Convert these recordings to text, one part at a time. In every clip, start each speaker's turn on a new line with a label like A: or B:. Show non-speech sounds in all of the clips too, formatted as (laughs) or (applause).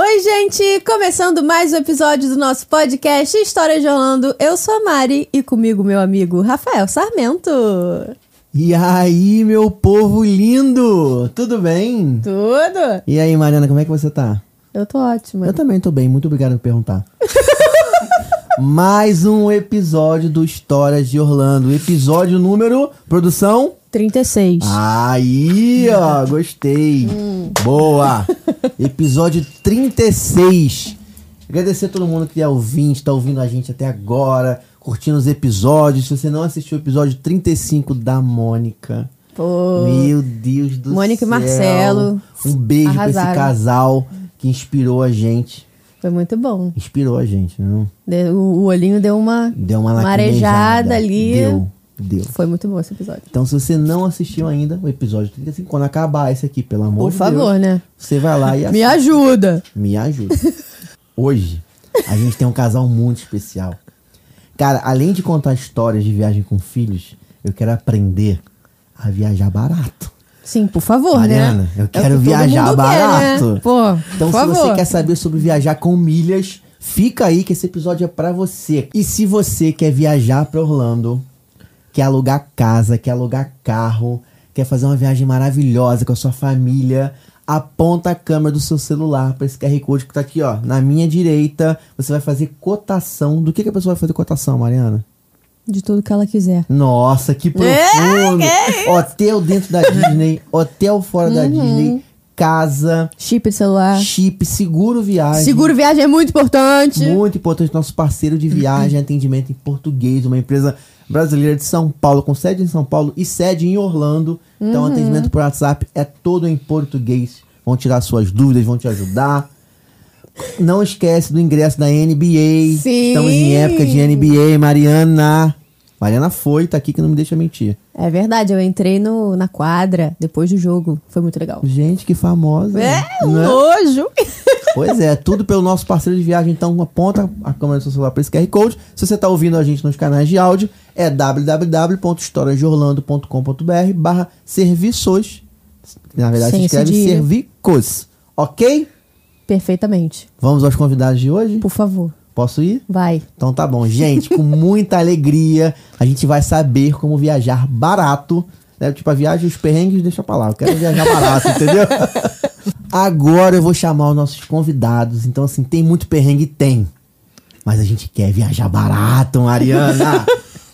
A: Oi, gente! Começando mais um episódio do nosso podcast História de Orlando. Eu sou a Mari e comigo meu amigo Rafael Sarmento.
B: E aí, meu povo lindo! Tudo bem?
A: Tudo?
B: E aí, Mariana, como é que você tá?
A: Eu tô ótima.
B: Eu também tô bem, muito obrigado por perguntar. (laughs) Mais um episódio do Histórias de Orlando. Episódio número. Produção?
A: 36.
B: Ah. Aí, ó, gostei.
A: Hum. (laughs)
B: Boa! Episódio 36. Agradecer a todo mundo que é ouvinte, tá ouvindo a gente até agora, curtindo os episódios. Se você não assistiu o episódio 35 da Mônica.
A: Pô.
B: Meu Deus do
A: Mônica e
B: céu.
A: Marcelo
B: Um beijo pra
A: arrasaram.
B: esse casal que inspirou a gente.
A: Foi muito bom.
B: Inspirou a gente, não?
A: De- o, o olhinho deu uma,
B: Deu uma
A: marejada
B: lacrimejada.
A: ali.
B: Deu, deu.
A: Foi muito bom esse episódio.
B: Então, se você não assistiu ainda o episódio 35, quando acabar esse aqui, pelo amor
A: Por
B: de
A: favor,
B: Deus,
A: né?
B: Você vai lá
A: (laughs)
B: e assim,
A: Me
B: assiste.
A: ajuda!
B: Me
A: (laughs)
B: ajuda. Hoje, a gente tem um casal muito especial. Cara, além de contar histórias de viagem com filhos, eu quero aprender a viajar barato.
A: Sim, por favor,
B: Mariana,
A: né?
B: eu
A: É o que
B: quero
A: todo
B: viajar
A: mundo
B: barato.
A: Quer, né? Pô,
B: Então,
A: por
B: se
A: favor.
B: você quer saber sobre viajar com milhas, fica aí que esse episódio é pra você. E se você quer viajar pra Orlando, quer alugar casa, quer alugar carro, quer fazer uma viagem maravilhosa com a sua família, aponta a câmera do seu celular pra esse QR Code que tá aqui, ó, na minha direita. Você vai fazer cotação. Do que, que a pessoa vai fazer cotação, Mariana?
A: De tudo que ela quiser.
B: Nossa,
A: É,
B: que profundo! Hotel dentro da
A: (laughs)
B: Disney, hotel fora
A: Uhum.
B: da Disney, casa,
A: Chip de celular.
B: chip, seguro viagem.
A: Ah. Seguro viagem é muito importante.
B: Muito importante, nosso parceiro de
A: Uhum.
B: viagem, atendimento em português, uma empresa brasileira de São Paulo, com sede em São Paulo e sede em Orlando. Então,
A: Uhum.
B: atendimento por WhatsApp é todo em português. Vão tirar suas dúvidas, vão te ajudar. Não esquece do ingresso da NBA.
A: Sim.
B: Estamos em época de NBA, Mariana. Mariana foi, tá aqui que não me deixa mentir.
A: É verdade, eu entrei no, na quadra depois do jogo. Foi muito legal.
B: Gente, que famosa.
A: É, um
C: Né?
B: não
A: nojo. (laughs)
B: Pois é, tudo pelo nosso parceiro de viagem. Então, aponta a câmera do seu celular para esse QR Code. Se você está ouvindo a gente nos canais de áudio, é www.historiasdeorlando.com.br barra serviços. Na verdade,
A: Sem
B: se escreve
A: cedilha.
B: servicos. Ok?
A: Perfeitamente.
B: Vamos aos convidados de hoje?
A: Por favor,
B: Posso ir?
A: vai.
B: Então tá bom, gente, com muita alegria, a gente vai saber como viajar barato, né? Tipo, a viagem, os perrengues, deixa pra lá, eu quero viajar barato, entendeu? Agora eu vou chamar os nossos convidados, então assim, tem muito perrengue? Tem. Mas a gente quer viajar barato, Mariana!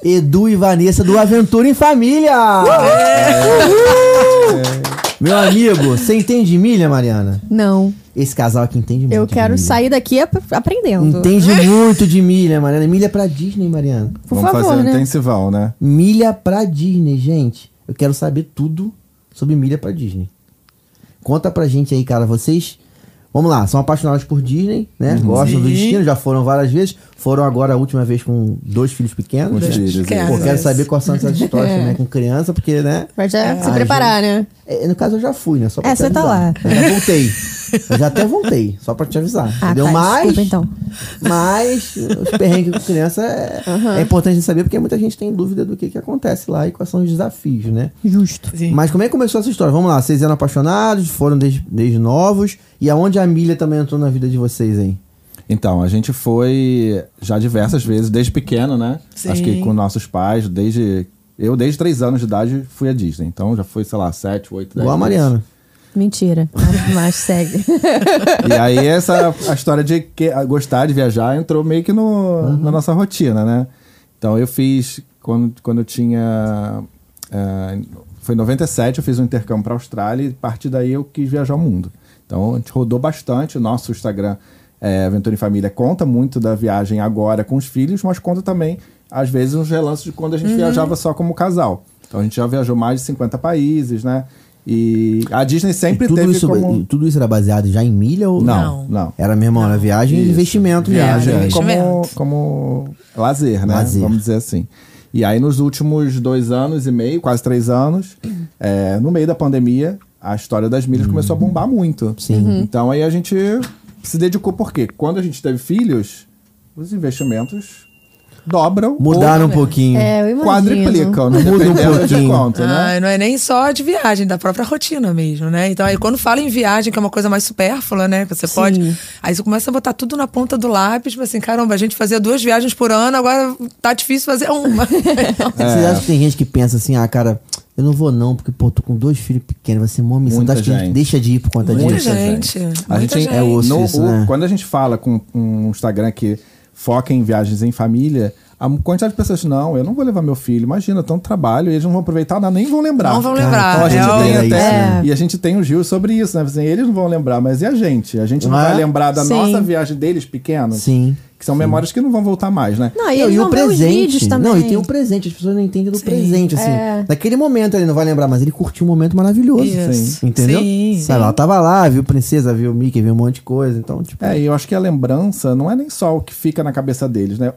B: Edu e Vanessa do Aventura em Família! É. Meu amigo, você entende milha, Mariana?
A: Não,
B: Esse casal aqui entende muito.
A: eu
B: de
A: quero
B: milha.
A: sair daqui ap- aprendendo.
B: Entende muito de milha, Mariana. Milha pra Disney, Mariana.
A: Por
C: Vamos
A: favor,
C: fazer um
A: né?
C: intensival, né?
B: Milha pra Disney, gente. Eu quero saber tudo sobre milha pra Disney. Conta pra gente aí, cara. Vocês, vamos lá, são apaixonados por Disney, né?
C: Uhum.
B: Gostam do destino, já foram várias vezes. Foram agora a última vez com dois filhos pequenos.
C: Com os
B: né?
C: filhos,
B: Pô,
C: isso.
B: quero saber quais são essas histórias
A: É.
B: também com criança, porque, né?
A: Pra já se
B: Ah,
A: preparar, né?
B: É, No caso, eu já fui, né? Só pra
A: É,
B: te
A: você tá
B: avisar.
A: lá.
B: Eu já voltei. Eu já até voltei, só pra te avisar.
A: Ah,
B: entendeu?
A: tá,
B: mas,
A: desculpa, então.
B: mas os perrengues com criança é, é importante a gente saber, porque muita gente tem dúvida do que, que acontece lá e quais são os desafios, né?
A: Justo.
B: Mas como é que começou essa história? Vamos lá, vocês eram apaixonados, foram desde, desde novos, e aonde a milha também entrou na vida de vocês aí?
C: Então, a gente foi já diversas vezes, desde pequeno, né? Acho que com nossos pais, desde. Eu, desde três anos de idade, fui à Disney. Então já fui, sei lá, sete, oito, dez.
B: Igual a
C: vezes.
B: Mariana.
C: (laughs)
A: Mentira. Mas, mas segue.
C: E aí, essa a história de que, a gostar de viajar entrou meio que no,
B: Uhum.
C: na nossa rotina, né? Então, eu fiz, quando, quando eu tinha. eh, foi em 97, eu fiz um intercâmbio para a Austrália e a partir daí eu quis viajar o mundo. Então, a gente rodou bastante. O nosso Instagram, eh, Aventura em Família, conta muito da viagem agora com os filhos, mas conta também, às
B: Uhum.
C: vezes, uns relances de quando a gente viajava só como casal. Então, a gente já viajou mais de 50 países, né? E a Disney sempre
B: E tudo,
C: teve
B: isso,
C: como...
B: e tudo isso era baseado já em milha ou
C: Não, não.
B: Era mesmo, era viagem e
C: Isso.
B: investimento.
C: Viagem
B: mesmo.
C: como,
D: investimento.
C: como lazer, né?
B: Lazer.
C: Vamos dizer assim. E aí, nos últimos dois anos e meio, quase três anos, é, no meio da pandemia, a história das milhas começou a bombar muito. Sim. Então aí a gente se dedicou, porque quando a gente teve filhos, os investimentos dobram.
B: Mudaram um pouquinho.
A: É, eu
C: ou
A: imagino.
C: Quadriplicam, né?
B: Muda um
C: Dependendo de
B: pouquinho.
C: quanto, né?
D: Ah, não é nem só de viagem, da própria rotina mesmo, né? Então, aí quando fala em viagem, que é uma coisa mais supérflua, né? Que você pode. Aí você começa a botar tudo na ponta do lápis, tipo assim, caramba, a gente fazia duas viagens por ano, agora tá difícil
C: (laughs)
D: fazer uma.
B: É,
C: É.
B: Vocês acham que tem gente que pensa assim, ah, cara, eu não vou não, porque, pô, tô com dois filhos pequenos, vai ser mó missão. Então,
C: Muita
B: acho que a gente
C: gente.
B: deixa de ir por conta
D: Muita
B: disso.
D: gente.
C: A
D: Muita
C: gente,
D: gente.
C: É osso
B: No-
C: isso,
B: o-
C: né? Quando a gente fala com um Instagram que foca em viagens em família, a quantidade de pessoas não, eu não vou levar meu filho. Imagina, tanto trabalho, e eles não vão aproveitar nada, nem vão lembrar.
D: Não vão
C: Cara,
D: lembrar.
C: então a gente
D: É,
C: tem
B: olha
C: até,
B: isso, né?
C: E a gente tem o Gil sobre isso, né? Assim, eles não vão lembrar, mas e a gente? A gente não
B: Não é?
C: vai lembrar da
A: Sim.
C: nossa viagem deles pequenos?
B: Sim.
C: Que são memórias que não vão voltar mais, né?
A: Não, e, eles vão ver os vídeos também. É.
B: Não, e tem o presente. As pessoas não entendem do presente, assim. Naquele momento ele não vai lembrar, mas ele curtiu um momento maravilhoso.
D: Isso. Sim.
B: Entendeu?
D: Sim.
B: Sabe, Ela tava lá, viu princesa, viu Mickey, viu um monte de coisa. Então, tipo.
C: É, e eu acho que a lembrança não é nem só o que fica na cabeça deles, né?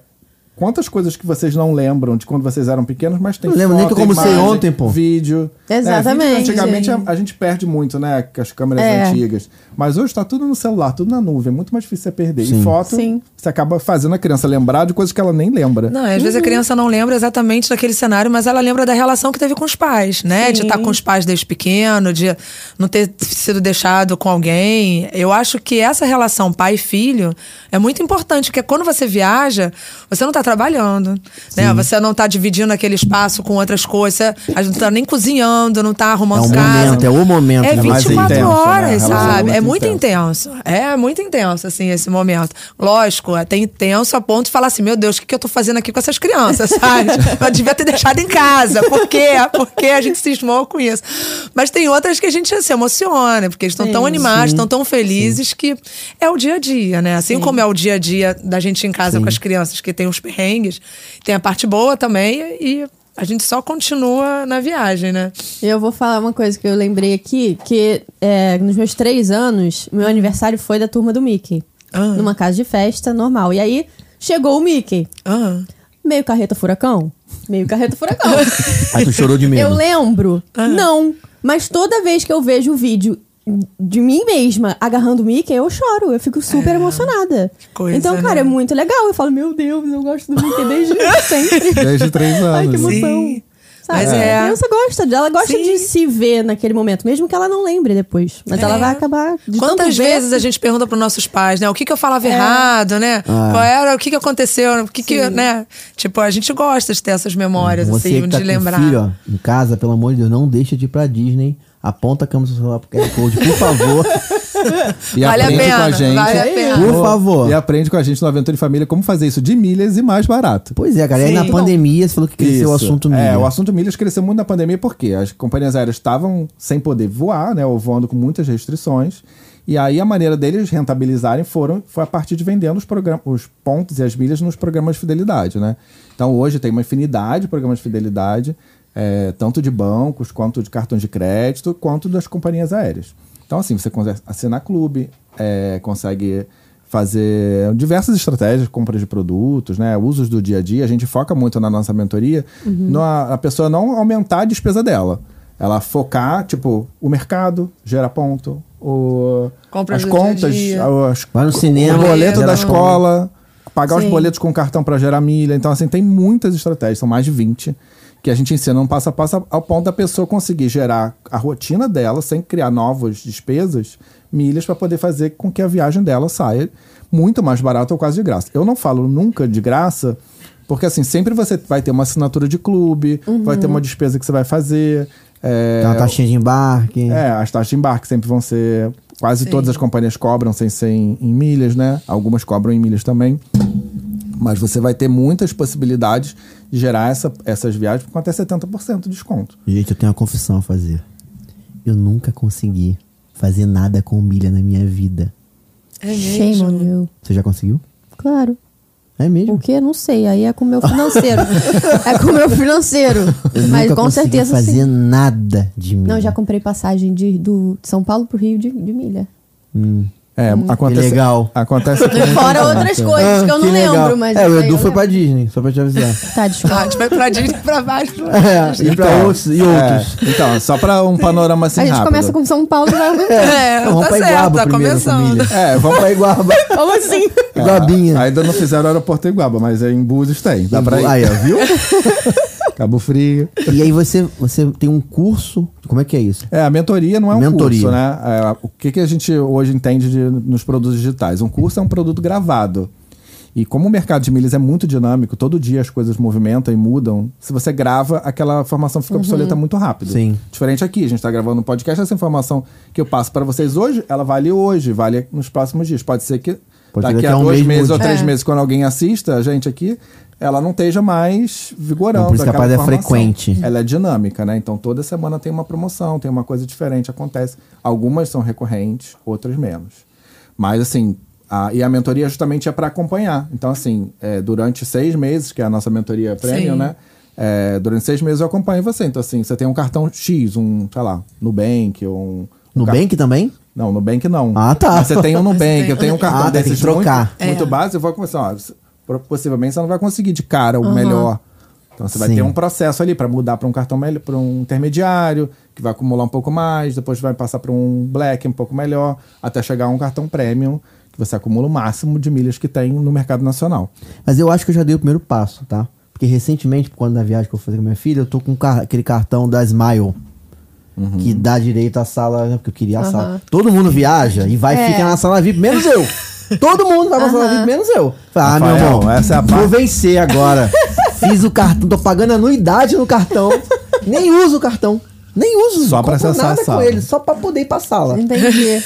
C: Quantas coisas que vocês não lembram de quando vocês eram pequenos, mas tem
B: Não lembro nem
C: foto,
B: que eu comecei
C: imagem,
B: ontem, pô.
C: Vídeo. É, vídeo
A: Exatamente.
C: antigamente a, a gente perde muito, né? Com as câmeras
D: É.
C: antigas. Mas hoje tá tudo no celular, tudo na nuvem. É muito mais difícil você perder. E foto,
A: Sim.
C: você acaba fazendo a criança lembrar de coisas que ela nem lembra.
D: Não, e às vezes a criança não lembra exatamente daquele cenário, mas ela lembra da relação que teve com os pais, né? De estar com os pais desde pequeno, de não ter sido deixado com alguém. Eu acho que essa relação pai e filho é muito importante, porque quando você viaja, você não tá trabalhando, né? Você não tá dividindo aquele espaço com outras coisas, você às vezes não tá nem cozinhando, não tá
B: É
D: arrumando
B: um
D: casa.
B: momento, é o momento.
D: É
B: né?
C: mais
D: 24
C: intenso, né?
D: horas,
C: A relação é
D: sabe?
C: muito
D: É muito
C: intensa.
D: intenso. É muito intenso, assim, esse momento. Lógico, é até intenso a ponto de falar assim: meu Deus, o que, que eu tô fazendo aqui com essas crianças, (laughs) sabe? eu devia ter deixado em casa. Por quê? Porque a gente cismou com isso. Mas tem outras que a gente se emociona, porque eles estão tão animados, estão tão felizes que é o dia a dia, né? Assim como é o dia a dia da gente em casa com as crianças, que tem os perrengues, tem a parte boa também e. A gente só continua na viagem, né?
A: Eu vou falar uma coisa que eu lembrei aqui, que é, nos meus três anos, meu aniversário foi da turma do Mickey.
D: Ah.
A: Numa casa de festa normal. E aí, chegou o Mickey.
D: Ah.
A: Meio carreta furacão? Meio carreta furacão.
B: (laughs) Aí tu chorou de medo.
A: eu lembro?
D: Ah.
A: Não. Mas toda vez que eu vejo o vídeo de mim mesma agarrando o Mickey, eu choro. Eu fico super emocionada.
D: É, coisa,
A: então, cara,
D: né?
A: é muito legal. Eu falo, meu Deus, eu gosto do Mickey
D: (laughs)
A: desde sempre.
C: Desde três
A: Ai, que
C: anos.
A: emoção.
D: Sim.
A: Sabe?
D: Mas é.
A: A criança gosta, de- ela gosta
D: Sim.
A: de se ver naquele momento, mesmo que ela não lembre depois. Mas ela
D: É.
A: vai acabar de tanto
D: Quantas
A: ver-
D: vezes a gente pergunta para nossos pais, né? O que, que eu falava errado,
B: É.
D: né? Qual era, o que, que aconteceu, o que, que né? Tipo, a gente gosta de ter essas memórias,
B: Você
D: assim,
B: que
D: de
B: tá com
D: lembrar.
B: filho, ó, em casa, pelo amor de Deus, não deixa de ir pra Disney. Aponta a câmera do seu celular pro QR Code, por favor.
A: (laughs)
C: E
D: Vale a
C: aprende
D: pena,
C: com a gente.
D: vale a pena.
B: Por favor.
C: E aprende com a gente no Aventura em Família como fazer isso de milhas e mais barato.
B: Pois é, galera. E na
D: Sim.
B: pandemia, você falou que cresceu o
C: Isso.
B: assunto milha.
C: É, o assunto milhas cresceu muito na pandemia porque as companhias aéreas estavam sem poder voar, né? Ou voando com muitas restrições. E aí a maneira deles rentabilizarem foram, foi a partir de vendendo os, programas, os pontos e as milhas nos programas de fidelidade, né? Então hoje tem uma infinidade de programas de fidelidade, é, tanto de bancos, quanto de cartões de crédito, quanto das companhias aéreas. Então assim, você consegue assinar clube, é, consegue fazer diversas estratégias, compras de produtos, né, usos do dia a dia. A gente foca muito na nossa mentoria,
D: Uhum.
C: na, a pessoa não aumentar a despesa dela. Ela focar, tipo, o mercado gera ponto, o,
D: Compras
C: as
D: do
C: contas,
D: dia a
C: as-
B: Vai no cinema,
C: o boleto
B: gera
C: da
B: ponto.
C: escola, pagar
A: Sim.
C: os boletos com cartão para gerar milha. Então, assim, tem muitas estratégias, são mais de 20, que a gente ensina um passo a passo ao ponto da pessoa conseguir gerar a rotina dela sem criar novas despesas, milhas, para poder fazer com que a viagem dela saia muito mais barata ou quase de graça. Eu não falo nunca de graça. Porque assim, sempre você vai ter uma assinatura de clube, vai ter uma despesa que você vai fazer. é,
B: Tem uma taxinha de embarque.
C: é, as taxas de embarque sempre vão ser. Quase todas as companhias cobram sem ser em, em milhas, né? Algumas cobram em milhas também. Mas você vai ter muitas possibilidades de gerar essa- essas viagens com até 70% de desconto.
B: Gente, eu tenho uma confissão a fazer. Eu nunca consegui fazer nada com milha na minha vida.
D: É
A: Shame on you.
B: Você já conseguiu?
A: Claro.
B: É
A: O
B: mesmo?
A: quê? Não sei. Aí é com o meu
B: (laughs)
A: financeiro. é com o meu financeiro.
B: Eu
A: Mas
B: nunca
A: com
B: consegui
A: certeza
B: fazer
A: sim.
B: nada de mim.
A: Não, já comprei passagem de, do, de São Paulo pro Rio de, de milha.
C: É, acontece.
B: Hum. que legal. Ah,
C: Acontece com
A: Fora outras coisas que eu não lembro, mas.
B: É, o
A: essa aí
B: Edu
A: eu
B: foi
A: lembro.
B: pra Disney, só pra te (laughs) avisar.
A: Tá, desculpa.
D: A gente vai pra Disney pra baixo. pra-
B: (laughs) é, e pra outros e outros.
C: Então, É, então, só pra um panorama assim
A: a gente
C: rápido.
A: começa com São Paulo e vai aumentando.
D: É,
B: Então, vamos
D: tá
B: pra
D: certo,
B: Iguaba
D: tá
B: primeiro,
D: começando.
B: família.
C: É, vamos pra
B: (laughs)
C: Iguaba.
A: Como assim?
B: Iguabinha.
C: É, ainda não fizeram o aeroporto em Iguaba, mas é em Búzios tem. Dá pra ir.
B: Aí, ó, viu?
C: (laughs) Cabo Frio.
B: E aí você, você tem um curso. Como é que é isso?
C: É, a mentoria não é um
B: Mentoria.
C: curso, né? É, o que, que a gente hoje entende de- nos produtos digitais? Um curso é um produto gravado. E como o mercado de milhas é muito dinâmico, todo dia as coisas movimentam e mudam. Se você grava, aquela informação fica obsoleta muito rápido.
B: Uhum. Sim.
C: Diferente aqui, a gente está gravando um podcast, essa informação que eu passo para vocês hoje, ela vale hoje, vale nos próximos dias. Pode ser que
B: Pode ser
C: daqui
B: daqui
C: a
B: a um
C: dois
B: mês
C: meses
B: mude.
C: ou três
A: É.
C: meses, quando alguém assista a gente aqui, ela não esteja mais vigorando.
B: Então, por isso que a
C: aquela
B: parada é
C: informação.
B: frequente.
C: Ela é dinâmica, né? Então toda semana tem uma promoção, tem uma coisa diferente, acontece. Algumas são recorrentes, outras menos. Mas assim, a- e a mentoria justamente é para acompanhar. Então, assim, é, durante seis meses, que é a nossa mentoria premium,
D: Sim.
C: né? É, durante seis meses eu acompanho você. Então, assim, você tem um cartão X, um, sei lá, Nubank ou um. um car-
B: Nubank também?
C: Não, Nubank não.
B: Ah, tá.
C: Mas você tem um Nubank, eu tenho um cartão
B: Ah, tá, tem
C: desses
B: que trocar.
C: Muito, muito
D: É.
C: base, eu vou começar. Ó, você- pro- possivelmente você não vai conseguir de cara o melhor. Então você vai
B: Sim.
C: ter um processo ali para mudar para um cartão melhor, para um intermediário, que vai acumular um pouco mais, depois vai passar para um black um pouco melhor, até chegar a um cartão premium, que você acumula o máximo de milhas que tem no mercado nacional.
B: Mas eu acho que eu já dei o primeiro passo, tá? Porque recentemente, por conta da viagem que eu fui fazer com a minha filha, eu tô com um car- aquele cartão da Smile.
C: Uhum.
B: Que dá direito à sala, né? Porque eu queria a sala. Todo mundo viaja e vai
A: É.
B: ficar na sala VIP, menos eu. Todo mundo vai pra sala VIP, menos eu. Fala, ah, meu
C: Rafael,
B: irmão,
C: essa é a
B: vou
C: parte-
B: vencer agora. Fiz o cartão, tô pagando anuidade no cartão. Nem uso o cartão. Nem uso.
C: Só pra
B: compro
C: acessar a
B: nada com
C: sala.
B: ele, só pra poder ir pra sala.
A: Entendi.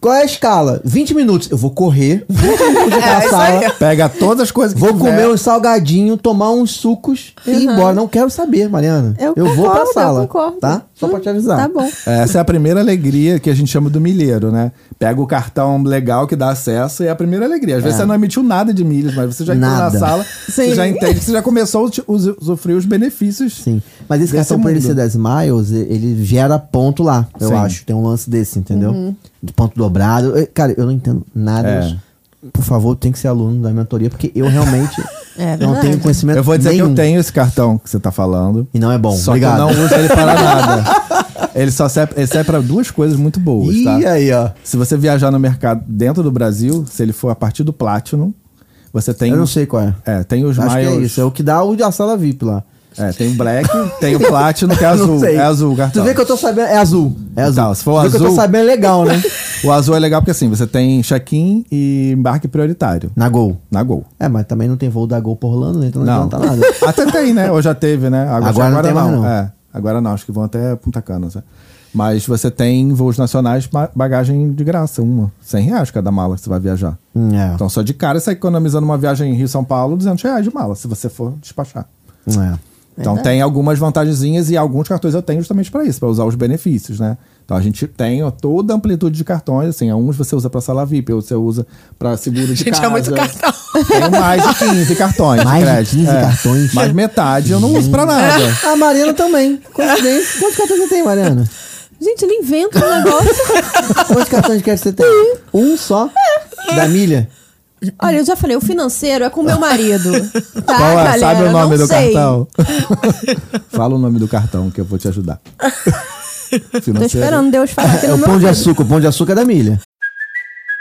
B: Qual é a escala? 20 minutos. Eu vou correr, 20 minutos pra sala.
C: Pega todas as coisas que
A: Né?
B: Vou
C: tiver.
B: comer um salgadinho, tomar uns sucos e ir embora. Não quero saber, Mariana. Eu,
A: Eu
B: vou
A: concordo,
B: pra
A: eu
B: sala.
A: concordo.
B: Tá? Só pra te avisar.
A: Tá bom.
C: Essa é a primeira alegria que a gente chama do milheiro, né? Pega o cartão legal que dá acesso e é a primeira alegria. Às vezes você não emitiu nada de milhas, mas você já entrou na
B: Nada.
C: sala,
A: Sim.
C: você já entende, você já começou a usu- usufruir os benefícios.
B: Sim. Mas esse
C: Desse
B: cartão pra ele
C: mundo.
B: ser das Miles, e- ele gera ponto lá, eu
C: Sim.
B: acho. Tem um lance desse, entendeu?
A: Uhum.
B: De ponto dobrado. Eu- Cara, eu não entendo nada.
C: É.
B: mas, por favor, tem que ser aluno da mentoria, porque eu realmente
A: (laughs) É
B: não
A: verdade.
B: tenho conhecimento
C: Eu vou dizer
B: nenhum.
C: que eu tenho esse cartão que você tá falando.
B: E não é bom.
C: Só
B: Obrigado.
C: que eu não uso ele para
B: (laughs)
C: nada. Ele só serve, ele serve para duas coisas muito boas, tá?
B: Ih, é. aí, ó.
C: Se você viajar no mercado dentro do Brasil, se ele for a partir do Platinum, você tem
B: Eu não sei qual é.
C: É, tem os
B: Acho que é
C: maiores-
B: isso. É o que dá o da sala VIP lá.
C: É, tem o Black, tem o
B: (laughs)
C: Platinum, que é
B: Não
C: azul.
B: sei.
C: É azul o cartão.
B: Tu vê que eu tô sabendo. É azul. É azul.
C: Então, se for
B: tu vê que eu tô
C: azul-
B: sabendo é legal, né?
C: O azul é legal porque assim, você tem check-in e embarque prioritário
B: Na Gol.
C: na Gol.
B: É, mas também não tem voo da Gol por Orlando, né? Então não,
C: Não.
B: adianta nada.
C: (laughs) Até tem, né? Ou já teve, né?
B: Agora não tem mais, não.
C: É, agora não, acho que vão até Punta Cana. sabe? Mas você tem voos nacionais, ba- bagagem de graça, uma. 100 reais cada mala que você vai viajar.
B: Hum, é.
C: Então só de cara você economizando uma viagem em Rio-São Paulo, 200 reais de mala, se você for despachar.
B: Não (laughs) é.
C: Então tem algumas vantagenzinhas e alguns cartões eu tenho justamente para isso, para usar os benefícios, né? Então a gente tem ó, toda a amplitude de cartões, assim, alguns você usa para sala VIP, outros você usa para seguro de
D: Gente,
C: casa.
D: é muito cartão.
C: Tenho mais de 15 cartões. de
B: Mais de
C: crédito.
B: 15 cartões?
C: Mas metade eu não uso pra nada.
B: É, A Mariana também. (laughs) Coincidência. Quantos cartões você tem, Mariana?
A: Gente, ele inventa um
B: (laughs)
A: negócio.
B: Quantos cartões de crédito você tem? Um só? Da milha?
A: Olha, eu já falei, o financeiro é com meu marido. Tá,
C: Qual é?
A: galera?
C: Sabe o nome
A: não
C: do
A: sei.
C: cartão? (laughs) Fala o nome do cartão que eu vou te ajudar.
A: Tô
C: Financeiro.
A: esperando Deus falar aqui
B: É
A: no
B: o
A: meu
B: pão de açúcar. O pão de açúcar é da milha.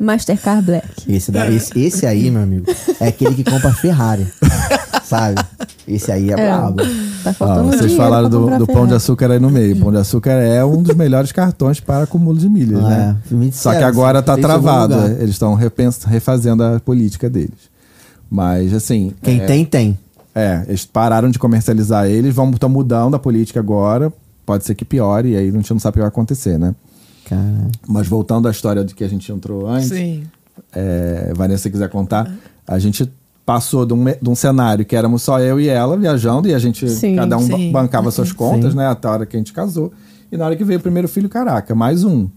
A: Mastercard Black.
B: Esse, daí, esse, esse aí, meu amigo, é aquele que compra Ferrari. sabe? Esse aí é, brabo.
A: Tá
C: Ó,
A: faltando
C: Ah, vocês
A: dinheiro
C: falaram
A: pra
C: do,
A: comprar
C: do pão de
A: Ferrari.
C: açúcar aí no meio. Pão de açúcar é um dos melhores cartões para acúmulo de milhas,
B: Ah,
C: né?
B: é. Me
C: Só
B: disseram,
C: que agora tá
B: tem segundo
C: travado.
B: lugar.
C: Eles estão refazendo a política deles. Mas assim.
B: Quem
C: é,
B: tem, tem.
C: É, eles pararam de comercializar eles, vão estão mudando a política agora. Pode ser que piore, e aí a gente não sabe o que vai acontecer, né?
B: Cara,
C: Mas voltando à história de que a gente entrou antes,
D: Sim.
C: é, Vanessa, se quiser contar, a gente passou de um, me- de um cenário que éramos só eu e ela viajando e a gente,
A: Sim,
C: cada um ba-
D: sim.
C: bancava suas contas, né? Até a hora que a gente casou. E na hora que veio o primeiro filho, caraca, mais
D: (laughs)
C: um.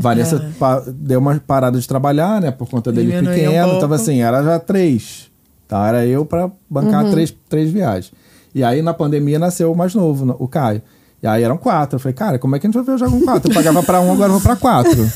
C: Vanessa pa- deu uma parada de trabalhar, né? Por conta dele
D: É. Diminuiu um
C: pequeno.
D: pouco.
C: Tava assim, era já três. Então era eu pra
D: Uhum.
C: bancar três, três viagens. E aí na pandemia nasceu o mais novo, no- o Caio. E aí eram quatro. Eu falei, cara, como é que a gente vai viajar com quatro? Eu pagava pra um, agora eu vou pra
D: (laughs)
C: quatro.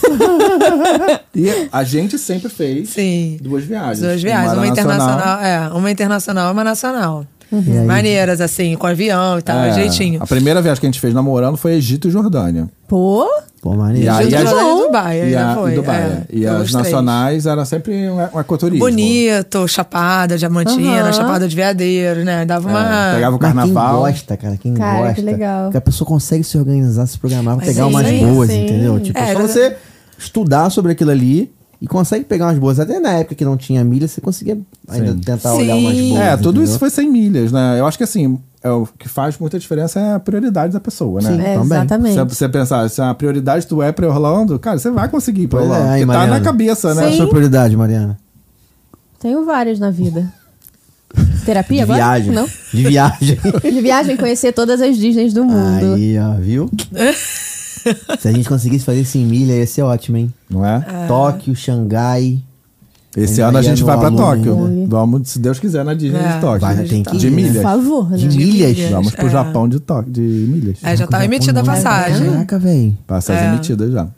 C: E a gente sempre fez
D: Sim.
C: duas viagens.
D: Duas viagens, uma,
C: era
D: internacional, é, uma internacional e uma nacional.
B: Uhum. E aí?
D: Maneiras, assim, com avião e tal,
C: É,
D: jeitinho.
C: A primeira viagem que a gente fez namorando foi Egito e Jordânia.
A: Pô,
B: pô, maneiro.
D: aí-
C: as-
D: Jordânia e Dubai,
C: e
D: ainda
C: a-
D: foi,
C: e Dubai,
D: é.
C: é. E
D: Foram
C: as
D: os três.
C: nacionais era sempre um, um ecoturismo.
D: Bonito, Chapada, Diamantina,
A: Aham.
D: Chapada de Veadeiros, né? Dava uma.
C: É, pegava o
B: Mas
C: carnaval.
B: Quem gosta, cara, quem
A: Cara, que
B: gosta.
A: legal. é
B: Que a pessoa consegue se organizar, se programar pra
D: Mas
B: pegar
D: sim,
B: umas
D: sim,
B: boas,
A: sim.
B: entendeu? Tipo,
D: É,
B: só
D: verdade.
B: você estudar sobre aquilo ali e consegue pegar umas boas. Até na época que não tinha milha, você conseguia ainda tentar
D: Sim.
B: olhar umas boas.
C: É, tudo
B: entendeu?
C: isso foi 100 milhas, né? Eu acho que assim, é, o que faz muita diferença é a prioridade da pessoa, né?
B: Sim.
A: é,
B: Também.
C: Se
A: exatamente.
C: você pensar, se a prioridade tu é pra Orlando, cara, você vai conseguir ir pra
B: Pois é,
C: Orlando.
B: aí,
C: porque tá
B: Mariana.
C: na cabeça,
B: Qual é
C: né?
B: a sua prioridade, Mariana?
A: Tenho várias na
C: (laughs)
A: vida. Terapia
B: De
A: agora?
B: viagem.
A: Não.
B: De viagem.
A: De viagem, conhecer todas as Disneys do (laughs) mundo.
B: Aí, ó,
A: (laughs)
B: viu? Se a gente conseguisse fazer 100 milha, ia ser ótimo, hein?
C: Não é?
A: Ah.
B: Tóquio, Xangai.
C: Esse
B: Ainda
C: ano a
B: ia
C: gente
B: é no
C: vai pra
B: aluno
C: Tóquio.
B: ainda.
C: Vamos, se Deus quiser, na Disney
D: É.
C: de Tóquio.
B: Vai, tem que ir,
C: de
B: né?
A: Por
C: milhas.
A: favor, né?
B: De milhas.
D: milhas.
C: Vamos pro
D: É.
C: Japão de, Tóquio, de milhas.
D: É, já tá emitida a passagem.
B: Caraca, velho.
C: Passagem
D: É.
C: emitida já.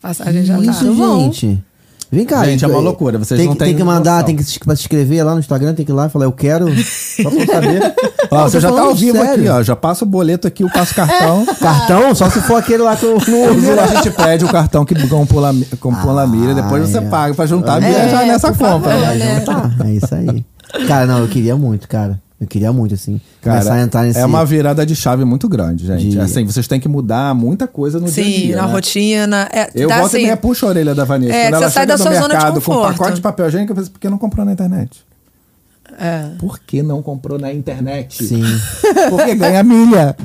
D: Passagem já
B: isso,
D: tá.
B: gente. Vem cá, então,
C: Gente, é uma loucura, vocês
B: tem,
C: não
B: que-
C: têm
B: tem que mandar,
C: noção.
B: tem que se, pra se inscrever lá no Instagram, tem que ir lá e falar, eu
C: (laughs)
B: quero. Só pra eu saber.
C: Ó,
B: Não,
C: você
B: tô
C: já tá
B: falando
C: ao vivo
B: sério.
C: aqui, ó. Já passa o boleto aqui, eu passo o cartão.
D: (laughs)
B: Cartão? Só se for aquele lá que eu (laughs) não uso.
C: Primeiro a gente pede o cartão que compula, compula a milha, depois você
B: é.
C: paga pra juntar a milha
A: É,
C: já nessa
A: por
C: compra.
A: favor,
C: né?
A: né?
B: Tá, é isso aí. Cara, não, eu queria muito, cara. Eu queria muito, assim. começar a
C: Cara,
B: entrar nesse.
C: é uma virada de chave muito grande, gente.
B: De-
C: Assim, vocês têm que mudar muita coisa no dia a
D: Sim,
C: dia,
D: na
C: né?
D: rotina. É,
C: Eu
D: dá
C: volto e
D: assim,
C: meia puxo a orelha da Vanessa.
D: É,
C: Quando
D: que
C: ela
D: você sai
C: chega
D: da
C: do
D: sua zona de
C: mercado com um
D: conforto.
C: pacote de papel higiênico, eu penso, por que não comprou na internet?
D: é.
C: Por que não comprou na internet?
B: Sim.
C: Porque ganha milha.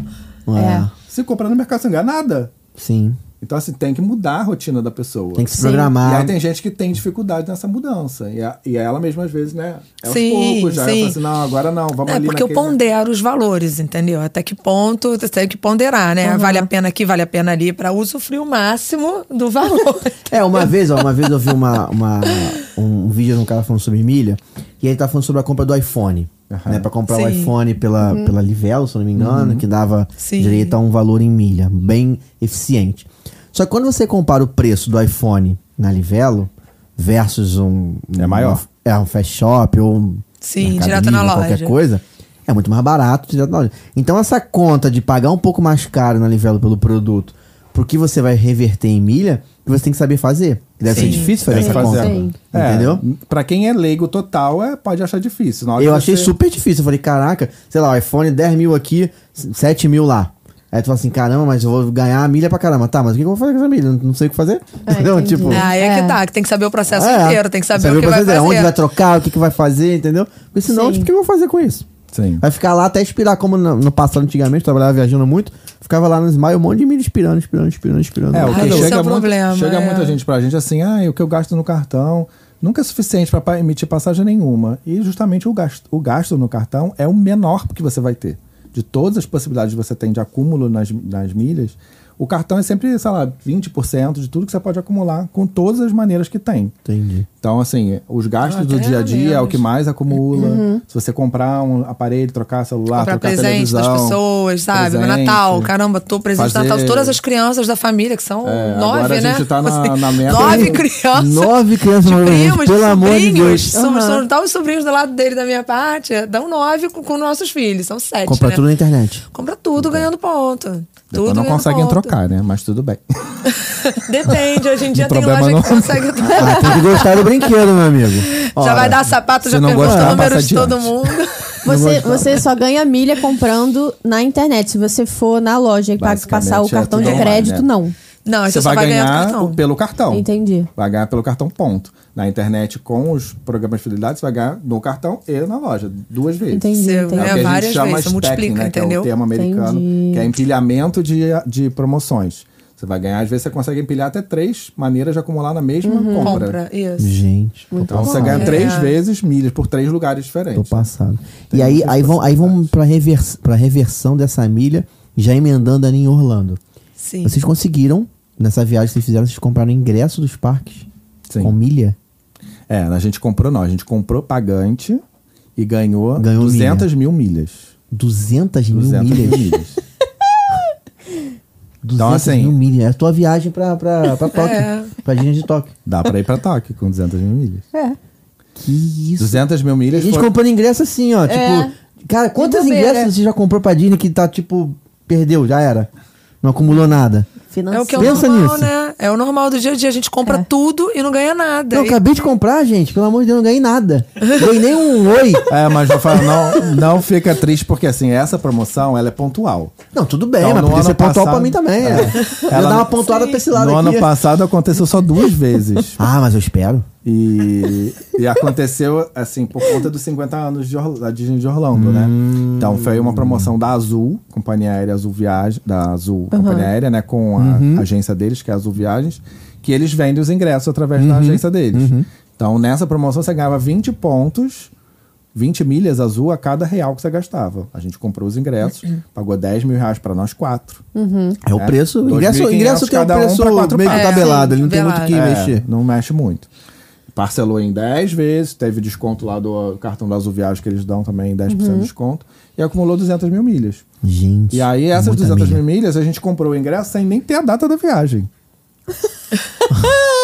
B: É.
C: Se comprar no mercado, você não ganha nada.
B: Sim.
C: Então, assim, tem que mudar a rotina da pessoa.
B: Tem que se
C: E
B: programar.
C: aí tem gente que tem dificuldade nessa mudança. E, a- e ela mesma, às vezes, né? É aos
D: Sim,
C: poucos já. Eu
D: sim.
C: falo assim, não, agora não, vamos
D: É,
C: ali
D: porque eu
C: naquele-
D: pondero os valores, entendeu? Até que ponto você tem que ponderar, né? Vale a pena aqui, vale a pena ali, pra usufruir o máximo do valor.
C: (laughs)
B: É, uma vez, ó, uma vez eu vi uma, uma- um, um vídeo de um cara falando sobre milha, e ele tá falando sobre a compra do iPhone. Né, pra comprar o
D: Sim. Uhum.
B: iPhone pela, pela Livelo, se eu não me
C: Uhum.
B: engano, que dava
D: Sim.
B: direito a um valor em milha, bem eficiente. Só que quando você compara o preço do iPhone na Livelo versus um.
C: É maior.
B: um- é, um fast shop ou um.
D: Sim,
B: Mercado
D: direto
B: Livre,
D: na loja.
B: Qualquer coisa, é muito mais barato direto na loja. Então, essa conta de pagar um pouco mais caro na Livelo pelo produto, pro que você vai reverter em milha, você tem que saber fazer. Deve ser
D: Sim.
B: difícil fazer
C: Tem que
B: essa
C: fazer.
B: conta.
A: Sim.
C: É,
B: Entendeu?
C: Pra quem é leigo total, é, pode achar difícil. Na hora
B: Eu
C: que
B: achei
C: você-
B: super difícil. Eu falei, caraca, sei lá, o iPhone 10 mil aqui, 7 mil lá. Aí tu fala assim, caramba, mas eu vou ganhar a milha pra caramba. Tá, mas o que que eu vou fazer com essa milha? Não, não sei o que fazer. (laughs) entendeu?
A: entendi.
B: Tipo.
D: Ah, é,
A: É.
D: que tá, que tem que saber o processo
B: é.
D: inteiro, tem que saber
B: Saber
D: o que vai
B: processo,
C: é,
D: fazer.
B: Onde vai trocar, o que, que vai fazer, entendeu? Porque senão,
A: Sim.
B: tipo, o que eu vou fazer com isso?
C: Sim.
B: Vai ficar lá até expirar, como no, no passado antigamente, eu trabalhava viajando muito, ficava lá no Smile um monte de milha expirando, expirando, expirando, expirando.
C: É, o que
D: Ah, esse é o
C: chega, muito-
D: problema,
C: chega
D: é.
C: muita gente pra gente assim, ah, o que eu gasto no cartão nunca é suficiente pra pa- emitir passagem nenhuma. E justamente o gasto, o gasto no cartão é o menor que você vai ter. De todas as possibilidades que você tem de acúmulo nas, nas milhas, o cartão é sempre, sei lá, 20% de tudo que você pode acumular com todas as maneiras que tem.
B: Entendi.
C: Então, assim, os gastos
D: Ah,
C: do
D: até
C: dia a dia é o
D: menos.
C: que mais acumula. Se você comprar um aparelho, trocar celular,
D: Comprar
C: Ah, trocar
D: presente
C: televisão,
D: das pessoas, sabe? No
C: presente.
D: Natal, caramba, tô presente de
C: Fazer-
D: Natal de todas as crianças da família, que são
C: É,
D: nove,
C: agora a
D: né?
C: gente tá na- na meta-
D: Nove crianças.
B: Nove crianças
D: de
B: morando com a gente,
D: primos,
B: pelo
D: de
B: amor de
D: sobrinhos.
B: Deus.
D: São,
A: Aham.
D: são- tá os sobrinhos do lado dele da minha parte, dão nove com, com nossos filhos, são sete.
B: Comprar
D: né?
B: tudo na internet.
D: Compra tudo ganhando ponto.
C: Depois
D: Tudo
C: não
D: ganhando
C: conseguem
D: ponto.
C: trocar, né? Mas tudo bem.
D: (laughs)
C: (laughs)
D: Depende, hoje em dia tem
C: problema
D: loja
C: não- (laughs)
D: que consegue.
B: Ah, tem que gostar do brinquedo, meu amigo.
D: (laughs) já
B: Ora,
D: vai dar sapato,
C: se
D: já
C: não
D: pergunta
C: gostar,
D: o número
C: passa
D: de todo
C: adiante.
D: mundo.
A: Você, você só ganha milha comprando na internet. Se você for na loja e paga- passar o
C: Basicamente, é
A: cartão de
C: tudo
A: crédito,
C: online,
A: não.
D: Não,
C: Você
D: você só
C: vai
D: ganhar, do
C: ganhar
D: cartão.
C: pelo cartão.
D: É
A: Entendi.
C: Vai ganhar pelo cartão, ponto. Na internet, com os programas de fidelidade, você vai ganhar no cartão e na loja, duas vezes.
A: Entendi,
D: Você
A: entendi.
D: ganha
C: É o que a gente
D: várias
C: chama
D: vezes, você
C: stacking,
D: multiplica,
C: né, que é
D: entendeu?
C: o termo americano,
A: Entendi.
C: que é empilhamento de, de promoções. Você vai ganhar, às vezes você consegue empilhar até três maneiras de acumular na mesma compra.
D: Uhum. Compra, Uhum. É. isso.
B: Gente, tô
C: Então você
B: passado.
C: ganha três vezes milhas por três lugares
B: Tô
C: diferentes.
B: passado. E aí, aí vão, aí vão pra, revers, pra reversão dessa milha, já emendando ali em Orlando.
D: Sim.
B: Vocês conseguiram, nessa viagem que vocês fizeram, vocês compraram ingresso dos parques?
C: Sim.
B: Com milha?
C: É, a gente comprou não, a gente comprou pagante e ganhou,
B: Ganhou
C: 200 mil milhas.
B: 200 mil
C: 200 mil
B: milhas.
C: milhas. Então,
B: 200
C: assim-
B: mil milhas. É a tua viagem pra, pra,
D: (laughs) É.
B: pra Tóquio. Pra Disney de Tóquio.
C: Dá pra ir pra Tóquio com 200 mil milhas.
B: Que isso.
C: 200 mil
B: É. A
C: milhas
B: gente
C: foi-
B: comprando ingresso assim,
D: É.
B: ó. Tipo, cara, quantos
A: bobeira.
B: ingressos você já comprou pra Disney que tá, tipo, perdeu, já era? Não acumulou nada.
D: É o que é o
A: Financeiro.
B: Pensa
D: normal,
B: nisso.
D: né? É o normal do dia a dia. A gente compra
A: É.
D: tudo e não ganha nada.
B: Não,
D: E-
B: acabei de comprar, gente. Pelo amor de Deus, não ganhei nada. Ganhei nem um oi.
C: É, mas eu falo, não, não fica triste, porque assim, essa promoção, ela é pontual.
B: Não, tudo bem,
C: Então,
B: É, mas
C: no
B: podia
C: ano
B: ser pontual
C: passado-
B: pra mim também. É.
C: É.
B: Ela
C: Ela-
B: dá uma pontuada pra esse
C: No
B: lado aqui.
C: ano passado aconteceu só duas vezes.
B: Ah, mas eu espero.
C: E, e aconteceu, assim, por conta dos 50 anos de Orla- da Disney de Orlando, né? Então foi uma promoção da Azul, companhia aérea Azul Viagem, da Azul Companhia Aérea, né? Com a agência deles, que é a Azul Viagens, que eles vendem os ingressos através da agência deles. Então nessa promoção você ganhava 20 pontos, 20 milhas azul a cada real que você gastava. A gente comprou os ingressos, pagou 10 mil reais pra nós quatro.
B: É o
C: É.
B: preço. O ingresso,
C: 2.500
B: ingresso tem um
C: cada um
B: preço
C: pra quatro
B: meio que
C: partes.
B: tabelado.
D: É,
B: Ele não tem
D: tabelado.
B: muito o que
C: É,
B: mexer.
C: Não mexe muito. Parcelou em 10 vezes, teve desconto lá do cartão da Azul Viagem que eles dão também, 10% de
B: Uhum.
C: desconto, e acumulou 200 mil milhas.
B: Gente.
C: E aí, essas
B: muita
C: 200
B: milha.
C: mil milhas, a gente comprou o ingresso sem nem ter a data
B: (laughs)
C: da viagem.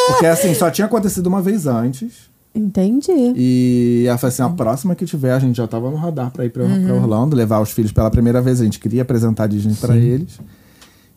C: Porque assim, só tinha acontecido uma vez antes.
A: Entendi.
C: E ela falou assim: a próxima que tiver, a gente já tava no radar pra ir pra, pra
B: Uhum.
C: Orlando, levar os filhos pela primeira vez. A gente queria apresentar a Disney pra eles.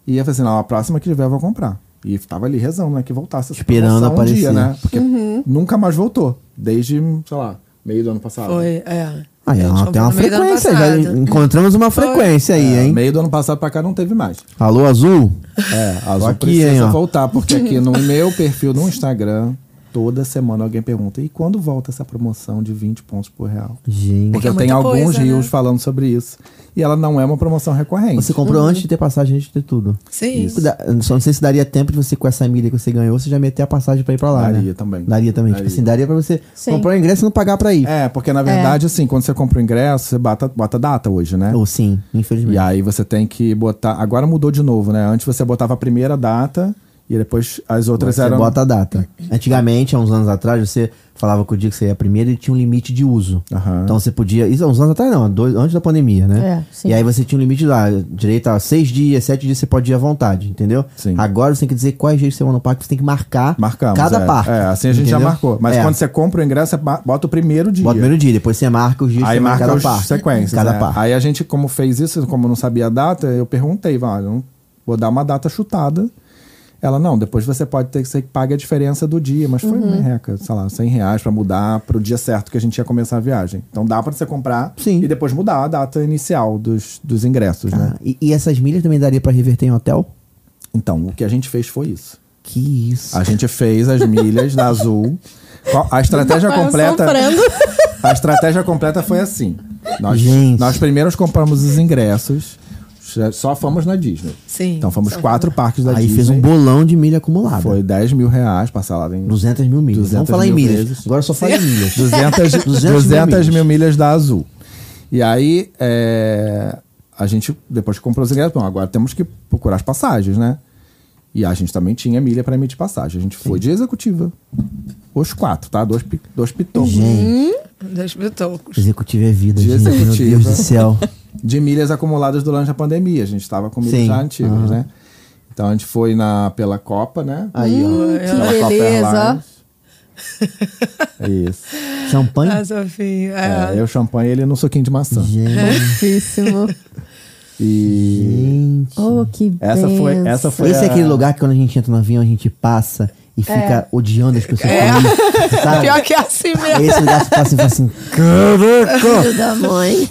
C: E ela falou assim: não, a próxima que tiver, eu vou comprar. E tava ali rezando, né? Que voltasse essa
B: Esperando
C: promoção
B: aparecer. Uhum.
C: Um dia, né? Porque nunca mais voltou. Desde, sei lá, meio do ano passado.
D: Foi, é.
B: Ah, é,
D: A gente
B: uma- tem
D: comprou
B: uma
D: no meio do ano
B: frequência. Já
D: passado.
B: encontramos uma frequência aí,
C: É,
B: hein?
C: meio do ano passado pra cá não teve mais.
B: Alô, Azul?
C: É, a
B: Tô
C: Azul
B: aqui,
C: precisa
B: hein, ó.
C: voltar, porque
B: (laughs)
C: aqui no meu perfil no Instagram, toda semana alguém pergunta: e quando volta essa promoção de 20 pontos por real?
B: Gente.
C: Porque
D: é
C: eu tenho
D: muita
C: alguns
D: coisa, né?
C: rios falando sobre isso. E ela não é uma promoção recorrente.
B: Você comprou antes de ter passagem, antes de ter tudo.
D: Sim.
B: Da- Só não sei se daria tempo de você, com essa milha que você ganhou, você já meter a passagem pra ir pra lá, né?
C: Daria também.
B: Daria também. Tipo
C: Daria.
B: assim, daria pra você
A: Sim.
B: comprar o ingresso e não pagar pra ir.
C: É, porque na verdade, assim, quando você compra o ingresso, você bota, bota data hoje, né?
B: Ou sim, infelizmente.
C: E aí você tem que botar. Agora mudou de novo, né? Antes você botava a primeira data e depois as outras
B: Você
C: eram.
B: bota a data. Antigamente, há uns anos atrás, você falava que o dia que você ia primeiro, ele tinha um limite de uso.
C: Aham.
B: Então você podia. Isso há uns anos atrás, não, há dois, antes da pandemia, né?
A: É, sim.
B: E aí você tinha um limite lá, direito a seis dias, sete dias, você pode ir à vontade, entendeu?
C: Sim.
B: Agora você tem que dizer quais dias você vai no parque, você tem que marcar
C: Marcamos.
B: cada
C: é.
B: parque.
C: É, assim a gente já
B: entendeu?
C: marcou. Mas
B: É.
C: quando você compra o ingresso, você ba- bota o primeiro dia.
B: Bota o primeiro dia, depois você marca os dias que
C: Aí
B: você vai em
C: marca
B: cada
C: as
B: parque.
C: sequências.
B: Cada
C: né?
B: parque.
C: Aí a gente, como fez isso, como não sabia a data, eu perguntei, vale, não- vou dar uma data chutada. Ela, não, depois você pode ter que você paga a diferença do dia, mas foi uma reca, sei lá, 100 reais pra mudar pro dia certo que a gente ia começar a viagem. Então dá pra você comprar
B: Sim.
C: e depois mudar a data inicial dos, dos ingressos, né?
B: Ah, e, e essas milhas também daria pra reverter em hotel?
C: Então, o que a gente fez foi isso.
B: Que isso.
C: A gente fez as milhas da Azul. Qual- é A estratégia
A: Rafael
C: completa.
A: sofrendo.
C: (laughs) A estratégia completa foi assim. Nós,
B: Gente.
C: nós primeiros compramos os ingressos, só fomos na Disney.
D: Sim.
C: Então fomos quatro parques da
B: Aí
C: Disney.
B: fez um bolão de milha acumulada.
C: Foi 10 mil reais parcelado em
B: 200 mil milhas.
C: 200
B: Vamos falar em
C: mil
B: milhas.
C: vezes.
B: Agora só fala em (laughs)
C: (laughs)
B: milhas.
C: 200,
B: 200 mil
C: 200
B: milhas.
C: mil milhas da Azul. E aí, é, a gente, depois que comprou os ingressos, bom, agora temos que procurar as passagens, né? E a gente também tinha milha para emitir passagem. A gente foi de executiva. Os quatro, tá? Dois, pi- dois pitons.
D: Dois mil tocos.
B: Executivo é vida,
C: De
B: gente. Meu
C: executiva.
B: Deus do
C: (laughs)
B: céu.
C: de milhas acumuladas durante a pandemia. A gente estava com milhas
B: Sim.
C: já antigas,
B: Aham.
C: né? Então a gente foi na, pela Copa, né?
B: Aí, ó.
C: Pela
A: que
C: Copa
A: beleza.
B: (laughs)
C: Airlines. É Isso.
B: Champanhe.
D: Ah, Sofia.
C: É,
D: É.
C: eu champanhe ele no suquinho de maçã. (laughs)
B: Gente.
A: Físsimo.
C: E
B: Gente.
A: Oh, que
C: essa foi, (laughs) essa foi
B: Esse
C: a-
B: é aquele lugar que quando a gente entra no avião, a gente passa e fica odiando as pessoas. que estão ali, Sabe?
D: Pior que é assim mesmo.
B: Esse lugar que você passa e fala assim, caraca!
A: da mãe.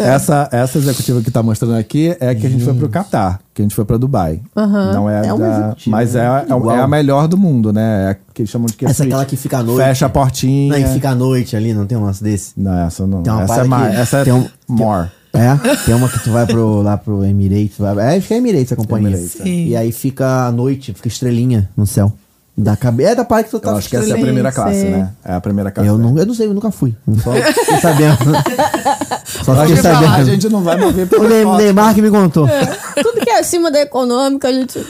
C: Essa, essa executiva que tá mostrando aqui é a que a gente foi pro Catar, que a gente foi pra Dubai. Não é,
B: É uma
C: da-
B: executiva,
C: Mas é,
B: né?
C: é,
B: Igual.
C: é a melhor do mundo, né? É a que eles chamam de que
B: Essa é
C: suíte.
B: aquela que fica à noite.
C: Fecha a portinha.
B: Não, e fica à noite ali, não tem um lance desse?
C: Não, essa não.
B: Tem uma
C: Essa é
B: parada
C: mais.
B: que-
C: Essa é
B: tem um-
C: more.
B: É, tem uma que tu vai pro, lá pro Emirates. Vai, é, acho que é Emirates a companhia.
C: Emirates, é.
B: E aí fica à noite, fica estrelinha no céu. Da cabeça. É da parte que tu tá
C: Eu acho que essa é a
B: estrelinha.
C: primeira
A: Sim,
C: classe,
A: sim.
C: né? É a primeira classe.
B: eu,
C: né?
B: não, eu não sei, eu nunca fui. Eu Só fiquei
C: (laughs)
B: sabendo. Só
C: Acho
B: fiquei
C: que falar, a
B: sabendo.
C: gente não vai
B: (laughs)
C: mover
B: O
C: pela
B: Ne-
C: foto.
B: Neymar que me contou.
A: Tudo que é acima da econômica, a gente.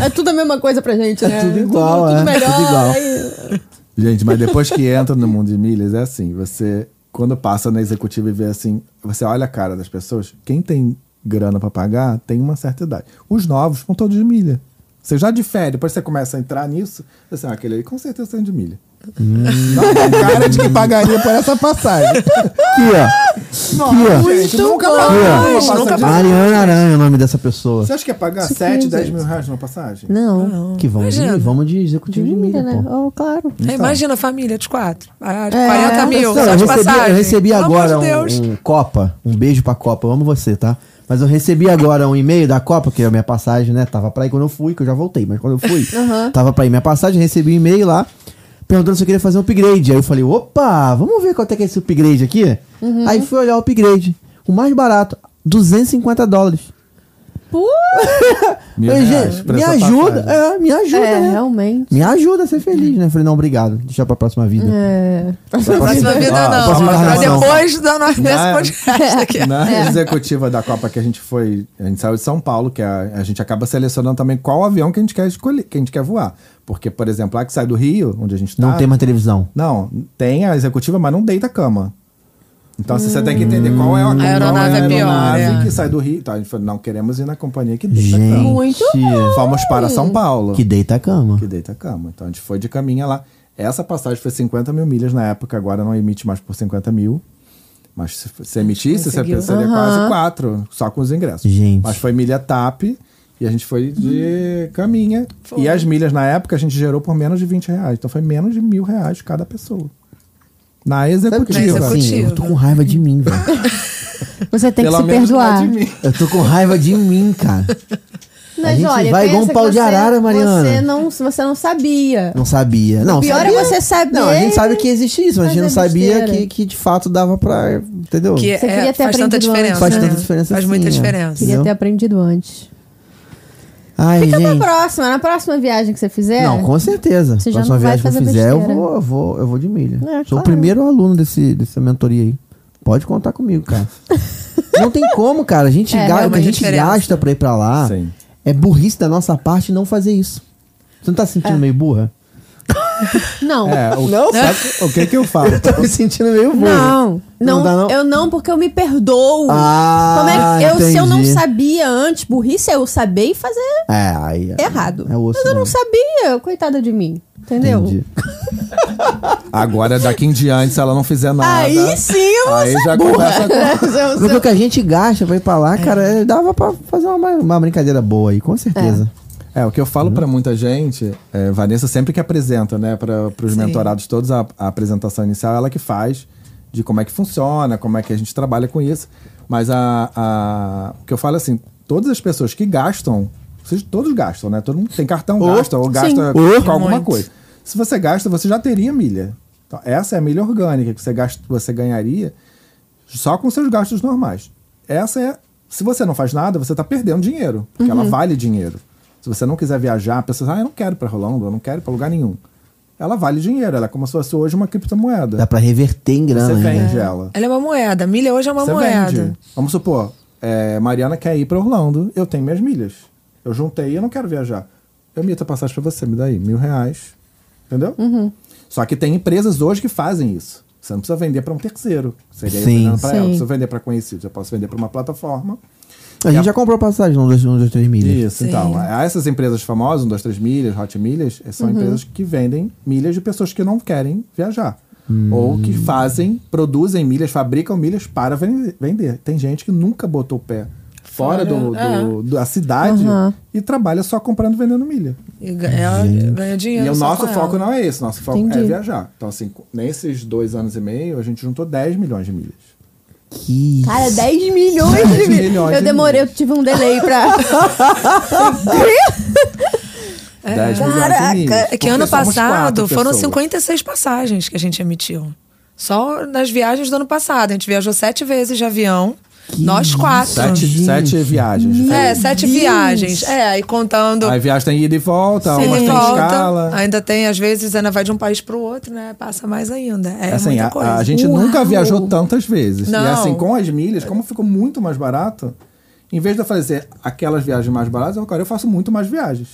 A: É tudo a mesma coisa pra gente, né?
B: É tudo igual,
A: tudo,
B: é.
A: melhor.
B: Tudo igual.
A: aí-
C: Gente, mas depois que entra no mundo de milhas, é assim, você, quando passa na executiva e vê assim, você olha a cara das pessoas, quem tem grana pra pagar tem uma certa idade. Os novos estão todos de milha. Você já difere, depois você começa a entrar nisso, você, ah, aquele ali com certeza tem de milha. Não, tem cara de que pagaria por essa passagem.
B: Aqui, ó.
C: Nossa, gente,
A: Muito
C: nunca
A: bom.
C: pagou uma
D: Nunca
C: passagem.
D: pagou.
B: Mariana Aranha é o nome dessa pessoa.
C: Você acha que ia pagar 7, 10 mil reais numa passagem?
A: Não.
B: Que vamos de,
D: Imagina.
B: vamos de executivo de milha,
A: né?
B: pô.
A: Oh, claro.
B: Então.
D: É, Imagina a família de quatro. Ah, de
A: É.
D: 40 mil,
B: Não,
D: só
B: eu
D: de
B: recebi,
D: passagem.
B: eu recebi
D: Pelo amor
B: agora
D: de Deus.
B: um, um Copa, um beijo pra Copa, eu amo você, tá? Mas eu recebi agora um e-mail da Copa, que a minha passagem, né, tava pra ir quando eu fui, que eu já voltei, mas quando eu
D: (laughs)
B: fui, tava pra ir minha passagem, recebi um e-mail lá, perguntando se eu queria fazer um upgrade. Aí eu falei, opa, vamos ver quanto é que é esse upgrade aqui?
D: Uhum.
B: Aí fui olhar o upgrade, o mais barato, 250 dólares.
C: Mil
B: Falei,
C: reais
B: gente,
C: pra
B: me
C: essa
B: ajuda,
C: passagem.
B: é, me ajuda,
A: É,
B: né?
A: realmente.
B: Me ajuda a ser feliz, né? Eu Falei, não, obrigado, deixa pra próxima vida.
A: É.
D: Próxima vida
C: Ah,
D: não.
B: próxima
D: Mas
B: encarnação.
D: depois da nossa desse
C: Não.
D: podcast (laughs) aqui. é.
C: Na executiva da Copa que a gente foi, a gente saiu de São Paulo, que é a, a gente acaba selecionando também qual avião que a gente quer escolher, que a gente quer voar. Porque, por exemplo, lá que sai do Rio, onde a gente tá.
D: Ah.
B: Não tem mais televisão.
C: Não, tem a executiva, mas não deita a cama. Então assim, você tem que entender qual é a, qual
D: aeronave
C: é a
D: é pior,
C: aeronave
D: é.
C: que sai do Rio. Então, a gente falou, não queremos ir na companhia que deita a cama.
B: Gente,
C: Fomos para São Paulo.
B: que deita a cama.
C: Que deita a cama. Então a gente foi de caminha lá. Essa passagem foi 50 mil milhas na época, agora não emite mais por 50 mil. Mas se, se emitisse, você seria quase quatro, só com os ingressos.
B: Gente.
C: Mas foi milha TAP e a gente foi de caminha. E as milhas na época a gente gerou por menos de 20 reais. Então foi menos de mil reais cada pessoa. Na
B: Sabe o que eu
C: executiva.
B: penso assim? Eu tô com raiva de mim, velho.
E: Você tem
C: Pelo
E: que se
C: menos não é
E: perdoar.
C: de mim.
B: Eu tô com raiva de mim, cara.
A: Mas
B: gente
A: olha, pensa
B: vai igual um
A: que
B: pau de
A: você-
B: arara, Mariana.
A: Você não, você não sabia.
B: Não sabia. Não,
A: pior é
B: sabia.
A: você saber
B: Não, a gente sabe que existe isso, mas a gente não
A: fazer
B: sabia
A: besteira.
B: que, que de fato dava pra. Entendeu?
D: Que
E: Você
D: é,
E: queria ter
D: faz tanta
E: aprendido
D: diferença.
E: antes,
B: Faz
D: né?
B: tanta diferença
D: Faz
B: sim,
D: muita
B: é.
D: diferença.
E: Queria
B: Entendeu?
E: ter aprendido antes.
B: Ai,
A: Fica
B: gente.
A: pra próxima, na próxima viagem que você fizer.
B: Não, com certeza.
E: Você já
B: Próxima
E: não vai
B: viagem que eu
E: fazer
B: fizer, eu
E: besteira.
B: vou, eu, vou, eu vou de milha.
A: É,
B: Sou
A: claro.
B: o primeiro aluno desse, dessa mentoria aí. Pode contar comigo, cara. não tem como, cara. A gente,
D: É,
B: ga-
D: é
B: o que
D: uma
B: a gente
D: diferença.
B: gasta pra ir pra lá
C: Sim.
B: é burrice da nossa parte não fazer isso. Você não tá se sentindo meio burra?
A: Não.
C: É, o, (laughs) sabe o que que eu falo?
B: Tô me sentindo meio burro.
A: Não, não,
B: dá, não?
A: eu não, porque eu me perdoo.
B: Ah,
A: Como é que eu, se eu não
B: entendi. sabia
A: sabia antes, burrice é eu saber e fazer
B: É, aí.
A: errado.
B: É osso,
A: Mas eu não
B: né?
A: sabia, coitada de mim. Entendeu?
B: Entendi.
C: Agora, daqui em diante, se ela não
B: Ah,
C: fizer nada.
A: Aí sim eu vou (laughs)
C: aí já começa a
B: Porque o que a gente gasta pra ir pra lá, cara, é, dava pra fazer uma, uma brincadeira boa aí, com certeza.
C: É, o que eu falo pra muita gente, é, Vanessa sempre que apresenta, né, para os mentorados todos, a, a apresentação inicial, ela que faz de como é que funciona, como é que a gente trabalha com isso. Mas a, a- o que eu falo é assim, todas as pessoas que gastam, vocês todos gastam, né? Todo mundo tem cartão, gasta, ou gasta
B: Oh.
C: com alguma
D: Muito.
C: coisa. Se você gasta, você já teria milha. Então, essa é a milha orgânica que você, gasta, você ganharia só com seus gastos normais. Essa é. Se você não faz nada, você está perdendo dinheiro. Porque ela vale dinheiro. Se você não quiser viajar, a pessoa diz, ah, eu não quero ir para Rolando, eu não quero ir para lugar nenhum. Ela vale dinheiro, ela é como se fosse hoje uma criptomoeda.
B: Dá pra reverter em grana,
C: você
B: né?
C: vende ela.
D: Ela é uma moeda. Milha hoje é uma
C: Você
D: moeda.
C: vende. Vamos supor, é, Mariana quer ir para Orlando, eu tenho minhas milhas. Eu juntei e eu não quero viajar. Eu mito a passagem para você, me dá aí mil reais. Entendeu?
D: Uhum.
C: Só que tem empresas hoje que fazem isso. Você não precisa vender para um terceiro. Seria
B: Sim,
C: sim, para ela.
A: sim.
C: Não precisa vender para conhecidos. Eu posso vender para uma plataforma.
B: A gente já comprou passagem um no 2, 2, 3 milhas.
C: Isso, então. Há Essas empresas famosas, um, dois, três milhas, hot milhas, é, são
D: Uhum.
C: empresas que vendem milhas de pessoas que não querem viajar. Ou que fazem, produzem milhas, fabricam milhas para ven- vender. Tem gente que nunca botou o pé fora do,
D: É.
C: do- da cidade
E: Aham.
C: e trabalha só comprando e vendendo milha.
D: E ganha, ganha dinheiro.
C: E o
D: só
C: nosso
D: com
C: foco
D: ela.
C: não é esse, nosso foco é
E: Entendi.
C: viajar. Então, assim, nesses dois anos e meio, a gente juntou 10 milhões de milhas.
B: Que isso.
A: Cara, 10 milhões
C: 10
A: de
C: milhões
A: milhões. Eu
C: de
A: demorei, eu tive um delay pra.
B: (laughs)
C: 10 milhões de milhas.
D: É. Caraca, é que
C: Porque
D: ano
C: somos
D: passado
C: quatro
D: foram
C: pessoas.
D: 56 passagens que a gente emitiu. Só nas viagens do ano passado. A gente viajou sete vezes de avião. nós quatro.
C: Sete,
B: Gente.
C: sete viagens.
D: É,
C: diferentes.
D: sete viagens. É, aí contando.
C: Aí viagem tem ida e volta,
D: Sim,
C: umas tem
D: volta.
C: escala.
D: Ainda tem, às vezes, ainda vai de um país pro outro, né? Passa mais ainda. É
C: assim,
D: muita
C: a-
D: coisa.
C: a, gente nunca viajou tantas vezes. E
D: Não.
C: assim, com as milhas, como ficou muito mais barato, em vez de eu fazer aquelas viagens mais baratas, eu, cara, eu faço muito mais viagens.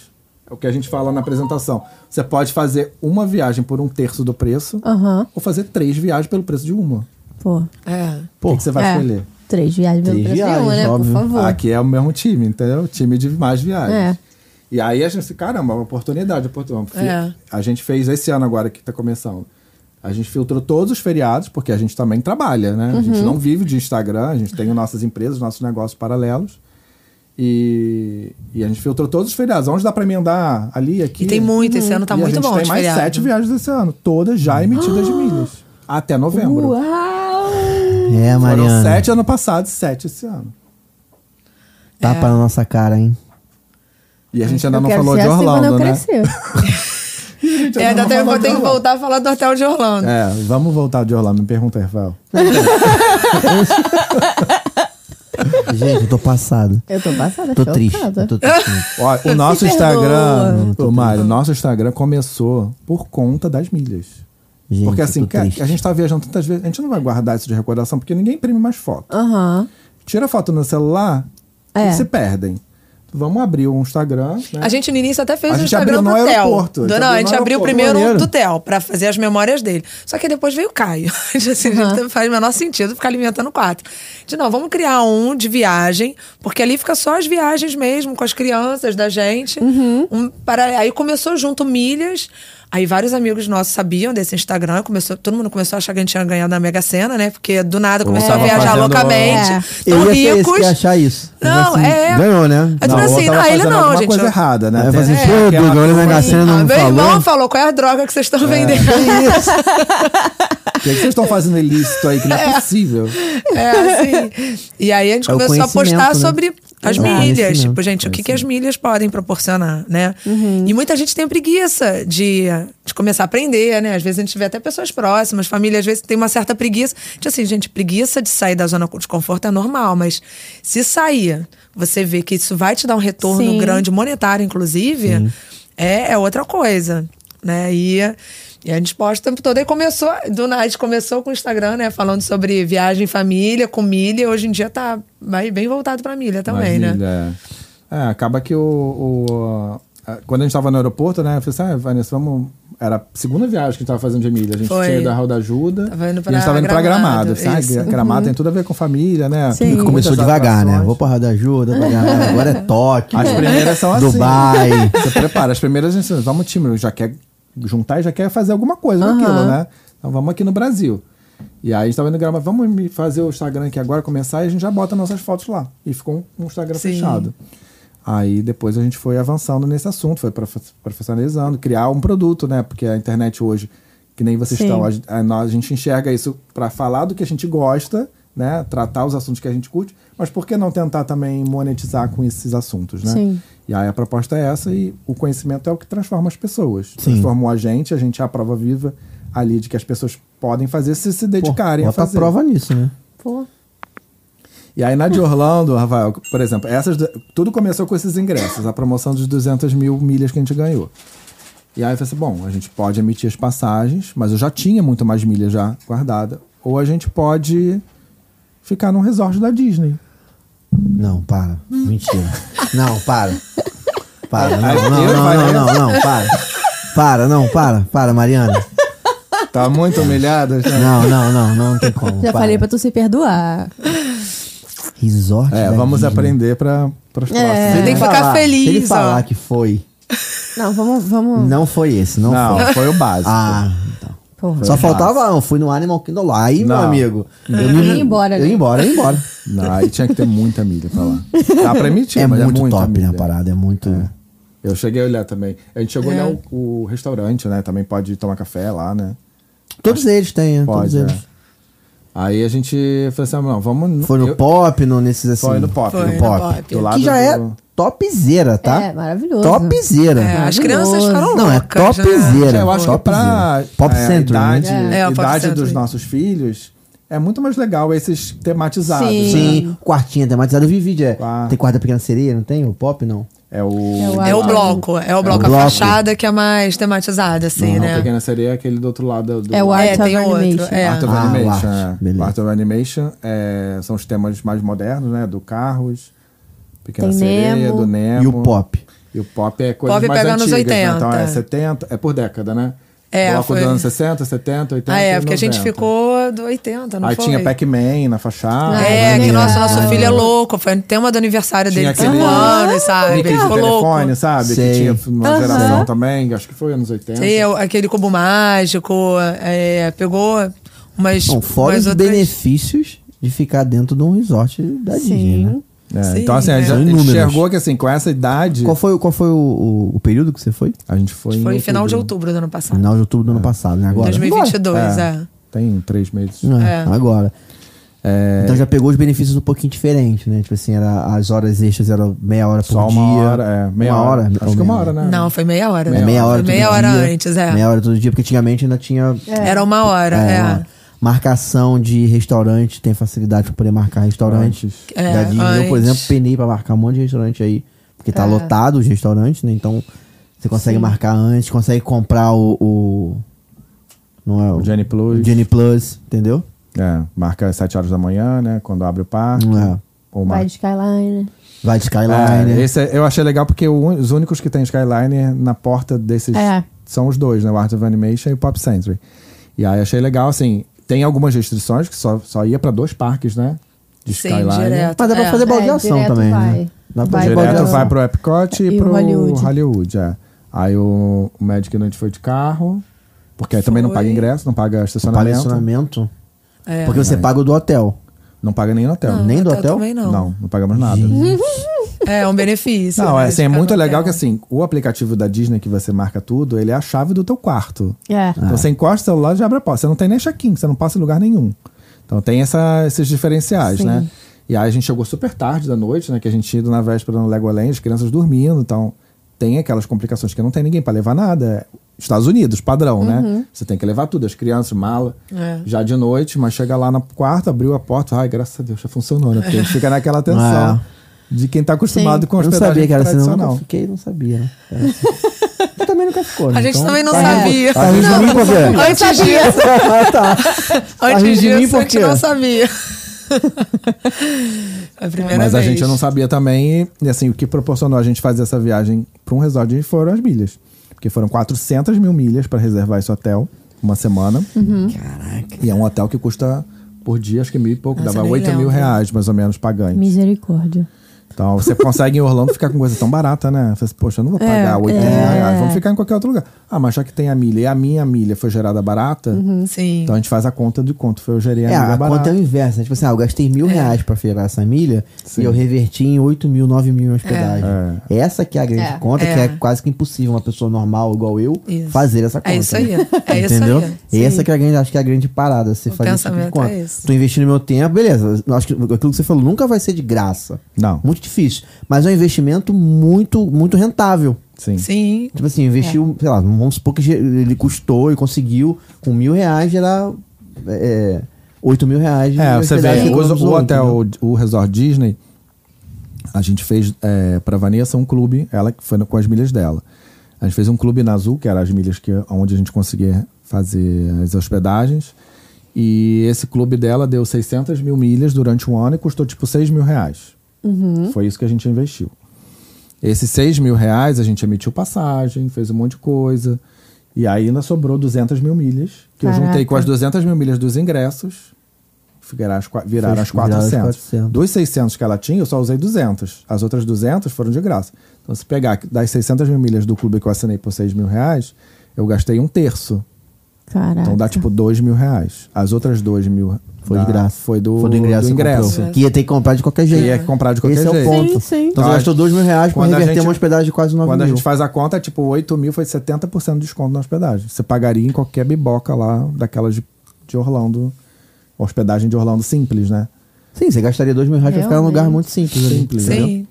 C: É o que a gente fala na apresentação. Você pode fazer uma viagem por um terço do preço,
E: Aham.
C: ou fazer três viagens pelo preço de uma.
E: Pô,
D: É.
C: O que que você vai escolher?
E: três viagens pelo
B: Três
E: preço de uma,
B: viagens,
E: né?
B: óbvio.
E: Por favor.
C: Aqui é o mesmo time, entendeu? Time de mais viagens.
E: É.
C: E aí a gente, caramba, uma oportunidade, oportunidade.
D: É.
C: A gente fez esse ano agora que tá começando. A gente filtrou todos os feriados, porque a gente também trabalha, né? A
D: Uhum.
C: gente não vive de Instagram, a
D: (laughs)
C: gente tem nossas empresas, nossos negócios paralelos. E, e a gente filtrou todos os feriados. Onde dá pra emendar? Ali, aqui.
D: E tem muito, esse ano tá
C: E
D: muito
C: a gente
D: bom
C: tem
D: de
C: mais
D: feriado.
C: sete viagens esse ano, todas já emitidas
D: (gasps)
C: de milhas. Até novembro.
B: É,
C: Foram
B: Mariana.
C: sete ano passado, sete esse ano.
B: Tapa na nossa cara, hein?
C: E a gente ainda
E: eu
C: não
E: quero
C: falou
E: ser
C: de
E: assim quando
C: Orlando,
E: eu
C: né?
E: crescer.
D: É, ainda
C: Então,
D: tem, eu tenho que voltar a falar do hotel de Orlando.
C: É, vamos voltar de Orlando. Me pergunta, Rafael.
D: (laughs)
B: Gente, eu tô passado.
E: Eu tô passada,
B: Tô
E: chocada.
B: triste. Eu tô triste.
C: Ó, o nosso Instagram, ô Mário, o nosso Instagram começou por conta das milhas.
B: Gente,
C: porque assim,
B: eu tô
C: cara,
B: triste.
C: a gente tá viajando tantas vezes, a gente não vai guardar isso de recordação, porque ninguém imprime mais foto.
E: Aham.
C: Tira foto no celular
E: É.
C: e se perdem. Vamos abrir um Instagram, né?
D: A gente no início até fez
C: A
D: o
C: gente
D: Instagram
C: abriu no
D: do Tel.
C: aeroporto, a gente
D: Do- Não, a gente
C: abriu
D: abriu
C: no
D: primeiro
C: aeroporto.
D: o do Tel, pra fazer as memórias dele. Só que depois veio o Caio. (laughs) A gente, assim, não faz o menor sentido ficar alimentando quatro. A gente, não, vamos criar um de viagem, porque ali fica só as viagens mesmo, com as crianças da gente. Um para... Aí começou junto milhas. Aí vários amigos nossos sabiam desse Instagram, começou, todo mundo começou a achar que a gente tinha ganhado na Mega Sena, né? Porque do nada começou a
C: tava
D: viajar
C: fazendo-
D: loucamente.
E: É.
D: Tão
B: um- eu ia ser esse
D: ricos.
B: que ia achar isso. Eu
D: Não,
B: falei assim,
D: é.
B: Ganhou, né?
D: É tipo
B: Não,
D: assim,
C: outra vai
D: ah, ele
C: fazendo
D: não,
C: alguma
D: gente,
C: coisa
D: eu-
C: errada, né?
B: Aí eu falei assim,
C: Tem
B: pô,
C: aquela
B: Bruno, olha na
C: turma-
B: Mega Sena
D: Ah,
B: não
D: meu irmão
B: falou.
D: falou qual é a droga que vocês estão vendendo.
C: O que é que vocês estão fazendo ilícito aí? Que não é possível.
D: É, assim. E aí a gente
B: É o
D: começou a postar
B: conhecimento, né?
D: sobre as
B: É o
D: milhas.
B: conhecimento.
D: Tipo, gente, o que, que as milhas podem proporcionar, né? E muita gente tem preguiça de, de começar a aprender, né? Às vezes a gente vê até pessoas próximas, família, às vezes tem uma certa preguiça. Tipo assim, gente, preguiça de sair da zona de conforto é normal, mas se sair, você vê que isso vai te dar um retorno
A: Sim.
D: grande, monetário, inclusive, é, é outra coisa, né? E. E a gente posta o tempo todo. Aí começou, do nada, a gente começou com o Instagram, né? Falando sobre viagem, família, com milha. Hoje em dia tá vai bem voltado pra milha também, né?
C: Maravilha, É, É, acaba que o. o, a- quando a gente tava no aeroporto, né? Eu falei assim, ah, Vanessa, vamos. Era a segunda viagem que a gente tava fazendo de milha. A gente
D: Foi.
C: tinha ido a Raul da Ajuda.
D: Tava indo
C: e a
D: pra
C: gente tava indo pra
D: Gramado,
C: gramado. Eu falei, ah,
D: isso. Uhum.
C: Gra- gramado tem tudo a ver com família, né?
B: E
C: Muitas
B: começou devagar, né?
C: atrações.
B: Vou pra da ajuda, pra galera. agora é Tóquio.
D: (laughs)
C: As primeiras são assim.
B: Dubai.
C: (laughs) Você prepara. As primeiras, a gente, vamos time, já quer juntar e já quer fazer alguma coisa daquilo, né? Então vamos aqui no Brasil. E aí a gente tava indo gravar, vamos me fazer o Instagram aqui agora, começar, e a gente já bota nossas fotos lá. E ficou um, um Instagram
D: Sim.
C: fechado. Aí depois a gente foi avançando nesse assunto, foi profe- profissionalizando, criar um produto, né? Porque a internet hoje, que nem vocês estão, a, gen- a nós- a gente enxerga isso para falar do que a gente gosta, né? Tratar os assuntos que a gente curte, mas por que não tentar também monetizar com esses assuntos, né?
E: Sim.
C: E aí a proposta é essa e o conhecimento é o que transforma as pessoas.
B: Sim.
C: Transformou a gente, a gente é a prova viva ali de que as pessoas podem fazer se se
B: Pô,
C: dedicarem a
B: bota
C: fazer.
B: prova nisso, né?
E: Pô.
C: E aí na de Orlando, Rafael, por exemplo, essas, du- tudo começou com esses ingressos, a promoção dos 200 mil milhas que a gente ganhou. E aí eu falei assim, bom, a gente pode emitir as passagens, mas eu já tinha muito mais milhas já guardada. Ou a gente pode ficar num resort da Disney.
B: Não, para. Mentira. Não, para. Para. Não,
C: Aí,
B: não, não,
C: eu, vai,
B: não,
C: né?
B: não, não, para. Para, não, para. Para, Mariana.
C: Tá muito humilhada? já.
B: Não, não, não, não, tem como.
A: Já
B: para.
A: falei pra tu se perdoar.
B: Resort
C: É,
B: da
C: vamos
B: Disney.
C: aprender para os próximos.
D: É. Você tem que
B: Falar.
D: ficar feliz,
B: Se ele
D: ó.
B: falar que foi,
E: Não, vamos, vamos.
B: não foi esse, não,
D: um
C: Não,
B: foi.
C: foi o básico.
B: Ah, então.
E: Porra.
B: Só faltava, ah, eu fui no Animal Kingdom lá. Aí, meu
C: Não.
B: amigo. Eu
E: Eu ia embora,
B: Eu
E: né?
B: ia embora, eu ia embora.
C: Não, aí tinha que ter muita milha pra lá. Dá pra mim tinha,
B: é
C: mas
B: muito
C: é muita
B: top, né?
C: milha.
B: A parada é muito.
C: Eu cheguei a olhar também. A gente chegou a olhar o, o restaurante, né? Também pode tomar café lá, né?
B: Todos eles têm, é, todos
C: Pode,
B: eles.
C: né? Aí a gente falou assim, ah, não, vamos... no-
B: Foi no
C: eu-
B: pop, no, nesses assim.
C: Foi no pop.
D: Foi
C: no
D: no
C: pop.
D: pop.
C: Do lado
B: Que já é
C: do-
B: topzera, tá?
E: É, maravilhoso.
B: Topzera.
D: É, as crianças
E: Maravilhoso.
D: ficaram
B: Não, é
D: loucas. né?
B: topzera.
C: Eu acho que é pra
B: Topzera. Pop
C: é,
B: Century, né?
C: idade,
D: É, o Pop
C: idade
D: Century.
C: dos nossos filhos, é muito mais legal esses tematizados.
A: Sim.
C: né?
B: Sim, quartinha tematizada. Eu vi vídeo. É,
C: Ah.
B: Tem quarto da pequena sereia, não tem? O pop, não?
C: É
E: É
C: o...
E: o
D: É o bloco, é o bloco. a
B: bloco.
D: fachada que é mais tematizada, assim,
C: Não,
D: né?
C: Pequena Sereia é aquele do outro lado. Do,
E: É o
D: É,
E: Art
D: tem
E: of Animation.
D: outro. É.
C: Art of
B: Ah, o
C: Animation.
B: Art,
C: é.
B: beleza.
C: Art of Animation é, são os temas mais modernos, né? Do Carros, Pequena
E: Tem
C: Sereia,
E: Nemo.
C: do Nemo.
B: E o pop.
C: E o pop é coisa
D: Pop
C: mais
D: pega nos
C: antigas, né?
D: 80.
C: Então é 70, é por década, né?
D: É,
C: Bloco
D: foi-
C: dos anos 60, 70, 80
D: Ah,
C: e
D: é, porque a gente
C: 90.
D: ficou do 80, não
C: Aí
D: foi?
C: tinha Pac-Man na fachada.
D: É,
C: né?
D: que nossa, nosso filho é louco. Foi o tema do aniversário
C: Tinha
D: dele, de 5
C: aquele-
D: anos, sabe?
C: Aquele
D: Ele ficou
C: telefone, né?
D: louco.
C: sabe?
B: Sei.
C: Que tinha uma geração também, acho que foi anos 80.
D: Tem o- aquele cubo mágico, é, pegou umas.
B: Bom, fora os
D: umas outras-
B: benefícios de ficar dentro de um resort da Disney, né?
C: É,
D: Sim,
C: então, assim, a
D: é.
C: gente
B: Inúmeros.
C: enxergou que, assim, com essa idade,
B: Qual foi, qual foi o, o- o período que você foi?
C: a gente foi. em
D: Foi final de
C: outubro.
D: outubro do ano passado.
B: Final de outubro do ano passado, né? Agora.
D: 2022, é.
C: Tem três meses.
B: Agora. É,
D: É.
B: agora.
C: É,
B: Então já pegou os benefícios um pouquinho diferente, né? Tipo assim, era, as horas extras eram meia hora por
C: só
B: dia.
C: uma hora. É, meia
B: uma hora.
C: Acho que é uma hora, né?
D: Não, foi meia hora.
B: É, meia hora
D: Foi
B: todo
D: meia hora
B: dia.
D: antes, é.
B: Meia hora todo dia, porque antigamente ainda tinha...
D: Era uma hora,
B: é,
D: é.
B: uma Marcação de restaurante, tem facilidade pra poder marcar restaurantes.
D: É,
B: da Disney. Eu, por
D: antes. É.
B: exemplo, penei pra marcar um monte de restaurante aí, porque tá lotado os restaurantes, né? Então você consegue marcar antes, consegue comprar o. o- não é o,
C: O Genie Plus.
B: Genie Plus, entendeu?
C: É, marca às 7 horas da manhã, né? Quando abre o parque.
B: É.
C: Ou
E: Vai
C: marca-
E: de Skyline.
B: Vai de Skyline.
C: É,
B: né?
C: esse é- eu achei legal porque o un- os únicos que tem Skyliner na porta desses
E: É.
C: são os dois, né? O Art of Animation e o Pop Century. E aí achei legal, assim, tem algumas restrições que só, só ia pra dois parques, né? De
D: Sim,
C: Skyliner.
D: direto.
B: Mas dá pra
D: É,
B: fazer
D: é,
B: baldeação
E: direto
B: também,
E: vai.
B: né? Dá pra
E: Vai
B: fazer
C: Direto
E: baldeação.
C: vai pro Epcot e,
E: E o
C: pro Hollywood.
E: Hollywood.
C: é. Aí o, o Magic Night foi de carro, porque aí também não
D: Foi.
C: paga ingresso, não
B: Não
C: paga
B: paga
C: estacionamento,
B: estacionamento.
D: É.
B: Porque você paga o do hotel.
C: não paga nem no hotel.
D: Não,
B: nem do hotel?
D: Também não.
C: Não, não pagamos nada.
D: É, é um benefício.
C: Não,
D: né,
C: é, assim, é
D: ficar
C: muito
D: no
C: legal que
D: hotel.
C: assim, o aplicativo da Disney que você marca tudo, ele é a chave do teu quarto.
E: É.
C: Então você encosta o celular e já abre a porta. Você não tem nem check-in, você não passa em lugar nenhum. Então tem essa- esses diferenciais, né? E aí a gente chegou super tarde da noite, né? Que a gente tinha ido na véspera no Legoland, as crianças dormindo, então tem aquelas complicações que não tem ninguém pra levar nada. É Estados Unidos, padrão,
B: Uhum.
C: né? Você tem que levar tudo, as crianças, mala,
D: É.
C: já de noite, mas chega lá no quarto, abriu a porta, ai, graças a Deus, já funcionou, né? Porque
B: (laughs)
C: fica naquela tensão
B: Ah.
C: de quem tá acostumado com
B: Eu não
C: hospedagem
B: sabia que era assim, não.
C: tradicional.
B: Nunca fiquei, não sabia. né? É
D: (laughs)
B: assim. Eu também nunca ficou, né?
D: A gente
B: Então,
D: também não
B: tá
D: sabia.
B: rindo- Tá rindo de mim por quê?
D: Antes disso,
B: (laughs) Ah, tá. Tá rindo
D: antes
B: de mim
D: disso,
B: por
D: a gente
B: quê?
D: não sabia. a primeira
C: Mas a
D: vez.
C: gente não sabia também, e assim, o que proporcionou a gente fazer essa viagem para um resort foram as milhas. Porque foram 400 mil milhas para reservar esse hotel, uma semana.
D: Uhum.
C: Caraca. E é um hotel que custa por dia, acho que é mil e pouco,
D: Nossa,
C: dava
D: nem
C: 8 mil
D: lembro.
C: reais mais ou menos pagante.
E: Misericórdia.
C: Então você consegue em Orlando ficar com coisa tão barata, né? Fala assim, poxa, eu
D: É,
C: não vou pagar 8 mil reais, vamos ficar em qualquer outro lugar. Ah, mas já que tem a milha e a minha milha foi gerada barata,
D: Sim.
C: então a gente faz a conta de quanto foi eu gerei a
B: É,
C: milha
B: a
C: barata.
B: conta é o inverso, né? Tipo assim, ah, eu gastei
D: É.
B: mil reais pra feirar essa milha e eu reverti em 8 mil, 9 mil em hospedagem. Essa que é a grande
E: É.
B: conta, que
D: É.
B: é quase que impossível uma pessoa normal igual eu
D: Isso.
B: fazer essa
D: É
B: conta.
D: isso aí,
B: né?
D: é isso
B: Entendeu?
D: aí,
B: Essa que é a grande, acho que é a grande parada, você
D: O
B: fazer esse tipo de
D: pensamento
B: conta.
D: é esse.
B: Tô investindo meu tempo, beleza. eu Acho que aquilo que você falou nunca vai ser de graça.
C: Não.
B: Muito difícil. Mas é um investimento muito, muito rentável.
C: Sim.
D: Sim.
B: Tipo assim, investiu, sei lá, vamos supor que ge- ele custou e conseguiu com mil reais gerar é, 8 mil reais. de
C: É, você vê
B: hospedagem
C: que
B: por
C: o,
B: ano
C: o
B: outro,
C: hotel,
B: né?
C: o Resort Disney, a gente fez é, pra Vanessa um clube, ela que foi no- com as milhas dela. A gente fez um clube na Azul, que era as milhas que, onde a gente conseguia fazer as hospedagens. E esse clube dela deu 600 mil milhas durante um ano e custou tipo 6 mil reais. Foi isso que a gente investiu. Esses 6 mil reais a gente emitiu passagem, fez um monte de coisa. E aí ainda sobrou 200 mil milhas, que eu juntei com as 200 mil milhas dos ingressos, viraram as, qua- viraram
B: Fez-
C: as 400.
B: viraram as 400.
C: Dos 600 que ela tinha, eu só usei 200. As outras 200 foram de graça. Então, se pegar das 600 mil milhas do clube que eu assinei por 6 mil reais, eu gastei um terço.
E: Caraca.
C: Então dá tipo dois mil reais. As outras dois mil
B: Foi
C: dá-
B: de graça.
C: Foi do,
B: foi do ingresso. que comprou. Que ia ter que comprar de qualquer jeito.
C: E é que comprar de qualquer
B: Esse
C: jeito.
B: é o ponto.
E: Sim, sim.
B: Então você
C: Nós-
B: gastou dois mil reais pra
C: Quando a
B: reverter
C: gente-
B: uma hospedagem de quase 9
C: Quando
B: mil.
C: a gente faz a conta, é tipo 8 mil foi 70% de desconto na hospedagem. Você pagaria em qualquer biboca lá, daquelas de, de Orlando. Hospedagem de Orlando simples, né?
B: Sim, você gastaria dois mil reais pra ficar num lugar muito simples. ali.
C: Simples,
D: Sim.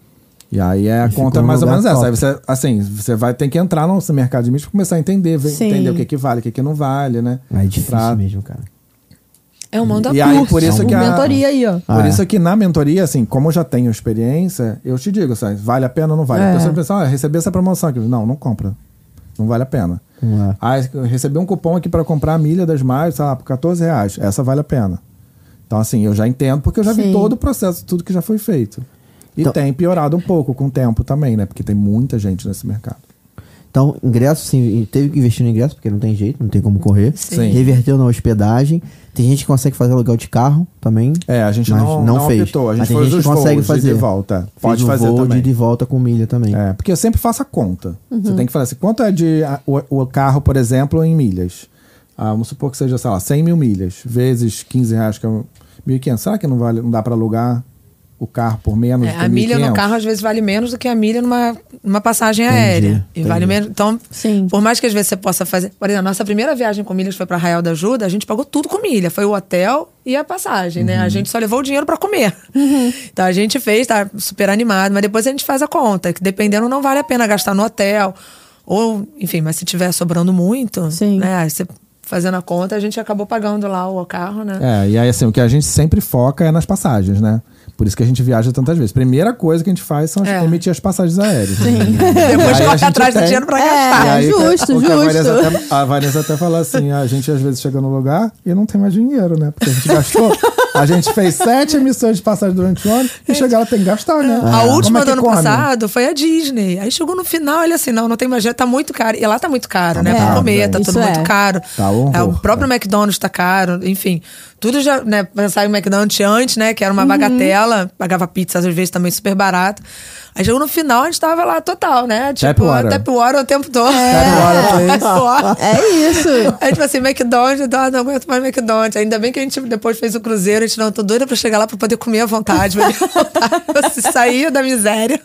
C: E aí é a
B: ficou
C: conta
B: num
C: mais ou
B: lugar
C: menos essa.
B: top.
C: Aí você, assim, você vai ter que entrar no mercado de mídia pra começar a entender, ver-
E: Sim.
C: entender o que, que vale, o que, que não vale, né?
B: Ah, É difícil
C: Pra-
B: mesmo, cara.
D: É um manda
C: E aí, por isso que a.
A: Mentoria aí, ó.
C: Por
B: Ah, é.
C: isso que na mentoria, assim, como eu já tenho experiência, eu te digo, sabe, vale a pena ou não vale?
B: É.
C: A pessoa pensa, ah, recebi essa promoção aqui. Não, não compra. Não vale a pena.
B: Não é.
C: Ah, eu recebi um cupom aqui para comprar a milha das mais, sei lá, por 14 reais. Essa vale a pena. Então, assim, eu já entendo, porque eu já vi
E: Sim.
C: todo o processo, tudo que já foi feito. E
B: Então-
C: tem piorado um pouco com o tempo também, né? Porque tem muita gente nesse mercado.
B: Então, ingresso, sim, teve que investir no ingresso, porque não tem jeito, não tem como correr.
C: Sim.
B: Reverteu na hospedagem. Tem gente que consegue fazer aluguel de carro também.
C: É, a gente
B: mas
C: não, não, optou. A gente
B: Mas tem
C: foi
B: gente
C: os
B: que consegue
C: voos
B: fazer.
C: de volta.
B: Fez
C: Pode
B: o
C: fazer
B: voo
C: também.
B: de ida e volta com milha também.
C: É, porque eu sempre faço a conta. Você
D: Uhum.
C: tem que falar assim, quanto é de a- o, o carro, por exemplo, em milhas? Ah, vamos supor que seja, sei lá, 100 mil milhas, vezes 15 reais, que é um- 1.500. Será que não, vale, não dá para alugar o carro por menos
D: É,
C: do que
D: a milha no
C: 1.500?
D: carro às vezes vale menos do que a milha numa, numa passagem aérea. E
B: entendi.
D: vale menos. Então,
E: Sim.
D: por mais que às vezes você possa fazer. Por exemplo, a nossa primeira viagem com milhas foi para Arraial da Ajuda, a gente pagou tudo com milha. Foi o hotel e a passagem, né?
C: Uhum.
D: A gente só levou o dinheiro para comer.
E: Uhum.
D: Então a gente fez, tá super animado, mas depois a gente faz a conta, que dependendo não vale a pena gastar no hotel. Ou, enfim, mas se tiver sobrando muito,
E: Sim.
D: né? aí Você fazendo a conta, a gente acabou pagando lá o carro, né?
C: É, e aí assim, o que a gente sempre foca é nas passagens, né? Por isso que a gente viaja tantas vezes. Primeira coisa que a gente faz são as-
D: É.
C: emitir as passagens aéreas. né? Sim.
D: Depois
C: É, Aí a
D: corre
C: gente
D: atrás do
C: tem-
D: dinheiro para
A: É,
D: gastar.
C: E aí,
A: justo,
C: o que A
A: justo.
C: Vanessa, até, a Vanessa até fala assim: a gente às vezes chega no lugar e não tem mais dinheiro, né? Porque a gente gastou. A gente fez sete emissões de passagem durante o ano e chegar lá tem que gastar, né?
D: A
C: Como
D: última
C: é que
D: do ano
C: come?
D: passado foi a Disney. Aí chegou no final, ele assim, não, não tem mais dinheiro, tá muito caro. E lá tá muito caro, né?
C: muito
D: Pra
C: caro,
D: comer,
C: velho.
D: tá tudo
A: Isso
D: muito
A: é.
D: caro.
C: Tá um
D: É, o
C: horror,
D: próprio McDonald's tá caro, enfim. Tudo já, né? Pensar em McDonald's antes, né? Que era uma
C: Uhum.
D: bagatela, pagava pizza às vezes também super barato. Aí chegou no final, a gente tava lá total, né? Tipo,
C: water.
D: tap water o tempo todo.
C: Tap water,
D: (laughs) Tap water.
A: É isso.
D: Aí, tipo assim, McDonald's, ah, não aguento mais McDonald's. Ainda bem que a gente depois fez o cruzeiro, a gente não, tô doida pra chegar lá pra poder comer à vontade, beber à vontade, pra se sair da miséria.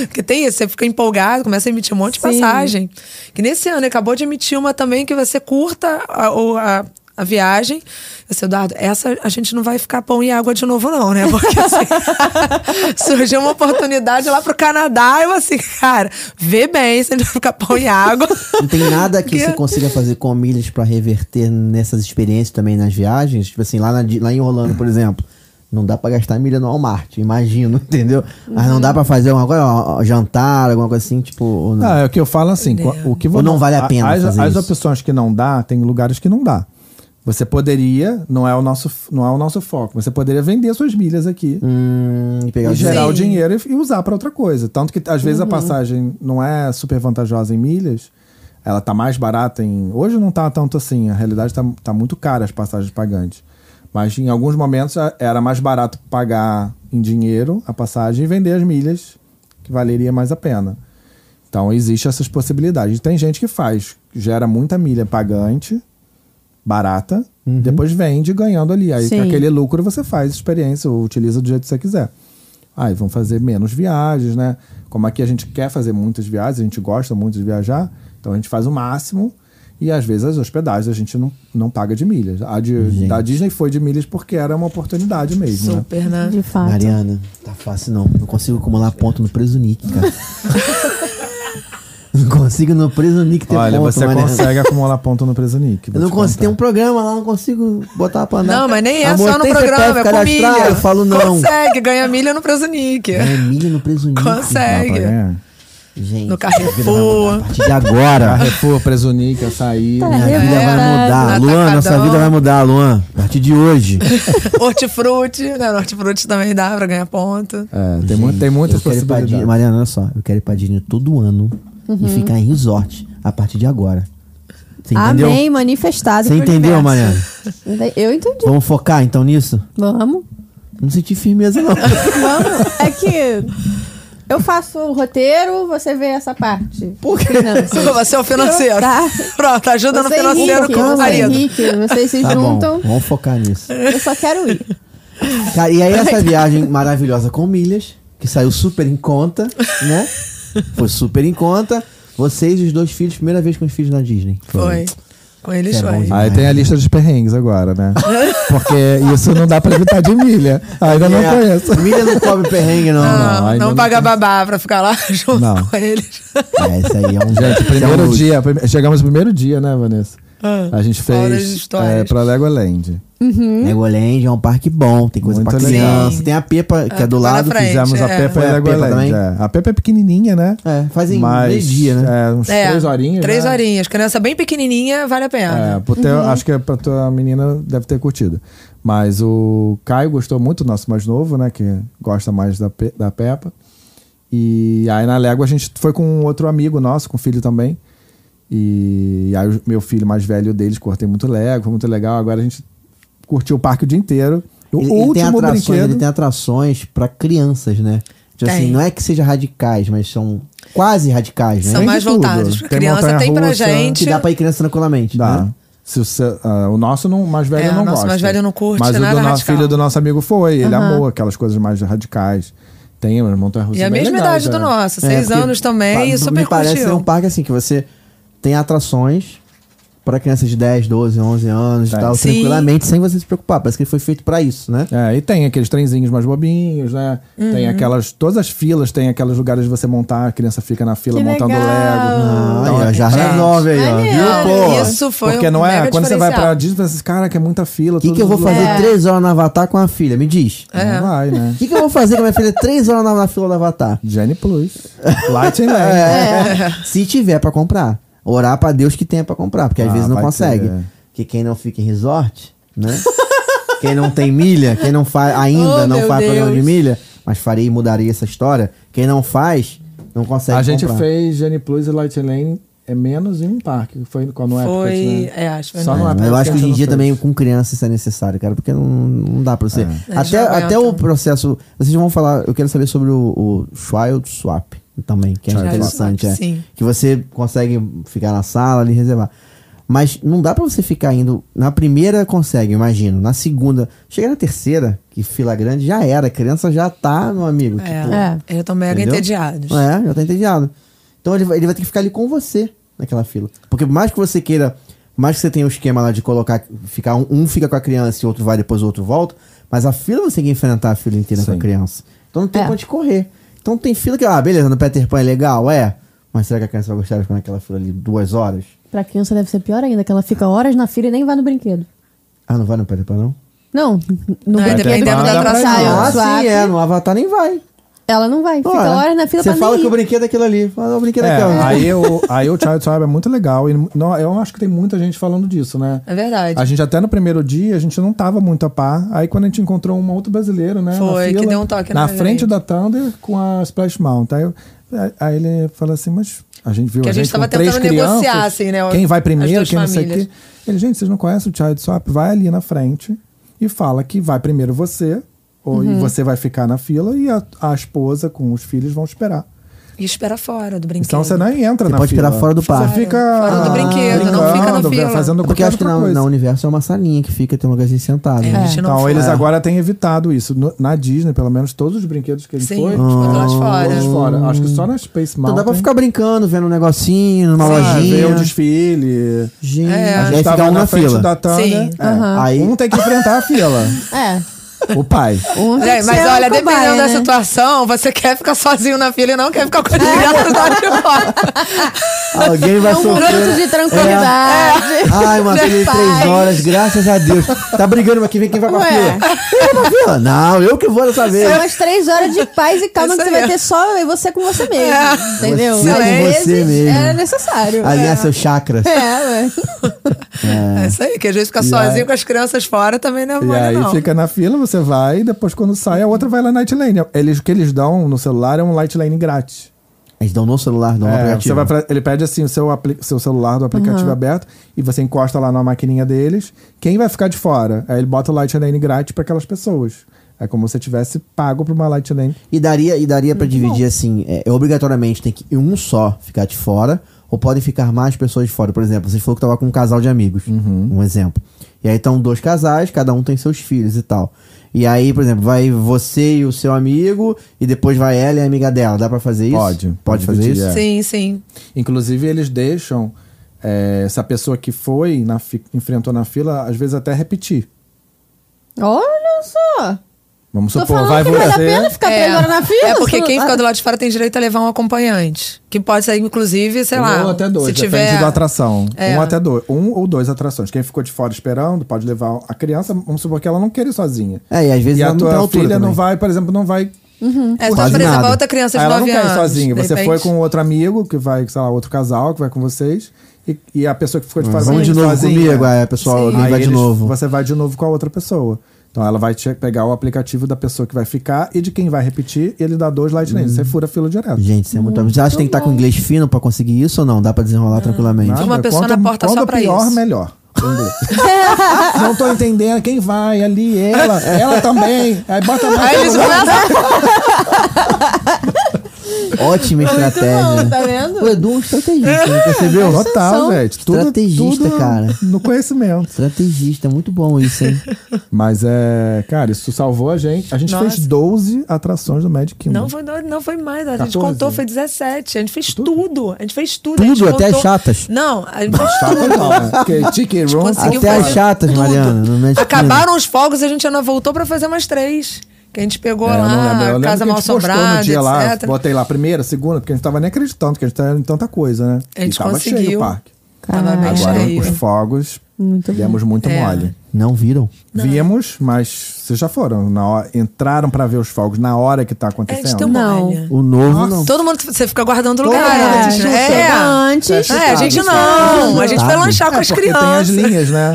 D: Porque tem isso, você fica empolgado, começa a emitir um monte de
E: Sim.
D: passagem. Que nesse ano acabou de emitir uma também que você curta a, ou a, a viagem. Eu disse, Eduardo, essa a gente não vai ficar pão e água de novo, não, né? Porque assim, (laughs) surgiu uma oportunidade lá pro Canadá, eu assim, cara, vê bem, você não vai ficar pão e água.
B: Não tem nada que
D: Porque-
B: você consiga fazer com milhas pra reverter nessas experiências também nas viagens. Tipo assim, lá, na Di- lá em Orlando, por exemplo. Não dá pra gastar milha no Walmart, imagino, (laughs) entendeu? Mas não dá pra fazer uma coisa, ó, ó, jantar, alguma coisa assim, tipo. ou não.
C: Ah, é o que eu falo assim, o que vo-
B: Ou não vale a pena
C: As,
B: fazer
C: as
B: isso?
C: opções que não dá, tem lugares que não dá. Você poderia, não é o nosso, não é o nosso foco. Você poderia vender suas milhas aqui.
B: Hum, e pegar
C: e
B: o dinheiro.
C: gerar o dinheiro e, e usar para outra coisa. Tanto que às vezes a passagem não é super vantajosa em milhas, ela tá mais barata em. Hoje não tá tanto assim, a realidade tá, tá muito cara as passagens pagantes. Mas em alguns momentos a- era mais barato pagar em dinheiro a passagem e vender as milhas, que valeria mais a pena. Então existe essas possibilidades. Tem gente que faz, gera muita milha pagante, barata, depois vende ganhando ali. Aí
E: Sim.
C: com aquele lucro você faz experiência, ou utiliza do jeito que você quiser. Aí vão fazer menos viagens, né? Como aqui a gente quer fazer muitas viagens, a gente gosta muito de viajar, então a gente faz o máximo. E às vezes as hospedagens a gente não, não paga de milhas. A de, da Disney foi de milhas porque era uma oportunidade mesmo. né?
D: Super, né?
E: De fato.
B: Mariana, tá fácil não. Não consigo acumular ponto no preso Nick,
D: (laughs)
B: cara. não consigo no preso Nick ter
C: Olha,
B: ponto,
C: você
B: Mariana. (laughs)
C: consegue acumular ponto no Presonic.
B: Eu não consigo, tem um programa lá, não consigo botar pra andar.
D: Não, mas nem é
B: Amor,
D: só no
B: tem
D: programa,
B: CPF
D: é com
B: cadastrado?
D: milha.
B: Eu falo não.
D: Consegue, ganha milha no Presunic.
B: É milha no preso Nick.
D: Consegue.
C: É.
B: um (laughs) Gente,
D: No
B: minha vida vai
D: Carrefour.
B: mudar A partir de agora,
C: Carrefour, Presunic, açaí. né?
B: minha vida vai mudar.
D: no
B: Luan, nossa
D: Atacadão.
B: vida vai mudar, Luan. A partir de hoje.
D: (laughs) Hortifruti, né? No Hortifruti também dá pra ganhar ponto.
C: É, tem, mu-
B: Gente,
C: tem muitas
B: eu quero ir pra Disney-
C: possibilidades.
B: Mariana, olha só. Eu quero ir pra Disney todo ano
A: Uhum.
B: e ficar em resort a partir de agora. Você entendeu?
A: Amém, manifestado.
B: Você
A: pro
B: entendeu,
A: universo.
B: Mariana?
A: Eu entendi.
B: Vamos focar então nisso?
E: Vamos?
B: Tá Não senti firmeza, não.
A: Vamos. É que Eu faço o roteiro, você vê essa parte.
B: Por quê?
D: Você é o financeiro.
A: Tá.
D: Pronto, ajuda no
A: Você é
D: financeiro
A: Henrique,
D: com o
A: você é
D: marido.
A: Henrique, vocês se
B: Tá bom,
A: juntam.
B: vamos focar nisso.
A: Eu só quero ir.
B: Cara, e aí essa viagem maravilhosa com milhas, que saiu super em conta, né? Foi super em conta. Vocês e os dois filhos, primeira vez com os filhos na Disney.
D: Foi. Com eles
B: É bom
D: foi.
B: demais.
C: Aí tem a lista dos perrengues agora,
D: (laughs)
C: né? Porque isso não dá pra evitar de milha. Ainda não
B: É,
C: conheço.
B: Milha não cobre perrengue, não.
A: Ah.
D: Não,
C: ainda
D: não
C: não
D: paga
C: tem.
D: babá pra ficar lá (laughs) junto
C: Não.
D: com eles.
B: É, isso aí é um.
C: (laughs) Gente,
B: isso é um
C: primeiro
B: luxo.
C: dia. prime- Chegamos no primeiro dia, né, Vanessa?
D: Ah,
C: a gente
D: fora as
C: fez
D: histórias.
C: é, pra Legoland.
D: Hum?
B: Legoland é um parque bom, tem coisa
C: Muito
B: pra
C: legal.
B: criança. Tem a Pepa, que é do
D: tá lá
B: lado.
D: pra Frente,
C: Fizemos a
D: é.
C: Peppa
B: Foi
C: e
B: a Peppa
C: Legoland.
B: também?
C: é. A Peppa é pequenininha, né?
B: É, fazem
C: Mas,
B: meio-dia, né?
C: É, uns
D: É,
C: três horinhas.
D: Três
C: né?
D: horinhas. Criança bem pequenininha, vale a
C: É,
D: pena.
C: pro teu, acho que é pra tua menina deve ter curtido. Mas o Caio gostou muito, o nosso mais novo, né? Que gosta mais da, Pe- da Peppa. E aí na Lego a gente foi com outro amigo nosso, com filho também. E aí o meu filho mais velho deles, cortei muito Lego, foi muito legal. Agora a gente curtiu o parque o dia inteiro. O
B: é, Ele, ele tem
C: último
B: atrações,
C: brinquedo.
B: ele tem atrações pra crianças, né? Tipo assim,
D: Tem.
B: não é que seja radicais, mas são quase radicais, né?
D: São
C: de
D: mais
C: tudo.
D: voltados.
C: Tem
D: Criança tem pra
C: montanha-russa,
D: gente.
B: Que né? dá pra ir criança tranquilamente,
C: Dá.
B: né?
C: Se o, seu- ah, o nosso não, mais velho
D: É,
C: não
D: o nosso
C: gosta.
D: mais velho não curte
C: Mas
D: nada
C: o do nosso
D: radical.
C: filho do nosso amigo foi. Ele amou aquelas coisas mais radicais. Tem umas montanhas russas
D: E a
C: bem
D: mesma
C: legais,
D: idade do
C: é.
D: nosso,
B: É,
D: seis
B: porque
D: anos
B: pa-
D: também, e super
B: Me parece ser
D: curtiu.
B: um parque assim, que você tem atrações pra crianças de 10, 12, 11 anos e
C: Tem.
B: tal,
D: Sim.
B: tranquilamente, sem você se preocupar. Parece que ele foi feito pra isso, né?
C: É, e tem aqueles trenzinhos mais bobinhos, né?
D: Uhum.
C: Tem aquelas. Todas as filas, tem aqueles lugares de você montar, a criança fica na fila
A: Que
C: montando
A: legal.
D: Então,
C: Lego.
B: Ah,
D: é
B: aí, ó, já
C: gente,
B: resolve aí, ó.
A: Maneiro.
B: Viu, pô?
D: Isso foi
C: Porque
D: um
C: não é.
D: mega
C: Quando você vai pra
D: diferencial.
C: Disney, você fala assim, cara, que é muita fila.
B: O que,
C: todo
B: que eu vou
C: mundo-
B: fazer três horas no Avatar com a filha? Me diz.
D: É.
B: O
C: Não vai, né?
D: (laughs)
B: que, que eu vou fazer com a minha filha três horas na, na fila do Avatar?
C: Jenny
B: (laughs)
C: Plus. Light and Lego.
B: É.
D: É.
B: Se tiver pra comprar. Orar pra Deus que tenha pra comprar, porque às
C: Ah,
B: vezes não
C: vai
B: consegue.
C: ter.
B: Porque quem não fica em resort, né? (laughs) quem não tem milha, quem não faz ainda
D: Oh,
B: não
D: meu
B: faz programa de
D: Deus.
B: milha, mas farei e mudaria essa história. Quem não faz, não consegue
C: a gente
B: comprar.
C: fez Genie Plus e Light Lane é menos em um parque. Foi qual no
D: Foi-
C: Epcot, né?
D: é, acho que foi
C: Só
D: no
C: no
B: É,
C: Epcot.
B: mas eu acho que hoje
C: a
B: em
C: gente
B: dia
C: não
B: também
C: fez.
B: com criança isso é necessário, cara, porque não, não dá
D: É.
B: pra você. Até,
D: já
B: até
D: aguenta.
B: o processo. Vocês vão falar, eu quero saber sobre o, o Child Swap também, que é
D: Child
B: interessante.
D: swap,
B: é.
D: sim.
B: Que você consegue ficar na sala ali e reservar. Mas não dá pra você ficar indo. Na primeira consegue, imagino. Na segunda. Chega na terceira, que fila grande, já era. A criança já tá, meu amigo. tipo,
D: É, eles estão mega
B: Entendeu?
D: entediados.
B: é, já tá entediado. Então ele, vai- ele vai ter que ficar ali com você naquela fila. Porque por mais que você queira, por mais que você tenha o esquema lá de colocar, ficar um, um fica com a criança e o outro vai, depois o outro volta, mas a fila você tem que enfrentar a fila inteira com a
C: Sim.
B: criança. Então não tem
E: É.
B: pra onde correr. Então tem fila que, ah, beleza, no Peter Pan é legal, é. Mas será que a criança vai gostar de ficar naquela fila ali duas horas?
E: Pra criança deve ser pior ainda, que ela fica horas na fila e nem vai no brinquedo.
B: Ah, não vai no Peter Pan, não?
E: Não, no
D: Não, é
E: brinquedo.
D: dependendo da
E: ela
C: atração.
E: sai,
B: Ah,
E: ela swap,
B: sim, é. No Avatar nem vai.
E: Ela não vai, fica
B: Ora,
E: horas na fila
B: Você
E: pra
B: fala
E: nem
B: que o
E: ir.
B: brinquedo é aquilo ali. Fala, o brinquedo é,
C: É,
B: aquilo.
C: aí, o, aí o Child Tribe é muito legal. E não, eu acho que tem muita gente falando disso, né?
D: É verdade.
C: A gente até no primeiro dia, a gente não tava muito a par. Aí quando a gente encontrou um outro brasileiro, né? na
D: Foi, que
C: fila,
D: deu um toque
C: Na
D: na
C: frente
D: gente.
C: da Thunder com a Splash Mountain. Aí, eu- aí ele fala assim, mas a gente viu
D: Que
C: a
D: a gente
C: gente com
D: tava
C: três
D: tentando
C: crianças,
D: negociar, assim, né,
C: Quem vai
D: as
C: primeiro,
D: duas
C: quem não sei o
D: famílias.
C: quê. Ele, gente, vocês não conhecem o Child Swap? Vai ali na frente e fala que vai primeiro você, ou
D: Uhum.
C: e você vai ficar na fila e a, a esposa com os filhos vão esperar.
D: E espera fora do brinquedo.
C: Então você nem entra
B: Você
C: na
B: pode
C: fila.
B: esperar fora do parque.
C: Você fica
D: Fora do brinquedo, não
C: brincando,
D: fica na
C: vê-
D: fila.
C: Fazendo
B: É porque
C: qualquer
B: acho que
C: outra
B: na,
C: coisa.
B: na Universo é uma salinha que fica, tem um lugarzinho sentado.
D: É,
B: né?
D: a gente não
C: Então
D: foi.
C: eles
D: É.
C: agora têm evitado isso. No- na Disney, pelo menos, todos os brinquedos que ele
D: Sim, tipo,
C: foi.
D: ficou lá de fora.
C: Todos fora. Acho que só na
B: Ah.
C: Space
B: Então
C: Mountain.
B: dá pra ficar brincando, vendo um negocinho, numa
C: Ah, ver
B: lojinha.
C: o desfile.
B: Gente,
D: É.
B: aí
C: gente
B: fica
C: tava
B: um na
C: na frente
B: fila.
C: da Tanda.
D: Sim.
C: É.
B: Aí-
C: Um tem que enfrentar a fila.
B: (laughs)
E: É,
C: O pai.
E: um
D: É, mas
E: céu
D: olha,
E: cobaia,
D: dependendo da
E: né?
D: situação, você quer ficar sozinho na fila e não quer ficar com as crianças do lado de fora.
B: Alguém vai
E: É um momento
B: sofrer.
E: de
D: É.
E: tranquilidade.
B: Ai, uma filha de três
E: paz.
B: horas, graças a Deus. Tá brigando, mas quem vem, quem vai pra
E: Ué.
B: fila? Eu vou pra fila? Não, eu que vou dessa vez.
A: São É umas três horas de paz e calma
D: Isso
A: que você
D: aí.
A: vai ter só eu e você com você mesmo. Entendeu?
B: Você
A: Às
B: com você
A: vezes
B: mesmo.
A: É necessário.
B: Alinhar seus chakras.
A: É, ué.
D: É isso aí, que às vezes ficar sozinho com as crianças fora também não é
C: E
D: mole,
C: aí
D: não.
C: fica na fila, você vai, e depois quando sai, a outra vai lá na Night Lane. Eles, o que eles dão no celular é um Light Lane grátis.
B: Eles dão no celular, dão no
C: É,
B: aplicativo.
C: você vai pra- ele pede assim o seu, apli- seu celular do aplicativo aberto e você encosta lá na maquininha deles. Quem vai ficar de fora? Aí ele bota o Light Lane grátis pra aquelas pessoas. É como se você tivesse pago pra uma Light Lane.
B: E daria, e daria
C: Uhum.
B: para dividir assim, é, é, obrigatoriamente tem que um só ficar de fora, ou podem ficar mais pessoas de fora. Por exemplo, você falou que tava com um casal de amigos,
C: Uhum.
B: um exemplo. E aí estão dois casais, cada um tem seus filhos e tal. E aí, por exemplo, vai você e o seu amigo, e depois vai ela e a amiga dela. Dá pra fazer isso?
C: Pode.
B: Pode fazer
C: Dividir,
B: isso?
C: é.
D: Sim, sim.
C: Inclusive, eles deixam é, essa pessoa que foi, na fi- enfrentou na fila, às vezes até repetir.
A: Olha só.
C: Vamos
A: Tô
C: supor,
A: falando
C: vai
A: que vale a pena
C: você.
A: ficar três horas na fila.
D: é porque quem fica do lado de fora tem direito a levar um acompanhante. Que pode ser, inclusive, sei lá.
C: Um até dois,
D: se
C: depende
D: tiver...
C: da atração.
D: É.
C: Um até dois. Um ou dois atrações. Quem ficou de fora esperando pode levar a criança, vamos supor que ela não queira ir sozinha.
B: É, e às vezes
C: e
B: ela
C: a
B: não tem
C: tua
B: altura
C: filha não
B: também.
C: vai, por exemplo, não vai.
D: É, então,
B: Quase
D: por exemplo,
B: nada.
D: a outra criança de
C: ela
D: 9
C: não quer
D: anos.
C: ir sozinha.
D: de
C: Você foi
D: repente.
C: com outro amigo, que vai, sei lá, outro casal que vai com vocês. E, e a pessoa que ficou de fora vai
B: Vamos de novo
C: sozinha.
B: comigo, é, pessoal, alguém
C: Aí
B: vai de
C: eles-
B: novo.
C: Você vai de novo com a outra pessoa. Então ela vai te pegar o aplicativo da pessoa que vai ficar e de quem vai repetir, e ele dá dois light lanes. Você fura a fila direto.
B: Hum. Gente, isso é muito. Você acha que tem que estar com inglês fino pra conseguir isso ou não? Dá pra desenrolar tranquilamente?
C: Ah. Nada.
D: Uma pessoa
C: Quanto-
D: na porta só
C: quanto
D: pra
C: pior,
D: isso.
C: melhor.
D: (laughs)
C: Entendeu? Não tô entendendo. Quem vai ali? Ela. Ela também. Aí bota mais.
D: Aí eles começam-
B: Ótima
D: (laughs)
B: estratégia.
A: bom, tá vendo?
B: O Edu é um estrategista, né?
C: (laughs)
B: percebeu?
C: Total, gente. Tudo,
B: Estrategista,
C: tudo
B: cara.
C: No conhecimento.
B: Estrategista, é muito bom isso, hein?
C: Mas é. Cara, isso salvou a gente. A gente
D: Nossa.
C: fez 12 atrações do Magic Kingdom.
D: Não foi, dois, não foi mais. A gente
C: 14.
D: contou, foi 17. A gente fez tudo. A gente fez tudo.
B: Tudo,
D: a gente
B: até
D: montou-
B: as chatas?
D: Não, a gente fez
C: Tá,
D: tudo.
C: foi não, né?
D: (laughs)
C: Porque Chicken Run.
D: Conseguiu
B: Até
D: fazer
B: as chatas,
D: tudo.
B: Mariana, no Magic
D: Acabaram os fogos, a gente ainda voltou pra fazer mais três. Que a gente pegou
C: É, eu não lembro. Eu
D: lá,
C: lembro
D: Casa
C: que a
D: Mal
C: gente postou no
D: Assombrada, etc.
C: dia lá, botei lá primeira, segunda, porque a gente tava nem acreditando que a gente tava em tanta coisa, né?
D: A gente
C: e tava cheio
D: conseguiu.
C: o parque.
D: Tava bem
C: Agora,
D: cheio.
C: os fogos,
E: Muito bom.
C: demos muito
D: É.
C: mole.
B: Não viram?
C: Viemos, mas vocês já foram. Na hora, entraram pra ver os fogos na hora que tá
D: É, a gente
C: acontecendo.
D: deu
E: Não.
D: mole.
B: O novo não.
D: Todo mundo, você fica guardando
C: Todo
D: lugar.
C: mundo
D: né?
C: junto.
D: é,
A: Chega antes.
D: É, a gente não. A gente vai lanchar Ah, com
C: É,
D: as
C: porque tem as
D: crianças.
C: linhas, né?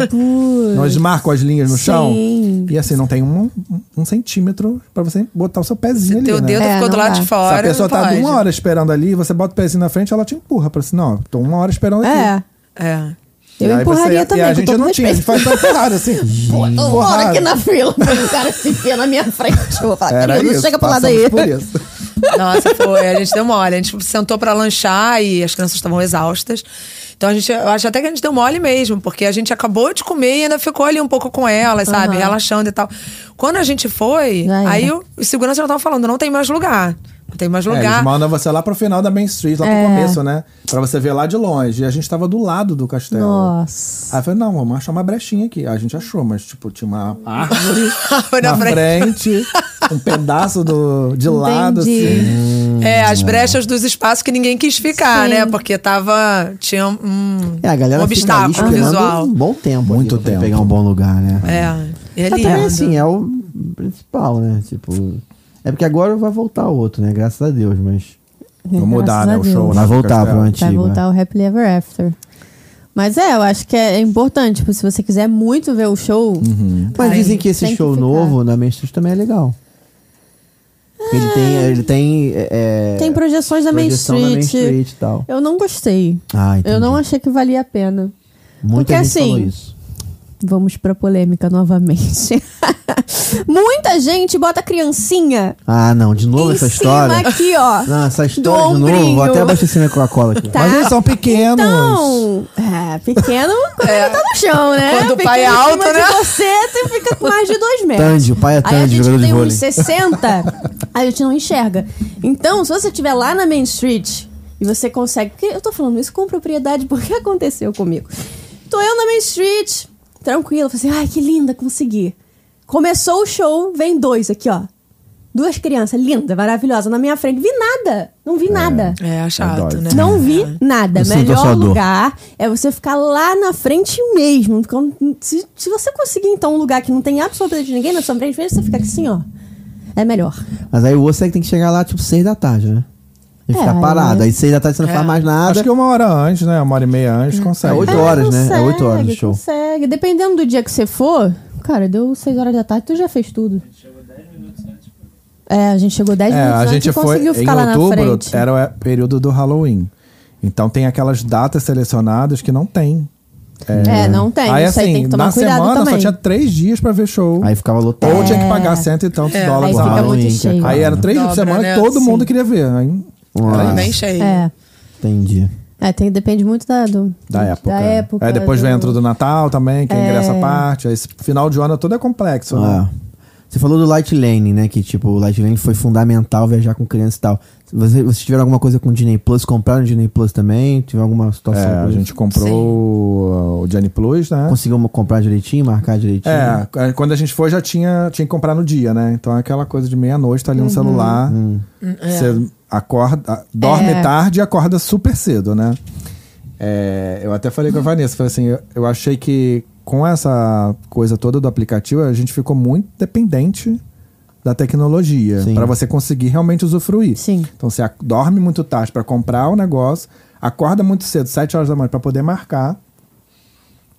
C: Nós marcam as linhas no chão.
E: Sim.
C: E assim, não tem um, um- um centímetro pra você botar o seu pezinho ali,
D: Teu
C: né?
D: dedo
E: É,
D: ficou do
E: não
D: lado
E: dá.
D: de
C: Se
D: fora.
C: a pessoa
D: não
C: tá
D: pode.
C: uma hora esperando ali, você bota o pezinho na frente, ela te empurra. Pra assim, não, tô uma hora esperando aqui.
E: É.
D: É.
C: E
E: Eu
C: aí
E: empurraria
C: você,
E: também,
C: E a
E: com
C: gente
E: todo
C: não tinha, a gente
E: respeito.
C: foi tão empurrado assim.
A: Bora
C: empurrado.
A: aqui na fila. O cara se enfia na minha frente. Eu vou falar,
C: Era
A: querido,
C: isso,
A: chega pro lado
C: passamos
A: aí.
C: Por isso. É,
D: Nossa, foi. A gente deu mole. A gente sentou pra lanchar e as crianças estavam exaustas. Então a gente, eu acho até que a gente deu mole mesmo, porque a gente acabou de comer e ainda ficou ali um pouco com elas, sabe? Relaxando e tal. Quando a gente foi,
E: Já era.
D: aí o, os seguranças já estavam falando: não tem mais lugar. Não tem mais
C: É, eles
D: lugar.
C: mandam você lá pro final da Main Street, lá
E: É.
C: pro começo, né? Pra você ver lá de longe. E a gente tava do lado do castelo.
E: Nossa.
C: Aí eu falei, não, vamos achar uma brechinha aqui. Aí A gente achou, mas tipo, tinha uma árvore
D: Foi (laughs) na
C: na frente, um pedaço do, de lado, assim.
D: é, as brechas dos espaços que ninguém quis ficar,
E: Sim.
D: né? Porque tava. Tinha um,
B: É, a galera
D: um
B: fica ali
D: obstáculo
B: esperando
D: visual.
B: um bom tempo.
C: Muito
B: ali pra
C: tempo.
B: Pegar um bom lugar, né?
D: É. E é
B: Mas
D: lindo.
B: também, assim, é o principal, né? Tipo. É porque agora vai voltar o outro, né? Graças a Deus, mas.
C: Vamos
E: Graças
C: mudar, né?
E: a
C: O
E: Deus.
C: show.
B: Vai
C: né, do
B: voltar
C: castelo.
B: pro antigo.
E: Vai
B: né?
E: voltar o Happily Ever After. Mas é, eu acho que é importante. Tipo, se você quiser muito ver o show,
B: Mas
E: Tem-
B: dizem que esse
E: Tá, tem que
B: show
E: ficar.
B: novo na Main Street também é legal. Ele tem. Ele tem. é,
E: Ah. Tem projeções da Main
B: projeção na Main
E: Street.
B: Street e tal.
E: eu não gostei.
B: Ah, entendi.
E: Eu não achei que valia a pena.
B: Muita
E: porque,
B: gente falou
E: assim,
B: isso.
E: Vamos pra polêmica novamente. (laughs)
A: Muita gente bota criancinha
B: Ah, não, de novo
A: em
B: essa
A: cima
B: história.
A: aqui, ó.
B: Não, essa
A: do
B: história de novo. Vou
A: ombrinho.
B: até abastecer minha Coca-Cola
E: Tá.
B: aqui.
C: Mas eles são pequenos.
A: Tá. Então, é, pequeno quando
D: É.
A: ele tá no chão, né?
D: Quando o
A: Pequeno
D: pai é
A: em cima
D: alto,
A: de
D: né?
A: você, tu fica com mais de dois metros.
B: Tandy, o pai é
A: Aí a
B: Tandy, jogador
A: gente
B: de
A: tem
B: vôlei.
A: uns 60, a gente não enxerga. Então, se você estiver lá na Main Street e você consegue... Porque eu tô falando isso com propriedade, porque aconteceu comigo. Tô eu na Main Street, tranquila, falei assim, ai, que linda, consegui. Começou o show, vem dois aqui, ó. Duas crianças, linda, maravilhosa, na minha frente. Vi nada, não vi nada.
D: É,
C: dói.
D: chato, né?
A: Não
C: É.
A: vi nada.
B: Eu sinto a sua
A: Melhor
B: dor.
A: lugar é você ficar lá na frente mesmo. Ficar um- Se, se você conseguir, então, um lugar que não tem absolutamente ninguém na sua frente, você fica assim, ó. É melhor.
B: Mas aí o osso é que tem que chegar lá, tipo, seis da tarde, né? E
E: É,
B: ficar
E: aí-
B: parado. Aí seis da tarde você não
D: É.
B: faz mais nada.
C: Acho que uma hora antes, né? Uma hora e meia antes,
B: É
C: consegue.
B: oito
C: né?
A: Ah,
B: horas, né? É
E: Consegue,
B: oito horas do show.
E: Consegue. Dependendo do dia que você for, cara, deu 6 horas da tarde, tu já fez tudo. É, a gente chegou 10
C: É,
E: minutos
C: a
E: antes
C: gente
E: e
C: foi
E: conseguiu
C: em
E: ficar lá na
C: outubro, é,
E: frente.
C: era o período do Halloween. Então tem aquelas datas selecionadas que não tem.
A: É, não tem.
C: Aí
A: Isso aí
C: assim,
A: tem que tomar
C: na
A: cuidado
C: semana
A: também.
C: só tinha três dias pra ver show.
B: Aí ficava lotado.
C: Ou tinha que pagar cento e tantos
D: É,
E: Aí
C: dólares lá.
E: fica
B: Halloween,
E: muito
B: que
E: cheio.
C: Aí era três dias
D: Dobra,
C: de semana
D: né?
C: que todo
D: Sim.
C: mundo queria ver. Aí,
D: Era
B: Ah,
C: né?
D: bem cheio.
E: É.
B: Entendi.
A: é,
E: tem, depende muito da, do,
C: da época.
E: Da época
C: Aí depois
E: do-
C: vem a entrada do Natal também, que é ingresso à parte. Aí esse final de ano todo é complexo, né?
B: Ah. Você falou do Light Lane, né? Que tipo, o Light Lane foi fundamental viajar com criança e tal. Você, vocês tiveram alguma coisa com o Disney Plus? Compraram o Disney Plus também? Tiveram alguma situação?
C: É,
B: com
C: a
B: isso?
C: gente comprou o Gianni Plus, né?
B: Conseguiu mo- comprar direitinho, marcar direitinho?
C: É, é, quando a gente foi já tinha, tinha que comprar no dia, né? Então é aquela coisa de meia-noite, tá ali no celular. Você acorda, a- dorme tarde e acorda super cedo, né? É, eu até falei com a Vanessa, falei assim, eu, eu achei que com essa coisa toda do aplicativo, a gente ficou muito dependente da tecnologia
B: Sim.
C: para você conseguir realmente usufruir.
E: Sim.
C: Então você ac- dorme muito tarde para comprar o negócio, acorda muito cedo, 7 horas da manhã, para poder marcar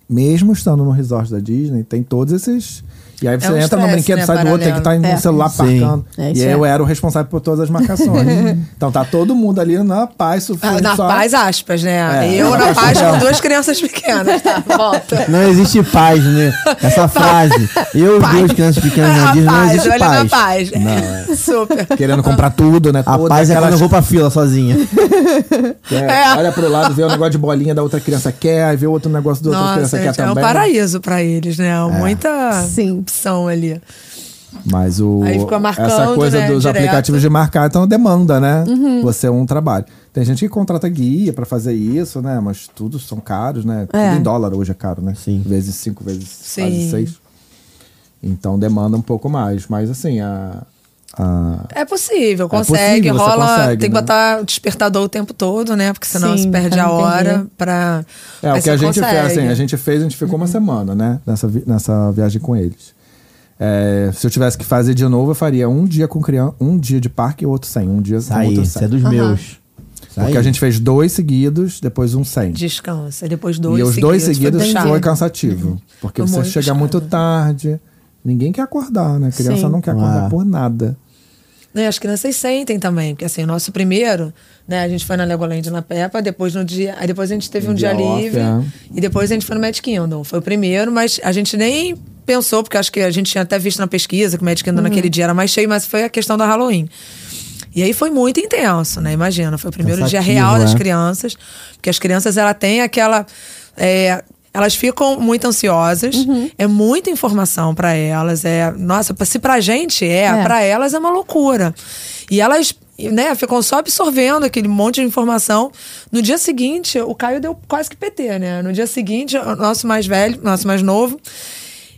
C: mesmo estando no resort da Disney, tem todos esses. E aí você entra
D: estresse,
C: num brinquedo,
D: né,
C: sai do outro, tem que estar
D: paralelo.
C: no
D: É.
C: celular
B: Sim.
C: parcando.
E: É,
C: e
E: isso
C: aí
E: é.
C: eu era o responsável por todas as
D: (laughs)
C: marcações. então tá todo mundo ali na paz,
D: Ah,
C: sofrendo
D: Na
C: só.
D: paz, aspas, né?
C: É,
D: eu
C: (laughs) na
D: na
C: paz
D: paz com
C: dela.
D: duas crianças pequenas, tá? Volta.
B: Não existe paz, né?
E: (laughs)
B: Essa frase. Eu,
D: Paz.
B: duas crianças pequenas na
D: a
B: Disney, não
D: paz,
B: existe
D: olha na
B: paz.
D: paz.
C: é.
D: (laughs) Super.
C: Querendo comprar tudo, né?
B: A
C: Toda
B: paz é
C: aquela-
B: quando eu vou pra fila sozinha.
C: É, Olha pro lado, vê o negócio de bolinha da outra criança quer, aí vê o outro negócio da outra
D: Nossa,
C: criança quer
D: gente, é um
C: também. É.
D: paraíso pra eles, né? Muita
E: Sim.
D: opção ali.
C: Mas o.
D: Aí fica marcando,
C: essa coisa
D: né,
C: dos
D: direto. Uhum.
C: aplicativos de marcar, então demanda, né? Você é um trabalho. Tem gente que contrata guia pra fazer isso, né? Mas tudo são caros, né? Tudo em dólar hoje é caro, né?
B: Sim.
C: Vezes cinco, vezes quase
D: Sim.
C: seis. Então demanda um pouco mais. Mas assim, a. a-
D: É possível, consegue,
C: possível, você
D: rola.
C: consegue,
D: tem que
C: né?
D: botar o despertador o tempo todo, né? Porque senão
E: Sim,
D: se perde
E: pra
D: a
E: não
D: hora
E: perder.
D: pra.
C: É,
D: Mas
C: o que a
D: você
C: gente fez, assim,
D: consegue. Uhum.
C: a gente fez, a gente ficou uma semana, né? Nessa, vi- nessa viagem com eles. É, se eu tivesse que fazer de novo, eu faria um dia com criança, um dia de parque e outro sem. Um dia sem,
B: Aí,
C: outro
B: isso
C: sem.
B: é dos meus. Isso
C: Porque
B: Tá aí.
C: a gente fez dois seguidos, depois um sem.
D: Descansa. Depois dois
C: E os dois seguidos
D: bem
C: foi,
D: chato.
C: cansativo. Porque
D: Foi
C: você
D: muito
C: chega
D: chato.
C: muito tarde. Ninguém quer acordar, né? Criança
E: Sim.
C: não quer acordar
B: Ah.
C: por nada.
D: Né, as crianças sentem também, porque assim, o nosso primeiro, né, a gente foi na Legoland e na Peppa, depois no dia, aí depois a gente teve um,
C: Um
D: dia,
C: dia off,
D: livre
C: é.
D: e depois a gente foi no Magic Kingdom. Foi o primeiro, mas a gente nem pensou, porque acho que a gente tinha até visto na pesquisa que o Magic Kingdom
C: Uhum.
D: naquele dia era mais cheio, mas foi a questão da Halloween. E aí foi muito intenso, né? Imagina, foi o primeiro dia
B: Cansativo,
D: real das
B: né?
D: crianças, porque as crianças ela tem aquela é, elas ficam muito ansiosas, é muita informação pra elas, é, nossa, se pra gente é, pra
E: É.
D: elas é uma loucura. E elas, né, ficam só absorvendo aquele monte de informação. No dia seguinte, o Caio deu quase que PT, né? No dia seguinte, o nosso mais velho, nosso mais novo,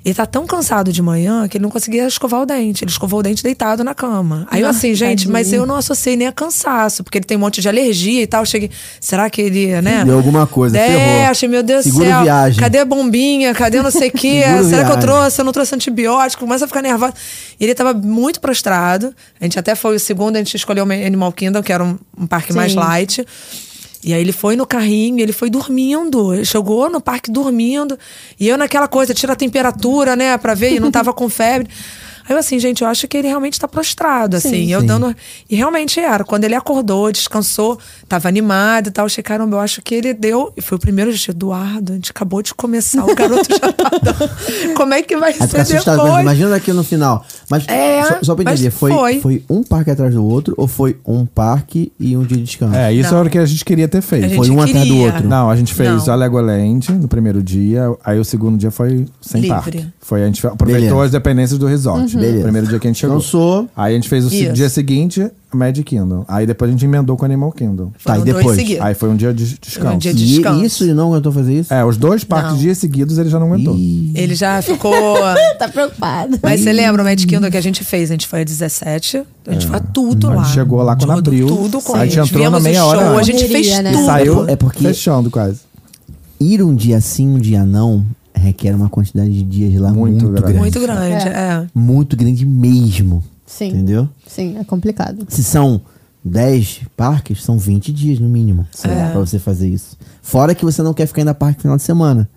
D: ele tá tão cansado de manhã que ele não conseguia escovar o dente. Ele escovou o dente deitado na cama. Aí eu
E: Nossa,
D: assim, gente, mas
E: tadinho.
D: eu não associei nem a cansaço, porque ele tem um monte de alergia e tal. Cheguei, será que ele, né?
B: Deu alguma coisa,
D: É,
B: ferrou.
D: achei, meu Deus do
B: Segura
D: céu.
B: viagem.
D: Cadê a bombinha? Cadê não sei
B: (laughs)
D: o quê?
B: Segura
D: será que eu
B: viagem.
D: trouxe? Eu não trouxe antibiótico? Começa a ficar nervosa. E ele tava muito prostrado. A gente até foi o segundo, a gente escolheu o Animal Kingdom, que era um, um parque mais
E: Sim.
D: light. E aí ele foi no carrinho, ele foi dormindo. Ele chegou no parque dormindo. E eu naquela coisa, tira a temperatura, né, pra ver, e não tava com febre. Aí eu assim, gente, eu acho que ele realmente tá prostrado, assim. eu dando. E realmente era. Quando ele acordou, descansou, tava animado e tal, eu achei, caramba, eu acho que ele deu. E foi o primeiro dia, Eduardo, a gente acabou de começar, o garoto já tá dando. Como é que vai
B: Aí
D: ser
B: fica assustado, mas
D: depois?
B: imagina daqui no final. Mas
D: É,
B: só, só pra
D: mas
B: entender, foi,
D: foi.
B: foi. um parque atrás do outro ou foi um parque e um dia de descanso?
C: É, isso era o que a gente queria ter feito.
D: A gente
B: Foi um atrás do
D: queria.
B: outro.
C: Não, a gente fez
D: Não.
C: a Legoland no primeiro dia, aí o segundo dia foi sem
D: Livre. Uhum.
C: parque. Foi, a gente aproveitou
B: Beleza.
C: as dependências do resort.
B: Beleza.
C: Primeiro dia que a gente chegou.
B: Cansou.
C: Aí a gente fez o se-
D: Isso.
C: dia seguinte, Magic Kingdom. Aí depois a gente emendou com Animal
B: Tá,
C: Kingdom.
B: e
D: Foram dois
B: depois?
D: seguidos.
C: Aí foi um dia de descanso.
D: Um dia de
B: E
D: descanso.
B: isso e não aguentou fazer isso?
C: É, os dois parques
D: Não.
C: dias seguidos ele já não aguentou.
D: Ele já ficou.
E: Tá preocupado.
D: Mas você lembra o Magic Kingdom que a gente fez? A gente foi a 17, a
B: É.
D: gente foi a tudo
C: A
D: lá.
C: gente chegou lá quando
D: Rodou
C: abriu,
D: Tudo com
C: a gente
D: eles.
C: entrou na
D: Vimos o
C: meia hora
D: show, A
C: antes.
D: gente fez
E: Correria, né?
D: tudo.
C: E saiu
B: É porque-
C: fechando quase.
B: Ir um dia sim, um dia não, requer uma quantidade de dias lá
C: Muito
B: muito,
C: grande.
B: grande.
D: Muito grande, é.
B: Muito grande mesmo.
E: Sim.
B: Entendeu?
E: Sim, é complicado.
B: Se são 10 parques, são 20 dias no mínimo
D: É.
B: pra você fazer isso. Fora que você não quer ficar indo a parque no final de semana.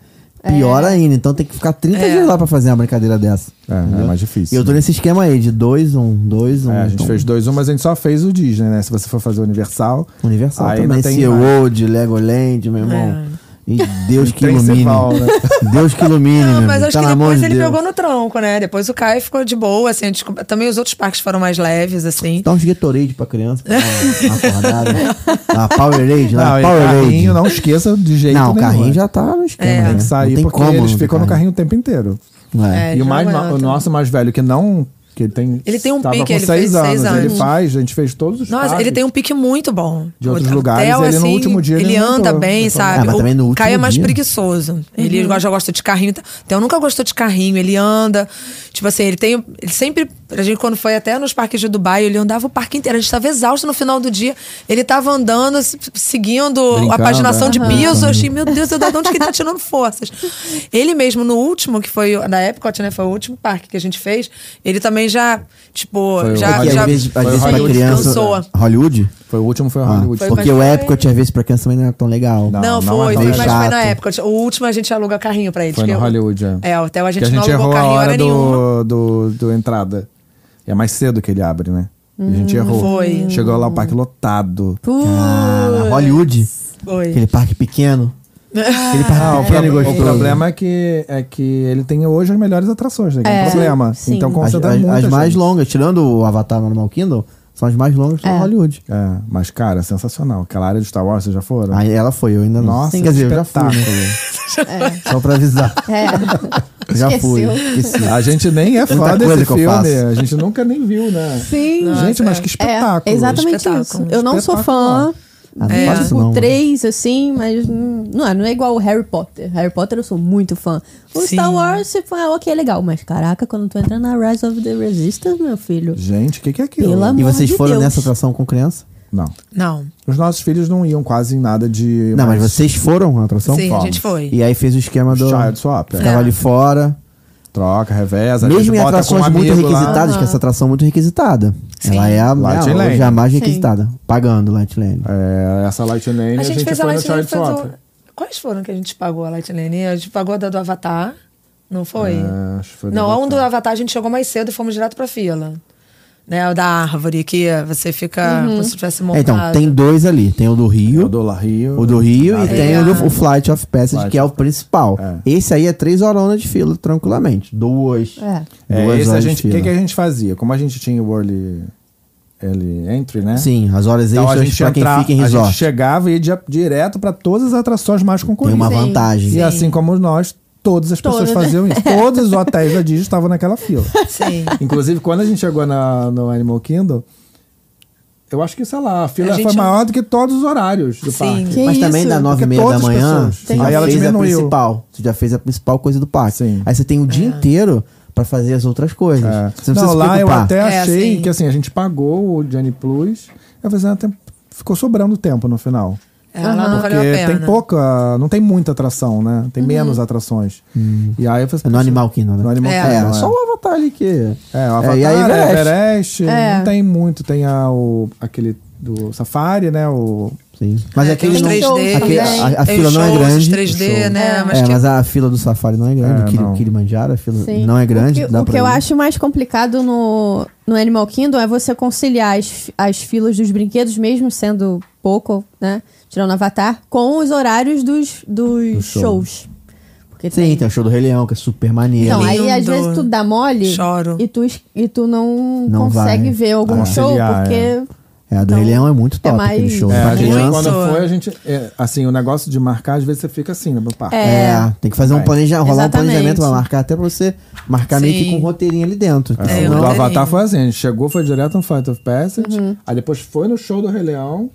D: É.
B: Pior ainda, então tem que ficar 30 dias lá pra fazer uma brincadeira dessa.
C: É, é
B: entendeu?
C: mais difícil.
B: E eu tô nesse esquema aí, de um, 2, 1, 2, 1.
C: É, a gente fez dois, um, mas a gente só fez o Disney, né? Se você for fazer o Universal.
B: Universal
C: aí
B: também,
C: não tem
D: É.
B: SeaWorld, Legoland, meu irmão. E
C: (laughs)
B: Deus que ilumine.
C: Principal, né?
B: (laughs) Deus que ilumine. meu
D: Não, mas
B: amigo.
D: acho
B: É, Pelo
D: que
B: amor
D: depois
B: de
D: ele
B: Deus.
D: pegou no tronco, né? Depois o Caio ficou de boa, assim. a gente- Também os outros parques foram mais leves, assim.
B: Dá uns Gatorade pra
D: (laughs)
B: criança. Pra ela acordar, né? Ah, Powerade lá.
C: Não, e
B: Powerade.
C: carrinho não esqueça de jeito
B: Não, o
C: nenhum,
B: carrinho
C: né?
B: já tá no esquema. né?
D: É.
C: Tem
B: não
C: que sair
B: tem
C: porque
B: como
C: eles ficam no carrinho o tempo inteiro.
B: É.
D: É,
C: e
D: já
C: o, mais,
D: aguenta.
C: o nosso mais velho, que não. Que ele tem.
D: Ele tem um
C: tava
D: pique,
C: com
D: ele
C: seis
D: fez
C: anos.
D: seis anos.
C: Ele faz, a gente fez todos os
D: Nossa,
C: parques.
D: ele tem um pique muito bom.
C: De outros
D: O assim,
C: lugares, ele no último dia, ele tá
D: Ele
C: não
D: anda
C: entrou.
D: bem,
C: Não foi.
D: sabe?
B: Ah, mas também no
D: o
B: último
D: Caio é mais
B: dia.
D: preguiçoso. Ele
C: Uhum.
D: já gosta de carrinho. Então nunca gostou de carrinho. Ele anda. Tipo assim, ele tem. Ele sempre. A gente, quando foi até nos parques de Dubai, ele andava o parque inteiro. A gente tava exausto no final do dia. Ele tava andando, se- seguindo a
C: Brincando,
D: paginação
C: é.
D: de
C: Aham.
D: piso. Eu achei, meu Deus, eu- de onde que ele tá tirando forças? Ele mesmo, no último, que foi na Epcot, né? Foi o último parque que a gente fez. Ele também já, tipo,
C: Foi o-
D: já.
B: É que
D: já
B: às vezes, às
C: foi
B: vezes pra
C: Hollywood,
B: criança.
D: cansou.
B: Hollywood?
C: Foi o último, foi o
B: Ah,
C: Hollywood.
D: Foi
B: porque o
D: mais
B: Epcot, às vezes, pra criança também não é tão legal.
D: Não,
C: Não, não
D: foi,
C: é
D: foi, mas
C: tão
D: foi na
B: chato.
D: época. Tipo, O último a gente aluga carrinho pra eles.
C: Foi no
D: que-
C: Hollywood, é.
D: É, o hotel a gente
C: que a
D: não
C: gente errou
D: alugou
C: a
D: carrinho hora
C: hora do,
D: nenhuma.
C: do, do entrada. É mais cedo que ele abre, né? E a gente errou.
D: foi.
C: Chegou lá o parque lotado.
B: Cara, Hollywood,
D: Foi.
B: aquele parque pequeno. Aquele parque
C: Ah, o,
B: pequeno e
C: pro- o
B: gostoso.
C: problema é que, é que ele tem hoje as melhores atrações, né? Que É,
E: É,
C: um problema.
E: sim.
C: Então
B: As,
C: concentra
B: as-
C: muito.
B: as mais longas, tirando o Avatar Normal Kindle, são as mais longas do Hollywood.
C: É, mas, cara, sensacional. Aquela área de Star Wars, vocês já foram?
B: Aí ela foi, eu ainda não.
C: Nossa,
B: Quer dizer, eu já fui.
C: espetáculo.
B: né? (laughs) Só pra avisar.
A: É.
B: Já fui. Esqueci.
C: A gente nem é fã
B: Muita coisa
C: desse
B: que eu
C: filme.
B: faço.
C: A gente nunca nem viu, né?
A: Sim.
C: gente, mas que espetáculo.
A: É, exatamente
D: Espetáculo,
A: isso. Eu não sou fã.
C: espetacular.
B: Ah, não
A: É,
B: faço isso
A: tipo,
B: não.
A: três, assim, mas hum, não, é- não é igual o Harry Potter. Harry Potter eu sou muito fã. O
D: Sim.
A: Star Wars, você fala, ah, ok, legal. Mas caraca, quando tu entra na Rise of the Resistance, meu filho.
C: Gente, o que, que é aquilo?
A: Pela
B: E vocês
A: de
B: foram
A: Deus.
B: nessa atração com criança?
C: Não.
D: Não.
C: Os nossos filhos não iam quase em nada de.
B: Não, mas
C: mais
B: vocês foram na atração?
D: Sim, a
B: Fomos.
D: gente foi.
B: E aí fez o esquema do.
C: Child swap, é.
B: Ficava ali fora.
C: Troca, reveza. às
B: Mesmo
C: vezes
B: em
C: bota com
B: atrações
C: um
B: muito
C: amigo lá.
B: requisitadas, que essa atração é muito requisitada. Ela é a,
C: Light
B: é a
C: Lane.
B: loja mais requisitada. Pagando Light Lane.
C: É, essa Light Lane a,
D: A gente, fez a
C: foi no
D: Light Lane.
C: Child
D: Fez
C: Swap.
D: o... Quais foram que a gente pagou a Light Lane? A gente pagou a da do Avatar, não foi?
C: É, acho que foi do
D: não, a um do
C: Avatar.
D: Avatar a gente chegou mais cedo e fomos direto pra fila. Né, o da árvore, que você fica como se tivesse montado.
B: É, então, tem dois ali. Tem o do
C: É
B: Rio.
C: O do La Rio.
B: O do Rio
C: Ah,
B: e tem o, do- o Flight of Passage,
C: Flight
B: que é o principal.
C: É.
B: Esse aí é três horas de fila, tranquilamente. Duas.
E: É.
C: É,
B: Duas
C: esse a
B: horas de
C: gente. O
B: fila.
C: que, que a gente fazia? Como a gente tinha o Early, early Entry, né?
B: Sim, as horas
C: Então a
B: extras
C: gente,
B: pra quem
C: entra,
B: fica em
C: a gente
B: resort.
C: chegava e ia di- direto pra todas as atrações mais
B: Tem
C: concorridas.
B: uma vantagem.
C: E assim como nós, todas as pessoas faziam isso. Todos
D: (laughs)
C: os hotéis da Disney estavam naquela fila.
D: Sim.
C: Inclusive, quando a gente chegou na- no Animal Kingdom, eu acho que, sei lá, a
D: A
C: fila foi
D: gente-
C: maior do que todos os horários do
D: Sim.
C: parque.
B: Mas também da nove e meia da
C: todas as
B: manhã,
C: pessoas.
B: você
C: Aí
B: já
C: ela
B: fez a
C: diminuiu.
B: principal. Você já fez a principal coisa do parque.
C: Sim.
B: Aí você tem o dia inteiro pra fazer as outras coisas.
C: É.
B: Você
C: não,
B: não, precisa se
C: lá eu
B: preocupar.
C: até
D: É,
C: achei
D: assim.
C: que assim, a gente pagou o Johnny Plus, eu falei, assim, ah, tem- ficou sobrando tempo no final.
D: Ela é, não valeu a
C: Porque
D: pena. Uhum.
C: tem pouca, não tem muita atração, né? Tem menos atrações. E aí eu falei,
B: É
C: assim,
B: no Animal Kingdom, né?
C: No Animal
B: é,
C: Kingdom,
B: é,
C: é.
B: só o Avatar ali que...
C: É, o
B: É,
C: Avatar,
B: e aí
C: é,
B: Everest.
C: Everest,
D: É.
C: não tem muito, tem a, o, aquele do Safari, né? O,
B: Sim. Mas
D: É, tem
B: aquele
D: os
B: não...
D: 3D
B: aquele-
D: também.
B: a, a
D: Tem
B: fila
D: os
B: não é
D: shows, os
B: grande.
D: 3D,
B: Show.
D: né?
B: É,
D: Mas
B: mas,
D: que-
B: a fila do Safari não é grande.
C: É,
B: o Kili-
C: não.
B: Kilimanjaro, a fila
E: Sim.
B: não é grande.
E: O que,
B: dá
E: o
B: pra
E: que eu
B: ir.
E: acho mais complicado no, no Animal Kingdom é você conciliar as, as filas dos brinquedos, mesmo sendo pouco, né? Tirando Avatar, com os horários dos, dos
B: show.
E: shows. Porque
B: Sim, tem o show do Rei Leão, que é super maneiro.
E: Então, aí às
D: Lindo.
E: vezes tu dá mole
D: Choro.
E: e tu, es- e tu não,
B: Não
E: consegue
B: vai.
E: ver algum
B: Ah,
E: show,
C: conciliar,
E: porque.
C: é.
B: é, a do Rei Leão é muito top,
E: mais-
B: aquele show. né?
C: é,
B: pra
C: a gente,
B: criança.
C: quando foi, a gente. é, assim, o negócio de marcar, às vezes você fica assim, né? Pá,
B: É, tem que fazer um
C: É.
B: planejamento, rolar um
E: Exatamente.
B: planejamento pra marcar, até pra você marcar meio que
D: Sim.
B: com um roteirinho ali dentro. Porque
D: É,
C: o
B: senão-
C: do
D: não-
C: Avatar foi assim, a gente chegou, foi direto no Fight of Passage, aí depois foi no show do Rei Leão,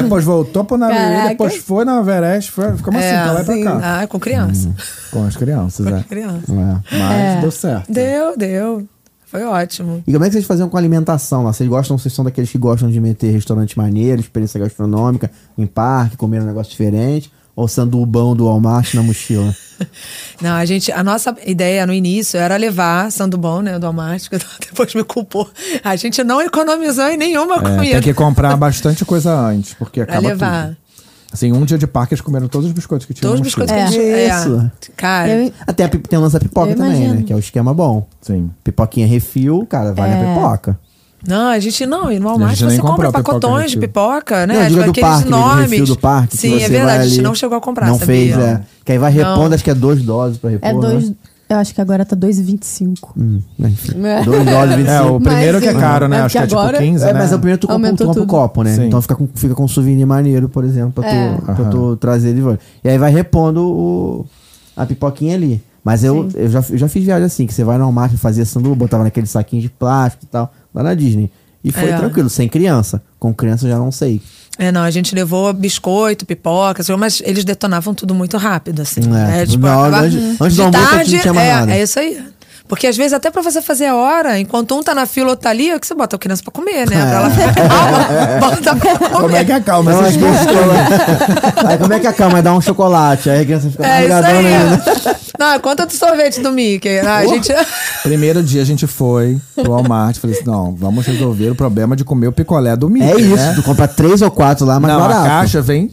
C: depois voltou pro Naruto,
E: Caraca.
C: depois foi na Everest, foi, ficamos assim, pra lá e pra cá.
D: É, Ah, com
B: Uhum.
D: criança.
C: Com as crianças, é.
D: criança.
B: É.
C: Mas deu certo.
D: Deu, deu. Foi ótimo.
B: E como é que vocês faziam com a alimentação lá? Vocês gostam, vocês são daqueles que gostam de meter restaurante maneiro, experiência gastronômica, em parque, comer um negócio diferente, ou sandubão do Walmart na mochila?
D: Não, a gente, a nossa ideia no início era levar Sandubon, né, do Walmart, que (laughs) depois me culpou. A gente não economizou em nenhuma
C: É,
D: comida.
C: tem que comprar bastante coisa antes, porque
D: Pra
C: acaba
D: levar.
C: tudo. Assim, um dia de parque eles comeram todos os biscoitos que tinham.
B: um
D: Todos os
C: na
D: biscoitos
C: mochila.
D: que a gente... É,
B: Isso.
D: Cara,
E: Eu-
B: Até a, pip- tem o lance da pipoca
E: Eu
B: também, né?
E: imagino.
B: Que é o esquema bom.
C: Sim.
D: É.
B: Pipoquinha refil, cara, vale a pipoca.
D: Não, a gente não, e no Walmart
C: gente nem
D: você compra
C: compra pipoca
D: pakotões de
C: refil.
D: pipoca, né?
B: Não, eu digo
D: Tipo,
B: do
D: aqueles
B: parque, do
D: enormes.
B: refil do parque. que
D: Sim,
B: você
D: é verdade,
B: vai
D: a gente
B: ali.
D: não chegou a comprar,
B: Não
D: sabia?
B: fez, é. Que aí vai repondo, acho que é dois doses pra repor.
E: É dois.
B: Né?
E: Eu acho que agora tá 2,25.
B: Hum, enfim.
E: É.
B: Dois doses, 25.
C: É, o primeiro que é
E: sim.
C: caro, né?
E: É,
C: Acho que é
E: porque agora-
C: tipo 15,
B: É,
C: né?
B: mas é o primeiro tu compra, tu
E: Aumentou
B: compra o
E: tudo.
B: copo, né?
C: Sim.
B: Então fica com, fica com um souvenir maneiro, por exemplo, pra tu,
E: É.
B: pra tu trazer de volta. E aí vai repondo o, a pipoquinha ali. Mas eu, eu, já, eu já fiz viagem assim, que você vai no Walmart, fazia sanduba, botava naquele saquinho de plástico e tal, lá na Disney. E foi
D: É.
B: tranquilo, sem criança. Com criança eu já não sei.
D: É, não, a gente levou biscoito, pipoca, assim, mas eles detonavam tudo muito rápido, assim.
B: É,
D: É, tipo,
B: na hora,
D: acaba-
B: antes- antes
D: de
B: do almoço,
D: tarde,
B: a gente não tinha mais
D: é,
B: nada.
D: é isso aí. Porque às vezes até pra você fazer a hora, enquanto um tá na fila, outro tá ali, é que você bota a criança pra comer, né? Pra ela (laughs) ficar calma, bota pra comer.
C: É. (laughs) Como é que acalma
B: Não, (laughs)
C: esses
B: é que- (laughs) aí como é que acalma? Aí Dá um chocolate. Aí a criança fica
D: É isso
B: "Obrigadão,
D: aí.
B: né?"
D: Não, conta do sorvete do Mickey. Ah,
C: Uh!
D: a gente...
C: Primeiro dia a gente foi pro Walmart. Falei assim: não, vamos resolver o problema de comer o picolé do Mickey.
B: É isso,
C: né?
B: tu compra três ou quatro lá, mas
C: Não,
B: barato.
C: a caixa vem,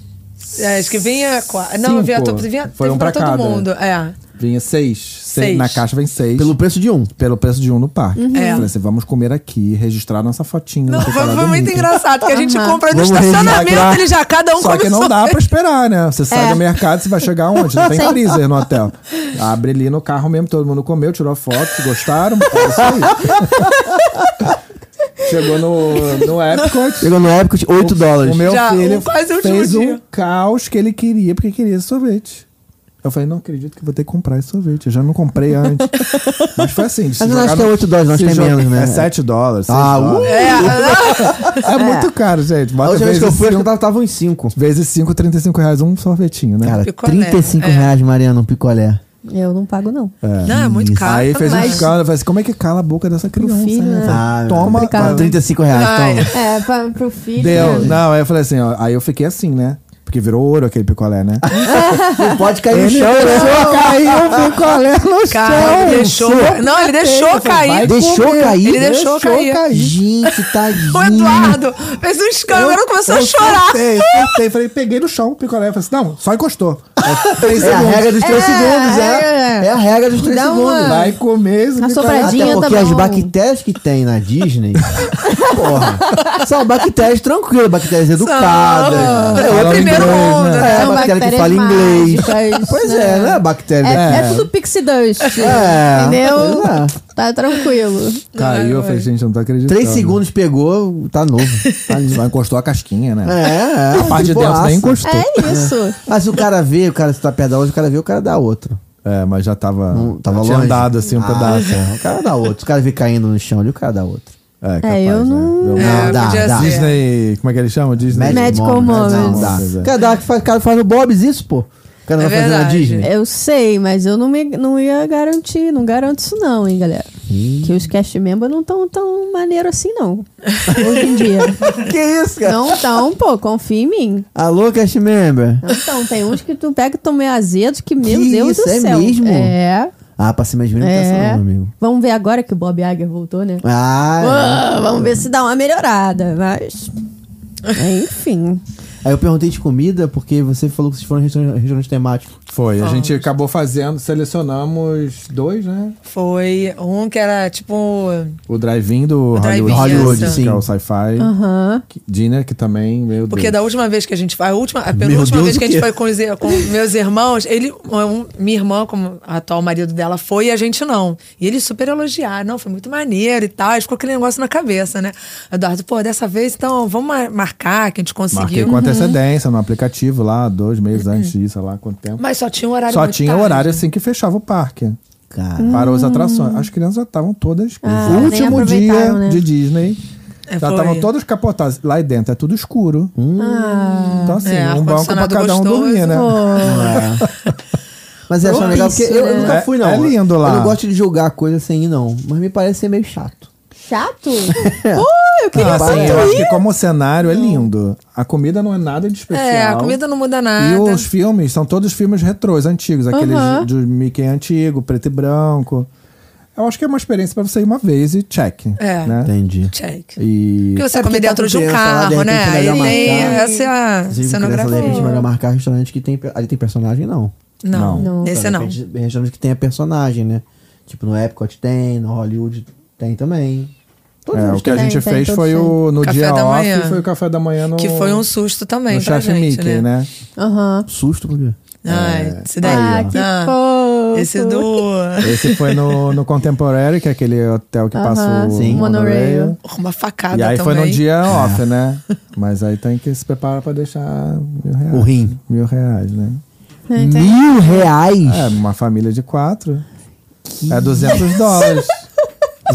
D: É, acho que vinha... qua- Não, vinha,
C: Cinco.
D: vinha
C: Foi
D: teve
C: um pra
D: pra, todo
C: cada.
D: mundo. É.
C: vinha seis. Seis.
D: Seis.
C: Na caixa vem seis.
B: Pelo preço de um.
C: pelo preço de um no parque.
D: É.
C: Falei assim, vamos comer aqui, registrar nossa fotinha.
D: Não,
C: no
D: foi,
C: separado
D: foi
C: do
D: muito
C: Mickey.
D: engraçado, porque a gente compra no
B: Vamos registrar.
D: estacionamento, ele já, cada um É.
C: Só que
D: come
C: não
D: só-
C: dá pra esperar, né? Você sai do mercado, você vai chegar onde? Não tem freezer no hotel. Abre ali no carro mesmo, todo mundo comeu, tirou foto, se gostaram. É isso aí.
D: (laughs)
C: Chegou no, no Epcot.
B: Chegou no Epcot, 8 dólares.
C: O meu
D: Já,
C: filho
D: um quase o último
C: fez um
D: dia.
C: caos que ele queria, porque queria esse sorvete. Eu falei, não acredito que vou ter que comprar esse sorvete. Eu já não comprei
B: (laughs)
C: antes. Mas foi assim.
B: Mas eu acho que é 8 dólares, nós
C: nós
B: tem menos, né?
C: É 7 dólares.
B: Ah,
C: Ah,
B: uh!
C: (laughs)
D: É,
C: É muito caro, gente.
B: A
C: Bota
B: última vez
C: vezes,
B: que eu fui, acho que eu
C: cinco,
B: tava, tava em 5.
C: vezes 5, 35 reais um sorvetinho, né?
B: Cara,
D: Picolé,
B: 35
D: é.
B: reais, Mariana, um picolé.
E: Eu não pago, não.
D: não, é muito caro.
C: Aí fez um
D: mas-
C: escândalo, falei assim, como é que cala a boca dessa criança?
E: filho,
C: né?
E: né?
B: Tá,
C: Eu
B: Ah,
C: falei, toma,
B: Cara, 35 reais,
D: Ai.
B: toma.
E: É, pra, pro filho. né?
C: deu. Não, aí eu falei assim, ó, aí eu fiquei assim, né? Porque virou ouro aquele picolé, né?
B: Não pode cair no
C: Ele
B: chão,
C: deixou cair o picolé no
D: Cara, ele deixou. Não, ele deixou
C: vai
D: cair.
B: Deixou
C: comer.
B: cair?
D: Ele deixou cair.
B: Gente, tadinho.
D: O Eduardo fez um escândalo, começou a chorar.
C: Soltei, soltei, falei, peguei no chão o picolé. Falei assim, não, só encostou. É
B: (laughs)
C: três
B: É a
C: segundos.
B: regra dos 3
E: É,
B: segundos, é.
E: é.
B: É a regra dos 3
E: Dá uma-
B: segundos.
C: Vai comer esse
E: A
C: picolé.
E: sopradinha.
B: Até
E: Tadinha,
B: porque
E: tá
B: as
E: bom.
B: bactérias que tem
E: (laughs)
B: na Disney, porra, são bactérias tranquilas, bactérias educadas.
D: É o
B: Falam
D: primeiro
B: inglês,
D: mundo,
B: né?
D: né?
B: É,
E: São
B: bactéria que
E: bactérias
B: fala inglês.
E: mágicas,
B: (laughs) Pois é, né? Bactéria.
E: É,
B: né?
E: é tudo pixie dust.
B: É, Então.
E: entendeu?
B: pois
E: Tá tranquilo.
C: Caiu, eu falei, gente, eu não tô acreditando.
B: Três segundos pegou, tá novo. Tá lindo.
C: Só encostou a casquinha, né?
B: É, é.
C: A parte de dentro
B: boaça.
C: nem encostou.
E: É isso.
B: Mas o cara vê, o cara se tá perto da outra, o cara vê, o cara dá outro.
C: É, mas já tava.
B: Não, tava
C: tinha
B: longe.
C: andado assim um
B: Ah,
C: pedaço.
B: é, O cara dá outro. O cara vê caindo no chão ali, o cara dá outro.
C: É,
E: eu não-
C: Deu
D: É,
C: uma-
B: dá,
D: podia
B: dá.
D: ser.
C: Disney. Como é que ele chama? Disney.
E: Magical Moments.
B: Não, dá.
C: Pois é.
B: Cara, dá, faz- cara faz no Bob's isso, pô. O cara
D: É
B: não vai fazer na
D: verdade.
B: Disney.
E: Eu sei, mas eu não, me, não ia garantir, não garanto isso não, hein, galera. Que os cast members não estão tão maneiro assim, não. Hoje em
B: (laughs)
E: dia.
D: É.
B: Que isso, cara?
E: Não tão, pô, confia em mim.
B: Alô, cast member.
E: Então, tem uns que tu pega e tão meio azedos que, meu
B: Que
E: Deus
B: isso,
E: do
B: é
E: céu.
B: mesmo?
E: É,
B: Ah, pra cima de mim não pensa
E: é.
B: não, meu amigo. É.
E: Vamos ver agora que o Bob Iger voltou, né?
B: Ah,
E: Ah, vamos ver se dá uma melhorada, mas... Enfim.
B: é. aí eu perguntei de comida porque você falou que vocês foram em restaurante, restaurante temático.
C: Foi. A gente acabou fazendo, selecionamos dois, né?
D: Foi um que era tipo.
C: O drive-in do
D: drive-in,
C: Hollywood,
D: essa.
C: sim. que é o sci-fi. Que- Dinner, que também, meu
D: Porque
C: Deus.
D: da última vez que a gente foi, a última, a penúltima
B: Deus,
D: vez
B: o
D: que a gente
B: quê?
D: foi com, os, com meus irmãos, ele, um- minha irmã, como a atual marido dela, foi e a gente não. E eles super elogiaram, não, foi muito maneiro e tal. Aí ficou aquele negócio na cabeça, né? Eduardo, pô, dessa vez, então, vamos mar- marcar que a gente
C: Marquei
D: conseguiu. né?
C: com antecedência no aplicativo lá, dois meses antes disso, sei lá quanto tempo.
D: Mas só tinha um horário
C: Só
D: muito
C: tinha
D: tarde.
C: horário assim que fechava o parque.
B: Cara,
C: Para as atrações. As crianças já estavam todas.
E: Ah,
C: o
E: nem
C: último dia
E: aproveitaram, né?
C: de Disney. já
D: É, foi. Hum.
C: estavam todas capotadas. Lá dentro é tudo escuro. Então, assim,
D: É,
C: um banco pra
D: ar-condicionado
C: cada um
D: gostoso.
C: dormir, né?
D: Ah.
B: mas eu acho legal porque eu,
D: né?
B: eu nunca
C: É-
B: fui não.
C: é lindo lá.
B: Eu não gosto de julgar coisa sem ir não, mas me parece ser meio chato.
E: Chato? Pô, eu
C: Ah,
E: queria
C: assim, eu acho que como cenário é lindo. A comida não é nada de especial.
D: É, a comida não muda nada.
C: E os filmes são todos filmes retrôs, antigos, aqueles do Mickey é antigo, preto e branco. Eu acho que é uma experiência pra você ir uma vez e check.
D: É.
C: Né?
B: Entendi.
D: Check.
C: E
D: Porque você
B: É
D: come
B: porque tá
D: dentro
B: com
D: de um
B: criança lá, de
D: carro,
B: repente,
D: né?
B: melhor
D: Aí tem
B: marcar.
D: essa é a
B: Inclusive, criança, de
D: cenografia.
B: repente, melhor marcar restaurante que tem... Ali tem personagem, não.
D: Não,
E: Não.
D: esse
B: De
D: não.
B: repente, Restaurante que tem a personagem, né? Tipo, no Epcot tem, no Hollywood tem também.
A: Todos
C: É,
A: eles
C: o que a
A: têm,
C: gente
A: têm,
C: fez
A: todos
C: foi o, no
D: Café
C: dia
D: da
C: off,
D: manhã.
C: foi o café da manhã no,
D: Que foi um susto também
C: no
D: pra
C: Chef
D: gente,
C: Mickey,
D: né?
C: né?
A: têm. Aham.
B: Susto, por quê?
D: Ai, esse daí.
A: Ah, que
D: Ah,
A: fofo.
D: Esse do...
C: Esse foi no, no Contemporary, que é aquele hotel que passa o
B: sim.
C: monorail.
D: Uma facada
C: E aí
D: também.
C: foi no dia
B: (laughs)
C: off, né? Mas aí tem que se preparar pra deixar mil reais.
B: O rim.
C: Mil reais, né?
B: Mil reais?
C: É, uma família de quatro. É
B: (laughs)
C: 200 dólares.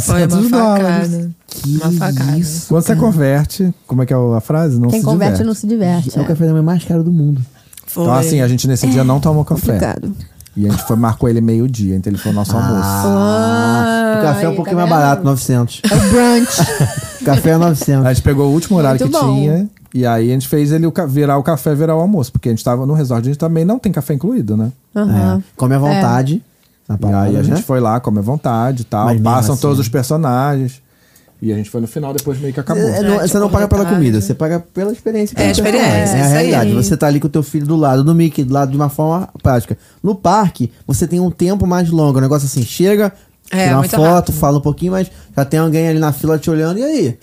D: Foi uma
C: 200 dólares.
D: facada. uma facada.
B: isso?
C: Quando você converte, como é que é a frase? Não
A: Quem
C: se
A: converte
C: diverte.
A: não se diverte.
B: É o café da manhã mais caro do mundo.
D: Foi.
C: Então assim, a gente nesse dia não tomou café.
A: É Complicado.
C: E a gente foi, marcou ele meio-dia, então ele foi o nosso
B: Ah.
C: almoço.
B: o café é um
A: aí,
B: pouquinho
A: tá
B: mais
A: vendo?
B: barato, 900.
A: É o brunch.
B: (laughs) O café é 900.
C: A gente pegou o último horário
A: Muito
C: que
A: bom.
C: tinha. E aí a gente fez ele o ca- virar o café, virar o almoço. Porque a gente tava no resort, a gente também não tem café incluído, né?
A: Aham.
B: É. Come à vontade. Na
C: e aí
B: parada,
C: a gente
B: né?
C: foi lá, come à vontade e tal.
B: Mas mesmo
C: passam
B: assim,
C: todos
B: né?
C: os personagens. E a gente foi no final, depois meio que acabou.
B: É, não-
D: tipo,
B: você não paga pela
D: vontade.
B: comida, você paga pela experiência.
D: É,
B: pela
D: experiência,
B: É a
D: isso aí.
B: realidade. Você tá ali com o teu filho do lado do Mickey, do lado de uma forma prática. No parque, você tem um tempo mais longo. O negócio assim, chega,
D: É,
B: tira uma
D: muito
B: foto,
D: rápido.
B: fala um pouquinho, mas já tem alguém ali na fila te olhando. E aí?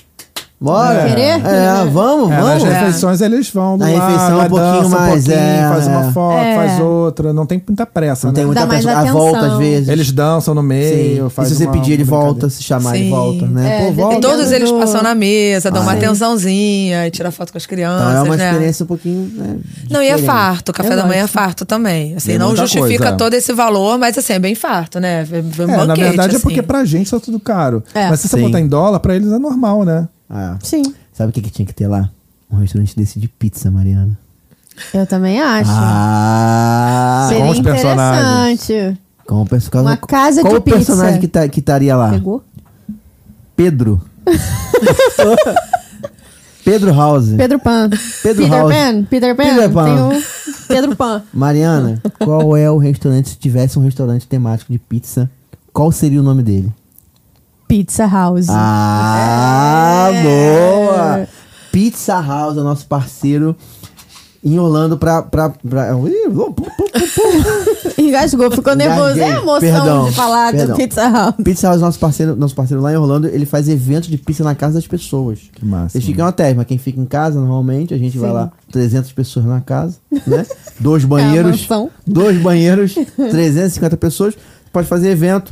B: Bora?
A: Vai querer?
B: É, vamos,
C: É, nas
B: vamos.
C: refeições eles vão
B: Na
C: lá,
B: refeição
C: lá
B: um pouquinho
C: dança
B: mais, é,
C: faz uma
B: é.
C: foto,
A: É.
C: faz outra, não tem muita pressa,
B: Não
C: né?
B: tem muita
A: Dá mais
B: pessoa. A
A: atenção.
B: volta às vezes.
C: Eles dançam no meio,
B: Sim.
C: faz
B: e se você
C: uma-
B: pedir, ele
C: uma
B: volta, se chamar, ele
D: Sim.
B: volta, né?
A: É,
B: Pô, volta.
D: E todos
A: Dependendo
D: eles
A: do-
D: passam na mesa, dão uma
B: Ah, é.
D: atençãozinha, e tirar foto com as crianças,
B: Então é uma
D: né?
B: experiência um pouquinho. né,
D: Não, e é
B: diferente.
D: farto, café
B: Eu
D: da manhã é
B: gosto.
D: farto também. Assim,
C: Tem
D: não
C: muita
D: justifica
C: coisa, é.
D: todo esse valor, mas assim, é bem farto, né? É, um
C: É, na
D: banquete,
C: verdade é
D: assim.
C: porque pra gente tá tudo caro.
A: É.
C: Mas se você
B: Sim.
C: botar em dólar, pra eles é normal, né?
B: Ah, é.
A: Sim.
B: Sabe o que, que tinha que ter lá? Um restaurante desse de pizza, Mariana.
A: Eu também acho.
B: Ah!
A: Seria
C: com os personagens.
A: interessante.
B: Qual o perso-
A: Uma
B: qual-
A: casa
B: qual
A: de
B: o personagem
A: pizza.
B: que, tá, que estaria lá?
A: Pegou? (laughs)
B: Pedro. Pedro House.
A: Pedro Pan.
B: (laughs) Pedro
A: Peter
B: House.
A: Pan. Peter Pan.
B: Peter Pan.
A: Tem o Pedro Pan.
B: Mariana, qual é o restaurante, se tivesse um restaurante temático de pizza, qual seria o nome dele?
A: Pizza House.
B: Ah, boa! Pizza House é nosso parceiro em Orlando pra... pra, pra... Ih, pum, pum, pum, pum.
A: Engasgou, ficou nervoso.
B: Gaguei.
A: É a emoção
B: Perdão,
A: de falar
B: perdão.
A: do Pizza House.
B: Pizza House, nosso parceiro, nosso parceiro lá em Orlando, ele faz eventos de pizza na casa das pessoas.
C: Que massa.
B: Eles ficam em hotéis, mas quem fica em casa, normalmente, a gente vai lá, 300 pessoas na casa, né? Dois banheiros,
A: mansão.
B: dois banheiros, 350 pessoas. Pode fazer evento,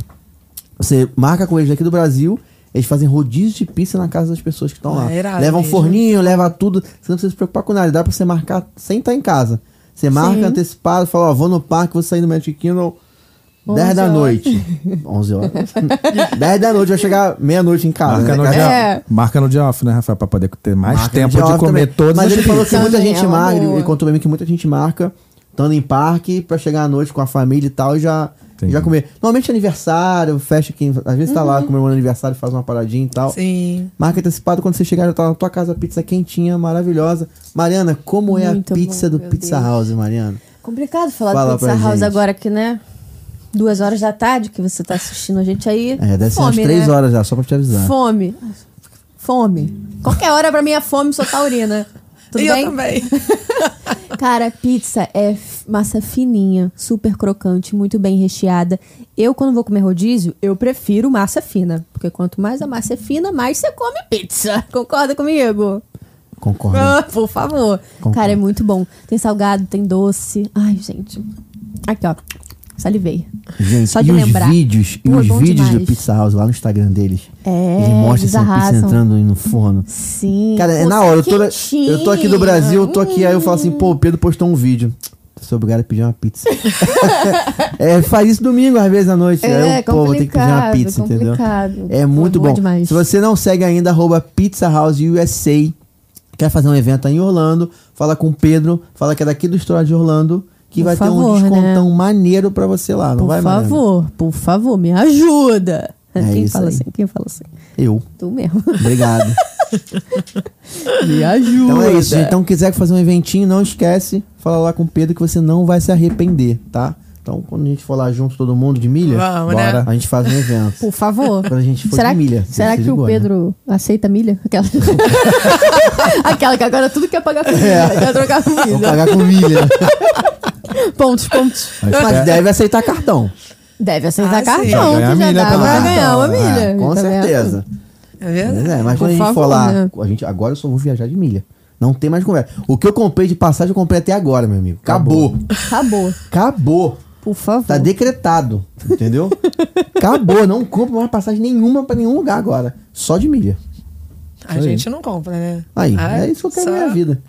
B: você marca com eles aqui do Brasil, eles fazem rodízio de pizza na casa das pessoas que estão
D: Ah,
B: lá.
D: irado
B: leva um
D: mesmo.
B: forninho, leva tudo. Você não precisa se preocupar com nada. Dá pra você marcar sem estar em casa. Você marca antecipado, fala, ó, vou no parque, vou sair do Magic Kingdom 10 da
A: horas.
B: noite. 11
A: (laughs)
B: horas. 10 da noite, vai chegar meia-noite em casa.
C: Marca no,
B: né,
C: dia,
B: cara?
A: É.
C: marca no dia off, né, Rafael? Pra poder ter mais
B: Marca no
C: tempo
B: dia
C: de
B: off
C: comer
B: também.
C: todas
B: Mas
C: as
B: ele falou que
C: pizzas.
B: muita
A: Também é
B: gente
A: uma
B: marca, ele
A: boa.
B: ele contou pra mim que muita gente marca estando em parque pra chegar à noite com a família e tal e já,
C: Entendi.
B: já comer. Normalmente é aniversário, festa aqui. Às vezes tá lá
A: Uhum.
B: comemorando aniversário, faz uma paradinha e tal.
D: Sim.
B: Marca antecipado, quando você chegar, já tá na tua casa, pizza quentinha, maravilhosa. Mariana, como é
A: Muito
B: a pizza
A: bom,
B: do
A: meu
B: Pizza
A: Deus.
B: House, Mariana?
A: Complicado falar
B: Fala
A: do Pizza
B: pra
A: House
B: gente.
A: agora que, né? Duas horas da tarde que você tá assistindo a gente aí.
B: É, deve ser
A: Fome,
B: umas três
A: né?
B: horas já, só pra te avisar.
A: Fome. Fome. Qualquer hora pra mim é fome, sou taurina. Tudo
D: e
A: bem?
B: (laughs)
D: eu também.
A: Cara, pizza é f- massa fininha, super crocante, muito bem recheada. Eu, quando vou comer rodízio, eu prefiro massa fina. Porque quanto mais a massa é fina, mais você come pizza. (laughs) Concorda comigo?
B: Concordo.
A: Ah, por favor.
B: Concordo.
A: Cara, é muito bom. Tem salgado, tem doce. Ai, gente. Aqui, ó. Salivei.
B: Gente,
A: Só de
B: e
A: lembrar.
B: os vídeos,
A: Pô,
B: e os
A: bom
B: vídeos do
A: demais.
B: Pizza House lá no Instagram deles.
A: É,
B: Eles mostram
A: eles
B: essa pizza
A: arrasam.
B: entrando no forno.
A: Sim.
B: Cara, é
A: Pô, tá
B: na
A: sai
B: hora. Eu tô,
A: quentinha.
B: eu tô aqui do Brasil, eu tô aqui, aí eu falo assim, pô,
A: Hum.
B: o Pedro postou um vídeo. Sou obrigado a pedir uma pizza. (laughs) é, faz isso domingo, às vezes, à noite.
A: É,
B: aí eu, pô, vou ter que pedir uma
A: complicado,
B: pizza, entendeu?
A: complicado.
B: É
A: Pô,
B: muito
A: bom
B: bom.
A: demais.
B: Se você não segue ainda, arroba Pizza House USA. Quer fazer um evento aí em Orlando, fala com o Pedro, fala que é daqui do História de Orlando, que
A: Por
B: vai
A: favor,
B: ter um
A: né?
B: descontão maneiro pra você lá, não
A: Por
B: vai, Mariana?
A: favor, por favor, me ajuda.
B: É
A: quem
B: isso
A: fala
B: aí.
A: assim? Quem fala assim?
B: Eu.
A: Tu mesmo.
B: Obrigado.
A: (laughs) Me ajuda.
B: Então é isso. gente. Então, quiser fazer um eventinho, não esquece. Fala lá com o Pedro que você não vai se arrepender, tá? Então, quando a gente for lá junto, todo mundo de milha,
D: Vamos,
B: bora,
D: né?
B: a gente faz um
A: (laughs)
B: evento.
A: Por favor.
B: Quando a gente for
A: será
B: de
A: que-
B: milha.
A: Será
B: Você
A: que o
B: ligou, né?
A: Pedro aceita milha?
B: (laughs)
A: Aquela. Aquela que agora tudo quer pagar com milha. Quer trocar com
B: É. Vou
A: milha.
B: pagar com milha.
A: Pontos, pontos.
C: É,
B: Mas deve aceitar cartão.
A: Deve aceitar
D: Ah, sim.
A: cartão,
D: Já
A: que já
C: ganha milha
A: dá
C: pela
A: pra
C: cartão,
A: ganhar uma
B: É,
A: milha.
B: com
A: Tá vendo?
B: certeza.
D: É verdade.
B: Mas é, mas
E: Por
B: quando a gente
E: favor,
B: for lá,
E: né?
B: a gente, agora eu só vou viajar de milha. Não tem mais conversa. O que eu comprei de passagem, eu comprei até agora, meu amigo. Acabou.
A: Tá
E: Acabou.
B: Acabou.
E: Por favor.
B: Tá decretado, entendeu? Acabou, não compro mais passagem nenhuma pra nenhum lugar agora. Só de milha.
D: A gente não compra, né?
B: Aí,
D: Ai,
B: é isso que eu quero
D: só-
B: na minha vida.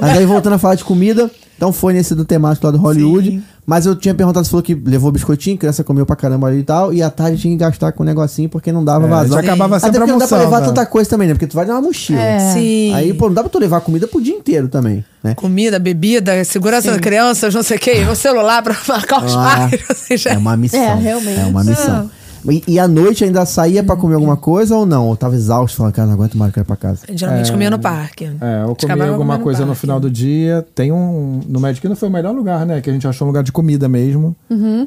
B: Mas aí voltando a falar de comida, então foi nesse do temático lá do Hollywood. Mas eu tinha perguntado, você falou que levou biscoitinho, criança comeu pra caramba ali e tal, e à tarde tinha que gastar com um negocinho porque não dava
C: É,
B: vazão.
C: já acabava
B: Até
C: sempre
B: porque
C: a
B: não dá pra
C: moção,
B: levar
C: né?
B: tanta coisa também, né? Porque tu vai dar uma mochila.
D: É. Sim.
B: Aí, pô, não dá pra tu levar comida pro dia inteiro também, né?
D: Comida, bebida, segurança das crianças, não sei o quê, no celular pra (laughs) marcar os
B: Ah,
D: pais. não sei, (laughs) já-
B: é uma missão.
E: É, realmente.
B: É uma missão. E, e à noite ainda saía pra comer alguma coisa ou não? Ou tava exausto, falando, cara, não aguento mais, eu quero ir pra casa.
D: Geralmente comia no parque.
C: É, eu comi
D: Acabava
C: alguma
D: comendo
C: coisa no
D: parque.
C: final do dia. Tem um. No Magic não foi o melhor lugar, né? Que a gente achou um lugar de comida mesmo.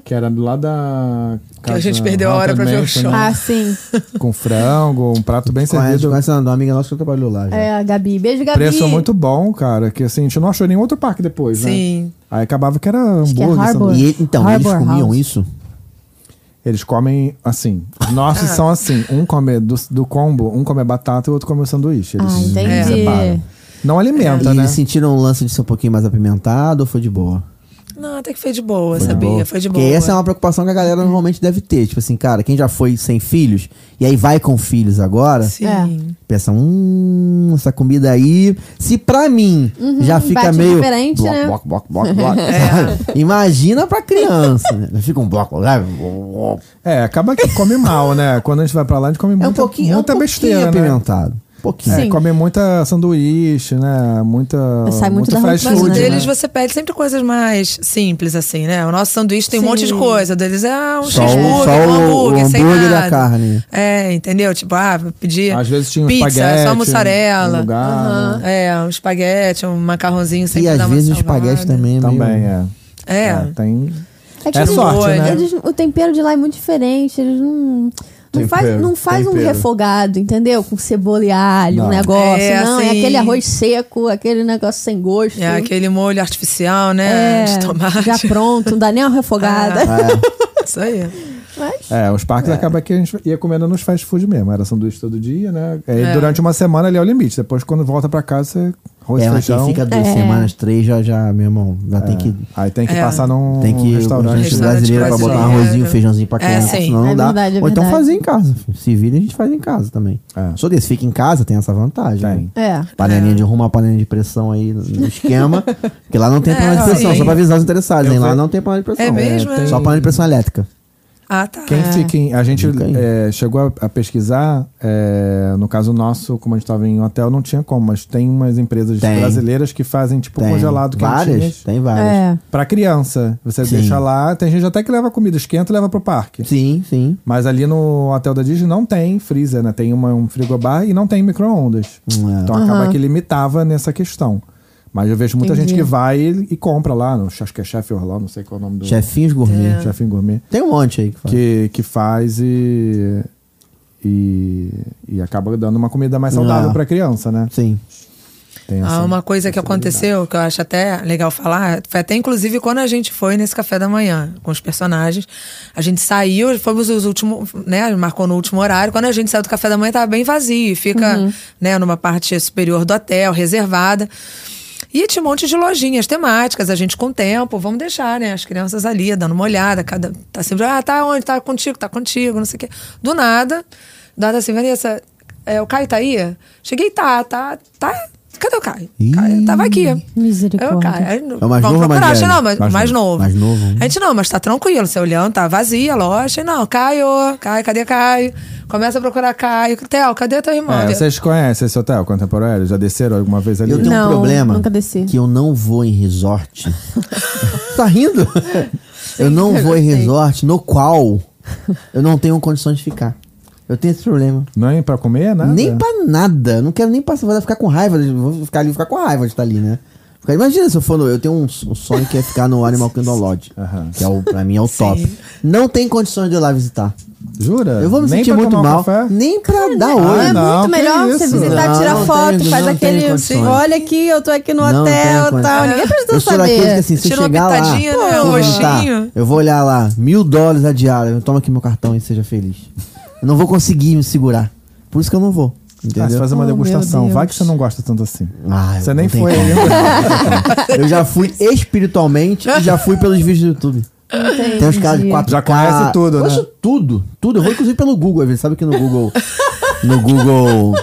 C: Que era do lado da.
D: Uhum. Que a gente perdeu a
C: Haunted
D: hora pra ver o
C: Mansion,
D: show.
C: né?
E: Ah, sim.
C: Com frango, um prato bem
B: Conhece,
C: servido.
B: conhece uma amiga nossa que trabalhou lá já.
E: É, a Gabi. Beijo, Gabi.
C: Preço muito bom, cara. Que assim, a gente não achou nenhum outro parque depois, né?
D: Sim.
C: Aí acabava que era
E: que é
C: hambúrguer.
E: Harbor.
C: sanduíche.
B: E ele- então,
E: Harbor
B: eles comiam
E: House.
B: isso?
C: Eles comem assim. Os
D: Ah.
C: nossos são assim. Um come do, do combo, um come batata e o outro come o sanduíche. Eles
E: Ah, entendi.
C: separam. Não alimenta,
D: Então, É.
B: E
C: né?
B: eles sentiram um lance de ser um pouquinho mais apimentado ou foi de boa?
D: Não, até que foi de boa,
B: de
D: sabia?
B: boa?
D: Foi de boa.
B: Porque essa é uma preocupação que a galera normalmente deve ter. Tipo assim, cara, quem já foi sem filhos e aí vai com filhos agora, É.
D: Sim.
B: pensa, hum, essa comida aí. Se pra mim
D: Uhum,
B: já fica
E: bate
B: meio.
E: diferente,
B: bloco,
E: né?
B: bloco, bloco, bloco,
D: (laughs)
B: bloco.
D: É.
B: sabe? Imagina pra criança. né? Fica um bloco. bloco.
C: É, acaba que come
B: (laughs)
C: mal, né? Quando a gente vai pra lá, a gente come
B: É
C: muita,
B: um pouquinho,
C: muita
B: é um pouquinho
C: besteira, né?
B: apimentado. Um pouquinho.
C: É,
E: Sim.
C: come muita sanduíche, né? Muita.
E: Sai muito
C: muito
E: da
C: fast
D: Mas
E: rotina,
D: o
C: food,
E: né?
D: deles
C: né?
D: você pede sempre coisas mais simples, assim, né? O nosso sanduíche tem um monte de coisa. O deles é um
B: Só o-
D: cheeseburger,
B: só
D: um
B: o-
D: hambúrguer,
B: o
D: sem
B: hambúrguer da
D: nada.
B: carne. né?
D: É, entendeu? Tipo, ah, pedir
C: Às vezes tinha um
D: pizza,
C: espaguete.
D: só
C: um
D: mussarela.
C: lugar, né?
D: É, um espaguete, um macarrãozinho sempre
B: E às
D: dá uma
B: vezes o
D: salvada.
B: espaguete também é meio-
C: Também, é.
D: É.
C: tem.
E: É que
C: É
E: eles-
C: sorte,
D: né?
E: eles- o tempero de lá é muito diferente. Eles não. Não
C: Tempero,
E: faz, não faz um
C: tempero.
E: refogado, entendeu? Com cebola e alho, um
C: Não.
E: negócio.
D: É,
E: não, é
D: assim-
E: aquele arroz seco, aquele negócio sem gosto.
D: É, aquele molho artificial, né?
E: É,
D: de tomate.
E: já pronto, não dá nem uma refogada.
D: (laughs)
B: Ah.
D: Isso aí.
C: É, os parques acaba que a gente ia comendo nos fast food mesmo. Era sanduíche todo dia, né? Aí, Durante uma semana ali é o limite. Depois, quando volta pra casa, você arroz
B: É, mas quem
C: feijão.
B: fica duas semanas, três, já, já, meu irmão, já tem que.
C: Aí tem que
D: É.
C: passar num
B: Tem que ir
C: um restaurante.
B: restaurante
D: Restaurante
B: brasileiro pra botar um
D: brasileiro.
B: arrozinho, um feijãozinho pra
D: É,
B: criança.
D: sim.
B: senão não
E: É
B: dá.
E: verdade, é
B: Ou então
E: verdade.
B: fazer em casa. Se vira, a gente faz em casa também.
C: É.
B: Sou desse, fica em casa, tem essa vantagem.
C: Tem.
E: (laughs) É.
B: Panelinha de rumo, uma panelinha de pressão aí no- no esquema. que lá não tem panela de pressão,
D: sim.
B: só pra avisar os interessados,
C: Eu
B: hein? Lá
C: ve-
B: não tem panela de pressão.
D: É mesmo, é?
B: Só panela de pressão elétrica.
D: Ah, tá.
C: Quem fica em, A gente
B: Fica aí.
C: é, chegou a, a pesquisar, é, no caso nosso, como a gente estava em hotel, não tinha como, mas tem umas empresas
B: Tem.
C: brasileiras que fazem tipo
B: Tem
C: congelado
B: várias?
C: quentinhas.
B: Tem várias.
E: É.
C: Pra criança. Você
B: Sim.
C: deixa lá, tem gente até que leva comida, esquenta e leva pro parque.
B: Sim, sim.
C: Mas ali no hotel da Disney não tem freezer, né? Tem uma- um frigobar e não tem micro-ondas.
B: É.
C: Então acaba que limitava nessa questão. Mas eu vejo muita gente que vai e, e compra lá, no, acho que é Chef Orlando, não sei qual é o nome do...
B: Chefinhos gourmet.
C: Chefinho Gourmet.
B: Tem um monte aí que faz.
C: que, que faz e, e, e acaba dando uma comida mais saudável
B: Ah.
C: pra criança, né?
B: Sim.
C: Tem
D: Ah,
C: essa-
D: uma coisa que aconteceu, que eu acho até legal falar, foi até inclusive quando a gente foi nesse café da manhã com os personagens. A gente saiu, fomos os últimos, né? Marcou no último horário. Quando a gente saiu do café da manhã, tava bem vazio. e Fica, né, numa parte superior do hotel, reservada. E tinha um monte de lojinhas temáticas, a gente com o tempo, vamos deixar, né? As crianças ali, dando uma olhada, cada. Tá sempre, ah, tá onde? Tá contigo, tá contigo, não sei o quê. Do nada, do nada assim, Vanessa, é, o Caio tá aí? Cheguei, tá, tá, tá. Cadê o Caio?
B: Ih.
D: Caio tava aqui.
E: Misericórdia.
D: É o Caio. Aí,
B: É o mais
D: vamos
B: novo ou mais
D: procurar, achei,
B: velho?
D: não, mas,
B: Mais
D: mais,
B: novo.
D: novo.
B: Mais novo, né?
D: A gente não, mas tá tranquilo, você olhando, tá vazia a loja. Não, Caio, Caio, cadê Caio? Começa a procurar Caio. Theo, cadê teu irmão?
C: É, vocês conhecem esse hotel contemporâneo? Já desceram alguma vez ali?
B: Eu tenho um
E: Não,
B: problema
E: nunca desci.
B: que eu não vou em
E: (laughs)
B: resort. tá rindo? eu não vou em resort no qual eu não tenho condições de ficar. Eu tenho esse problema.
C: Nem pra comer,
E: Ah,
C: né?
E: tá.
B: Nem pra nada. Eu Não quero nem passar. Vou ficar com raiva. de- Vou ficar ali, ficar com raiva de estar ali, né? Ficar- Imagina se eu for no. Eu tenho um, s- um sonho que é ficar no Animal Kingdom Lodge. Que é o, pra mim é o top. Não tem condições de eu ir lá visitar.
C: Jura?
B: Eu vou me
C: Nem
B: sentir
C: pra
B: muito
C: tomar um
B: mal.
C: café?
B: Nem pra dar
C: Ah,
B: oi.
E: é
C: não,
E: muito
C: que
E: melhor você
C: isso?
E: visitar,
B: Não,
E: tirar
B: não
E: foto,
B: tenho-
E: faz
B: não tenho
E: aquele. tipo,
B: condições.
E: Olha aqui, eu tô aqui no
B: Não tenho
E: hotel e
B: condições.
E: tal. Ninguém precisa
B: É. Eu sou daquele que
E: saber.
B: assim, se eu
D: Tira uma
B: chegar lá,
D: pitadinha, né,
B: se eu
D: um
B: visitar,
D: roxinho.
B: eu vou olhar lá, mil dólares a diária, toma aqui meu cartão e seja feliz. Eu não vou conseguir me segurar. Por Por isso que eu não vou.
C: Ah, você
B: Entendeu?
C: fazer
E: Oh,
C: uma
E: meu
C: degustação. Vai
E: Deus.
C: que você não gosta tanto assim.
B: Ah,
C: você
B: eu
C: nem
B: não tenho
C: foi
B: como.
C: ainda.
B: (laughs) Eu já fui espiritualmente e já fui pelos vídeos do YouTube. Tem uns caras de 4K.
C: Já conhece tudo, né?
B: Conheço tudo, tudo. Eu vou inclusive pelo Google, às vezes. sabe que no Google. No Google.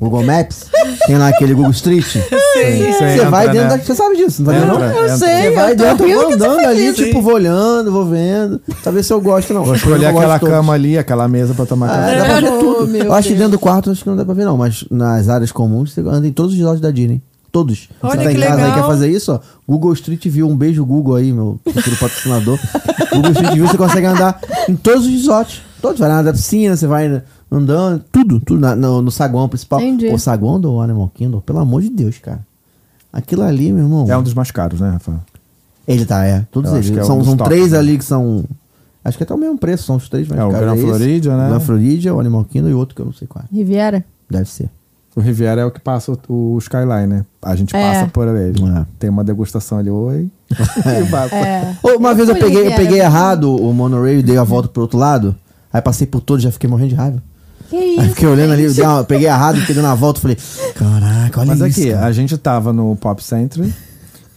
B: Google Maps? Tem lá aquele Google Street?
C: Sim,
B: Você
C: entra,
B: vai dentro
C: né?
B: da. Você sabe disso, não tá vendo?
C: Entra,
B: não?
C: entra.
B: Você
E: eu
B: vai
E: tô
B: dentro, eu
E: rindo
B: vou
E: que você
B: andando ali,
E: fez.
B: tipo, vou olhando, vou vendo. Pra ver se eu gosto, não.
C: Vou escolher
B: Eu gosto
C: aquela
B: de todos.
C: cama ali, aquela mesa pra
B: Ah,
C: tomar café.
B: dá pra ver tudo.
E: meu
B: eu acho que dentro do quarto acho que não dá pra ver, não. Mas nas áreas comuns você anda em todos os lados da Disney. Todos.
D: Olha
B: você tá
D: que
B: em casa
D: legal.
B: e quer fazer isso, ó? Google Street View, um beijo Google aí, meu futuro patrocinador. (laughs) Google Street View, você consegue andar em todos os resorts. Todos, vai lá na piscina, você vai andando, tudo, tudo na- no, no saguão principal.
E: Entendi.
B: O saguão do Animal Kingdom, pelo amor de Deus, cara. Aquilo ali, meu irmão.
C: É um dos mais caros, né, Rafa?
B: Ele tá, é. Todos
C: Eu acho
B: eles.
C: que é um
B: são
C: dos
B: são
C: top,
B: três
C: né?
B: ali que são. Acho que até o mesmo preço, são os três mais
C: É, o
B: caros.
C: Grand
B: esse,
C: Floridian, né?
B: O Grand Floridian, o Animal Kingdom e outro que eu não sei qual é.
E: Riviera?
B: Deve ser.
C: O Riviera é o que passa o, o Skyline, né? A gente
E: É.
C: passa por ele.
B: É.
C: Tem uma degustação
B: (laughs)
C: ali, oi. e passa.
A: É.
B: Ô, Uma vez eu
E: fui né? no
B: peguei, eu
E: Riviera.
B: peguei errado o monorail e dei a volta pro outro lado. Aí passei por todos, já fiquei morrendo de raiva.
E: Que isso?
B: Aí fiquei olhando ali, eu dei uma- peguei errado, fiquei dando a volta, falei, caraca, olha
C: Mas
B: isso.
C: aqui,
B: cara.
C: a gente tava no Pop Century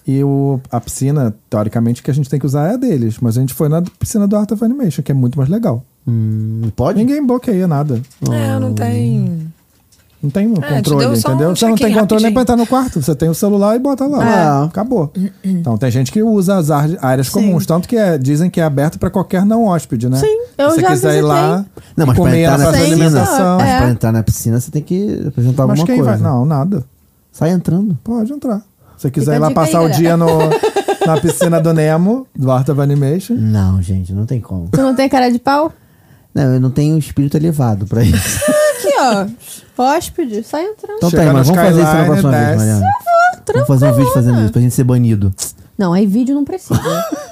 C: e o, a piscina, teoricamente, que a gente tem que usar é a deles. Mas a gente foi na piscina do Art of Animation, que é muito mais legal.
B: Hum, pode?
C: Ninguém bloqueia nada.
D: É,
B: Hum.
D: não tem.
C: Não tem um
D: te
E: É,
C: controle,
D: deu só um
C: entendeu? você não tem
D: check-in
C: controle nem
D: rapidinho.
C: pra entrar no quarto. Você tem o celular e bota lá.
B: É.
C: Acabou.
E: Hum,
C: Então tem gente que usa as ar- áreas comuns. Tanto que é- dizem que é aberto pra qualquer não hóspede, né? Sim,
E: eu
C: Se você
E: já
C: quiser ir lá,
B: Não, mas pra
C: comer
B: entrar
C: na
B: na
C: praça de
E: Sim,
B: piscina.
C: alimentação.
B: Mas
E: É.
B: pra entrar na piscina você tem que apresentar
C: Mas
B: alguma
C: quem
B: coisa.
C: vai? Não, nada.
B: Sai entrando.
C: Pode entrar. Se você quiser
E: Fica
C: ir
E: a
C: lá
E: dica
C: passar
E: aí,
C: o
E: (laughs)
C: dia no, na piscina do Nemo, do Art of Animation.
B: Não, gente, não tem como.
E: Tu não tem cara de pau?
B: Não, eu não tenho um espírito elevado pra isso.
E: Aqui, ó. Hóspede, sai entrando.
B: Então tá,
C: Chega
B: irmã,
C: no
B: vamos fazer isso na
C: Skyline,
B: próxima vez,
C: desce.
B: Mariana. Vamos fazer um vídeo
E: né?
B: fazendo isso pra gente ser banido.
E: Não, aí vídeo não precisa.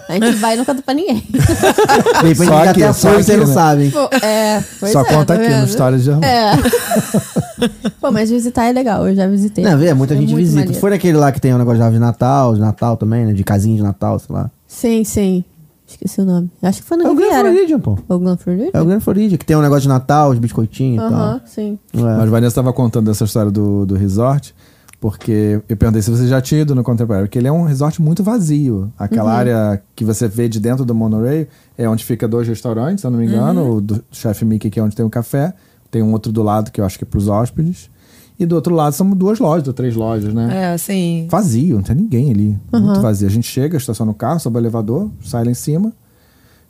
E: A gente vai e não conta pra
B: (laughs)
E: ninguém.
B: De repente
C: Só
B: até
C: aqui,
B: a
C: só
B: folha, vocês
C: aqui,
B: não
C: né?
B: sabem.
E: Pô, é, pois
C: Só
E: é,
C: conta
E: tá
C: aqui
E: vendo?
C: no Histórias de Amor.
E: É. Pô, mas visitar é legal, eu já visitei.
B: Não, é, muita
E: É
B: gente
E: muito
B: visita.
E: maneiro.
B: Foi naquele lá que tem o negócio de árvore de Natal, de Natal também, né? De casinha de Natal, sei lá.
E: Sim, sim. Esqueci o nome. Acho que foi no
B: É o Grand
E: Riviera.
B: Floridian, pô.
E: O Grand Floridian?
B: É o Grand Floridian, que tem um negócio de Natal, os biscoitinhos e
E: Aham,
B: tal.
E: sim.
B: É.
C: Mas Vanessa estava contando essa história do, do resort, porque eu perguntei se você já tinha ido no Contemporary, porque ele é um resort muito vazio. Aquela área que você vê de dentro do monorail é onde fica dois restaurantes, se eu não me engano, o do Chef Mickey, que é onde tem o café, tem um outro do lado, que eu acho que é para os hóspedes, e do outro lado são duas lojas, ou três lojas, né?
D: É, assim.
C: Vazio, não tem ninguém ali. Muito vazio. A gente chega, estaciona o carro, sobe o elevador, sai lá em cima.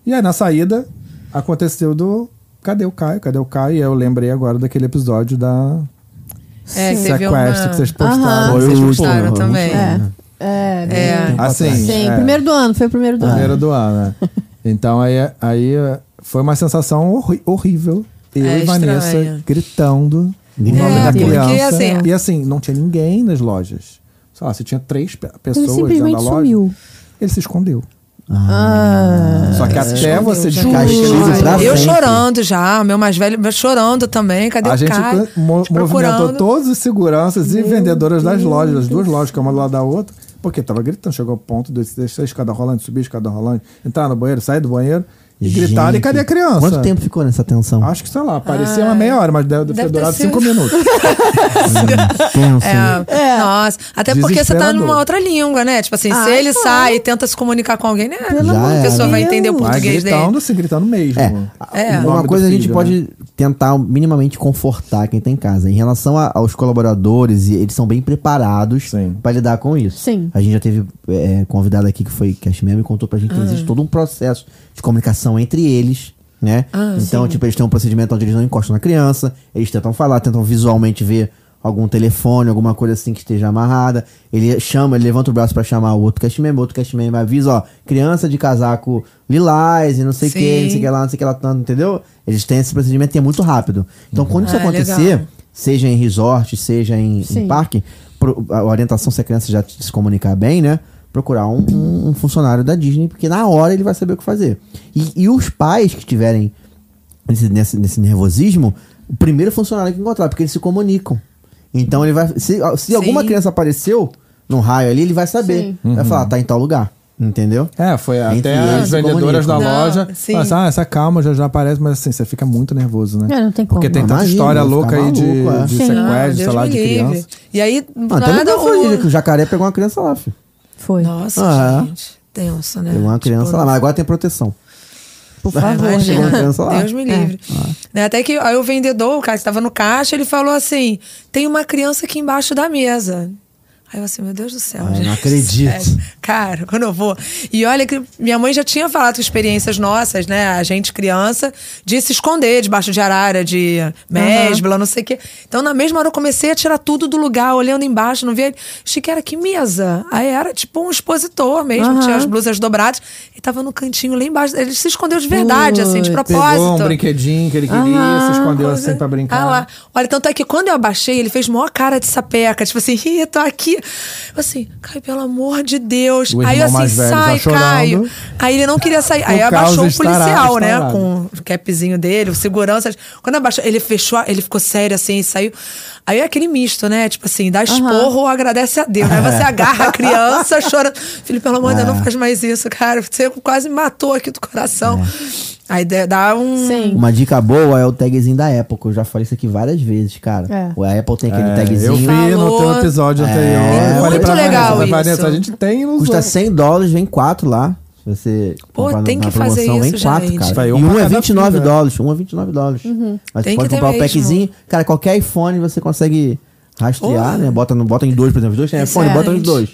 C: E aí na saída aconteceu do. Cadê o Caio? Cadê o Caio? E eu lembrei agora daquele episódio da
D: É, que teve uma.
C: sequestro que vocês postaram.
B: Foi
D: Vocês
B: o
D: postaram
B: último,
D: também.
B: foi o último, né?
E: É,
D: É.
B: Ah,
C: Assim.
E: sim.
C: é,
E: Primeiro do ano, foi o primeiro do
B: É.
E: ano.
C: primeiro do
D: (laughs)
C: ano. né? Então aí, aí foi uma sensação horri- horrível. Eu
D: É
C: e Vanessa
D: estranho.
C: gritando. o
B: É,
C: nome da
D: porque,
C: criança.
D: assim,
C: e assim, não tinha ninguém nas lojas. Sei lá, se tinha três pe-
E: Ele
C: pessoas dentro da
E: simplesmente
C: loja.
E: sumiu.
C: Ele se escondeu.
E: Ah.
C: Só
D: É.
C: que até você
B: Castigo
C: descarregar.
B: pra
D: eu
B: sempre.
D: chorando já, meu mais velho meu chorando também. Cadê
C: A
D: o
C: gente
D: cara?
C: mo- movimentou
D: Procurando.
C: todos os seguranças e vendedoras das lojas, das duas lojas, que é uma do lado da outra, porque tava gritando. Chegou ao ponto de descer a escada rolante, subir a escada rolante, entrar no banheiro, sair do banheiro e gritaram: e
B: Gente,
C: cadê a criança?
B: Quanto tempo ficou nessa tensão?
C: Acho que, sei lá, parecia uma meia hora, mas deve,
D: Deve
C: ter
D: ter
C: durado
D: sido. (laughs)
C: cinco minutos.
B: Tenso. né?
D: É, Nossa, até porque você tá
C: Desesperador.
D: numa outra língua, né? Tipo assim, se ele sai e tenta se comunicar com alguém, né?
B: amor de
D: a pessoa
B: Deus.
D: vai entender o
C: Mas
D: português dele.
C: gritando, assim, gritando mesmo.
B: É,
D: né? É.
C: O nome
B: uma
C: do
B: coisa a gente
C: filho, né?
B: pode tentar minimamente confortar quem tá em casa. Em relação a- aos colaboradores, e eles são bem preparados
C: Sim.
B: pra lidar com isso.
E: Sim.
B: A gente já teve é, convidado aqui que foi Cashmere e contou pra gente que existe todo um processo de comunicação entre eles. Né? então, tipo, eles têm um procedimento onde eles não encostam na criança, eles tentam falar, tentam visualmente ver algum telefone, alguma coisa assim que esteja amarrada. Ele chama, ele levanta o braço pra chamar o outro cast member, o outro cast member avisa, ó, criança de casaco lilás e não sei sei o que, não sei o que lá, não sei o que lá, tanto, entendeu? Eles têm esse procedimento e é muito rápido. Então, quando isso
D: Ah,
B: acontecer,
D: legal.
B: seja em resort, seja em, em parque, pro- a orientação se a criança já se comunicar bem, né? Procurar um, um- um funcionário da Disney, porque na hora ele vai saber o que fazer. E, e os pais que estiverem nesse, nesse, nesse nervosismo, o primeiro funcionário é que encontrar, porque eles se comunicam. Então ele vai. Se, se alguma criança apareceu num raio ali, ele vai saber. Vai falar, tá em tal lugar. Entendeu?
C: É, foi
B: Entre
C: até
B: eles
C: as
B: se
C: vendedoras da
B: comunicam.
D: Não,
C: loja.
D: sim.
C: falaram assim, ah, essa calma já já aparece, mas assim, você fica muito nervoso, né?
E: É, não tem
C: Porque
E: como.
C: tem tanta
B: Imagina,
C: história
B: fica
C: louca aí de,
B: maluco, é.
C: de
E: Sim.
D: Ah,
C: sequestro, sei
D: Deus
C: lá,
D: me
C: de
D: livre.
C: criança.
D: E aí,
B: Ah, até
D: nada
B: não foi
D: o...
B: que o jacaré pegou uma criança lá, filho.
E: Foi.
D: Nossa,
B: Ah, é.
D: gente. Tenso, né?
B: Pegou uma
D: Tipo,
B: criança lá, mas agora tem proteção.
E: Por
D: Ah,
E: favor,
D: imagina.
E: né?
B: uma criança lá. É. Ah.
D: Deus me livre. Né, Até que aí o vendedor, o cara que estava no caixa, ele falou assim: tem uma criança aqui embaixo da mesa. Aí eu assim, meu Deus do céu,
B: Ah,
D: gente. (laughs)
B: não acredito.
D: Sério. Cara, quando eu vou. E olha que minha mãe já tinha falado com experiências nossas, né? A gente, criança, de se esconder debaixo de arara, de mesbla, não sei o quê. Então, na mesma hora, eu comecei a tirar tudo do lugar, olhando embaixo, não via. Achei que era que mesa. Aí era tipo um expositor mesmo, tinha as blusas dobradas. E tava no cantinho lá embaixo. Ele se escondeu de verdade, assim, de propósito.
C: Pegou um brinquedinho que ele queria, se escondeu assim pra brincar.
D: Ah lá. Olha, tanto é que quando eu abaixei, ele fez maior cara de sapeca. Tipo assim, (laughs) ih, tô aqui. Eu assim, Caio, pelo amor de Deus.
C: O
D: aí eu
C: irmão
D: assim,
C: mais velho já
D: sai,
C: chorando.
D: Caio. Aí ele não queria sair. Aí
C: O caos
D: abaixou o
C: estará
D: policial, né?
C: instaurado.
D: Com o capzinho dele, o segurança. Quando abaixou, ele fechou, ele ficou sério assim, e saiu. Aí é aquele misto, né? Tipo assim, dá esporro ou agradece a Deus. Aí
C: É.
D: você agarra
C: (laughs)
D: a criança, chora. Filho, pelo amor de Deus, não faz mais isso, cara. Você quase me matou aqui do coração.
C: É.
D: Aí dá- dá um.
E: Sim.
B: Uma dica boa é o tagzinho da Apple, que eu já falei isso aqui várias vezes, cara.
E: É.
B: A Apple tem aquele
C: É,
B: tagzinho.
C: eu vi no
D: Falou.
C: teu episódio anterior.
B: É,
C: eu falei
D: muito
C: pra
D: legal
C: Vanessa,
D: isso.
C: Vanessa, a gente tem no
B: Custa 100 dólares, vem 4 lá. Se você
D: Pô,
B: comprar
D: tem que fazer
B: vem
D: isso,
B: quatro,
D: gente.
B: cara.
C: Vai,
B: e
C: um pra
B: um é
C: cada
B: 29
C: filho, né?
B: dólares. Um é 29 dólares. Mas
D: Uhum. Tem
B: você pode
D: que ter
B: comprar o
D: mesmo.
B: packzinho. Cara, qualquer iPhone você consegue rastrear,
D: Porra.
B: né? Bota, no, bota em dois, por exemplo. Os dois tem iPhone, bota em
D: Excelente.
B: dois.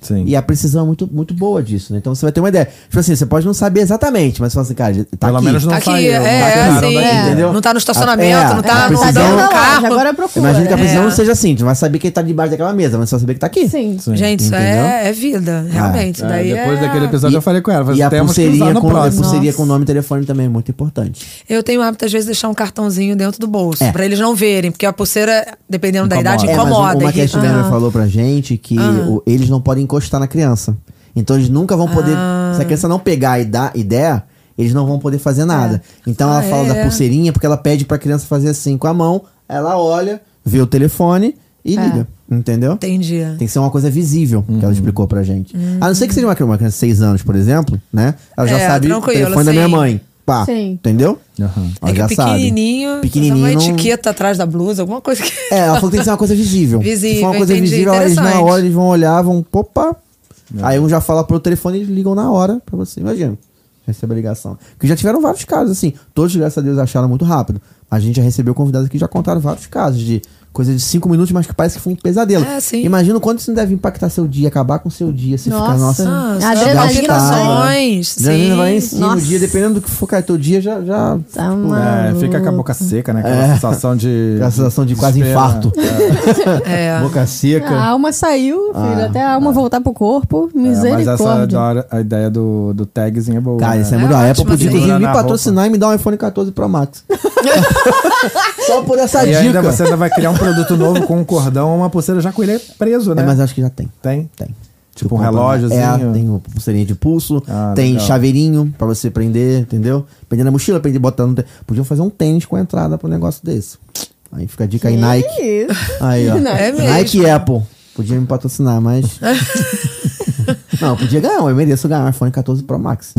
C: Sim.
B: E a precisão é muito, muito boa disso, né? Então você vai ter uma ideia. Tipo assim, você pode não saber exatamente, mas você fala assim, cara, tá
C: Pelo
B: aqui.
C: menos não
D: Tá aqui,
C: saiu.
D: é,
C: não
D: é,
C: tiraram
D: assim,
C: daqui,
D: é.
C: entendeu?
D: Não tá no estacionamento,
B: É,
D: não tá
B: a
D: no,
B: precisão-
D: não,
B: Tá
D: no carro.
E: agora procura.
B: Imagina que a
D: É.
B: prisão seja assim, tu vai saber que ele tá debaixo daquela mesa, mas você vai saber que tá aqui.
E: Sim.
D: Gente, isso
B: Entendeu?
D: é, é vida, realmente.
C: É,
D: Daí
C: depois
D: é-
C: daquele episódio eu falei com ela.
B: E
C: Falei,
B: a
C: temos que usar
B: pulseirinha,
C: no
B: com, a
C: próximo.
B: pulseirinha com nome e telefone também é muito importante.
D: Eu tenho o hábito, às vezes, de deixar um cartãozinho dentro do bolso,
B: É.
D: pra eles não verem, porque a pulseira, dependendo da idade,
C: Incomoda.
B: É, mas
D: incomoda. Ah.
B: uma que a
D: irrita.
B: Steven falou pra gente que o- eles não podem encostar na criança. Então eles nunca vão poder.
D: Ah.
B: Se a criança não pegar e dar ideia, eles não vão poder fazer nada. Então ela
D: Ah,
B: fala
D: é,
B: da
D: é.
B: pulseirinha porque ela pede pra criança fazer assim com a mão, ela olha, vê o telefone
D: É.
B: e liga. Entendeu?
D: Entendi.
B: Tem que ser uma coisa visível, que ela explicou pra gente. A não ser que seja uma criança uma criança de 6 anos, por exemplo, né? Ela já
D: Uhum. É,
B: sabe o
D: tranquilo,
B: telefone da minha
D: sim.
B: mãe. Pá,
E: Sim.
B: entendeu?
C: Aham.
B: Ela
D: é
B: já
D: que
B: sabe.
D: pequenininho,
B: Pequenininho
D: uma
B: não-
D: etiqueta atrás da blusa, alguma coisa que...
B: É, ela falou que tem que ser uma coisa visível. Se for
D: Visível,
B: uma coisa
D: entendi,
B: visível, eles na
D: interessante.
B: hora eles vão olhar, vão, opa. Aí um já fala pro telefone e eles ligam na hora pra você. Imagina. Recebe a ligação. Porque já tiveram vários casos, assim. Todos, graças a Deus, acharam muito rápido. A gente já recebeu convidados aqui que já contaram vários casos de coisa de cinco minutos, mas que parece que foi um pesadelo.
D: É, sim.
B: Imagina o quanto isso não deve impactar seu dia, acabar com seu dia, se ficar, nossa.
E: Nossa.
D: Ah,
E: A
D: são
E: adrenalina
D: palpitações,
B: Já nem vai em
D: sim.
B: cima, o
E: Nossa.
B: dia, dependendo do que for cair teu dia, já. já
E: Tá
B: tipo,
E: uma-
C: É, fica com a boca seca, né? Aquela
B: É.
C: sensação de.
B: Aquela sensação de quase
C: desespero. né?
B: infarto.
D: É.
B: Boca seca.
E: A alma saiu, filho. até a alma voltar pro corpo.
C: Ah, tá. É, mas essa
E: Misericórdia.
C: da hora- a ideia do, do tagzinho é boa.
B: Cara,
C: né?
B: isso é
D: É
B: muito da
D: ótimo,
B: Apple. Podia,
D: assim.
B: inclusive,
C: Pendura
B: me
C: na
B: patrocinar e me dar um iPhone 14 Pro Max. Só por essa
C: E
B: dica.
C: ainda você ainda vai criar um produto novo com um cordão, uma pulseira já com ele preso, né?
B: É, mas acho que já tem.
C: Tem?
B: Tem.
C: Tipo um
B: compra-
C: relógiozinho.
B: É, tem o pulseirinha de pulso,
C: Ah,
B: tem
C: legal.
B: chaveirinho pra você prender, entendeu? Prender na mochila, prender botando. Podiam fazer um tênis com a entrada pra um negócio desse. Aí fica a dica aí, Nike. Aí, ó.
D: É mesmo.
B: Nike e Apple. Podia me patrocinar, mas. Não, eu podia ganhar, eu mereço ganhar um iPhone 14 Pro Max.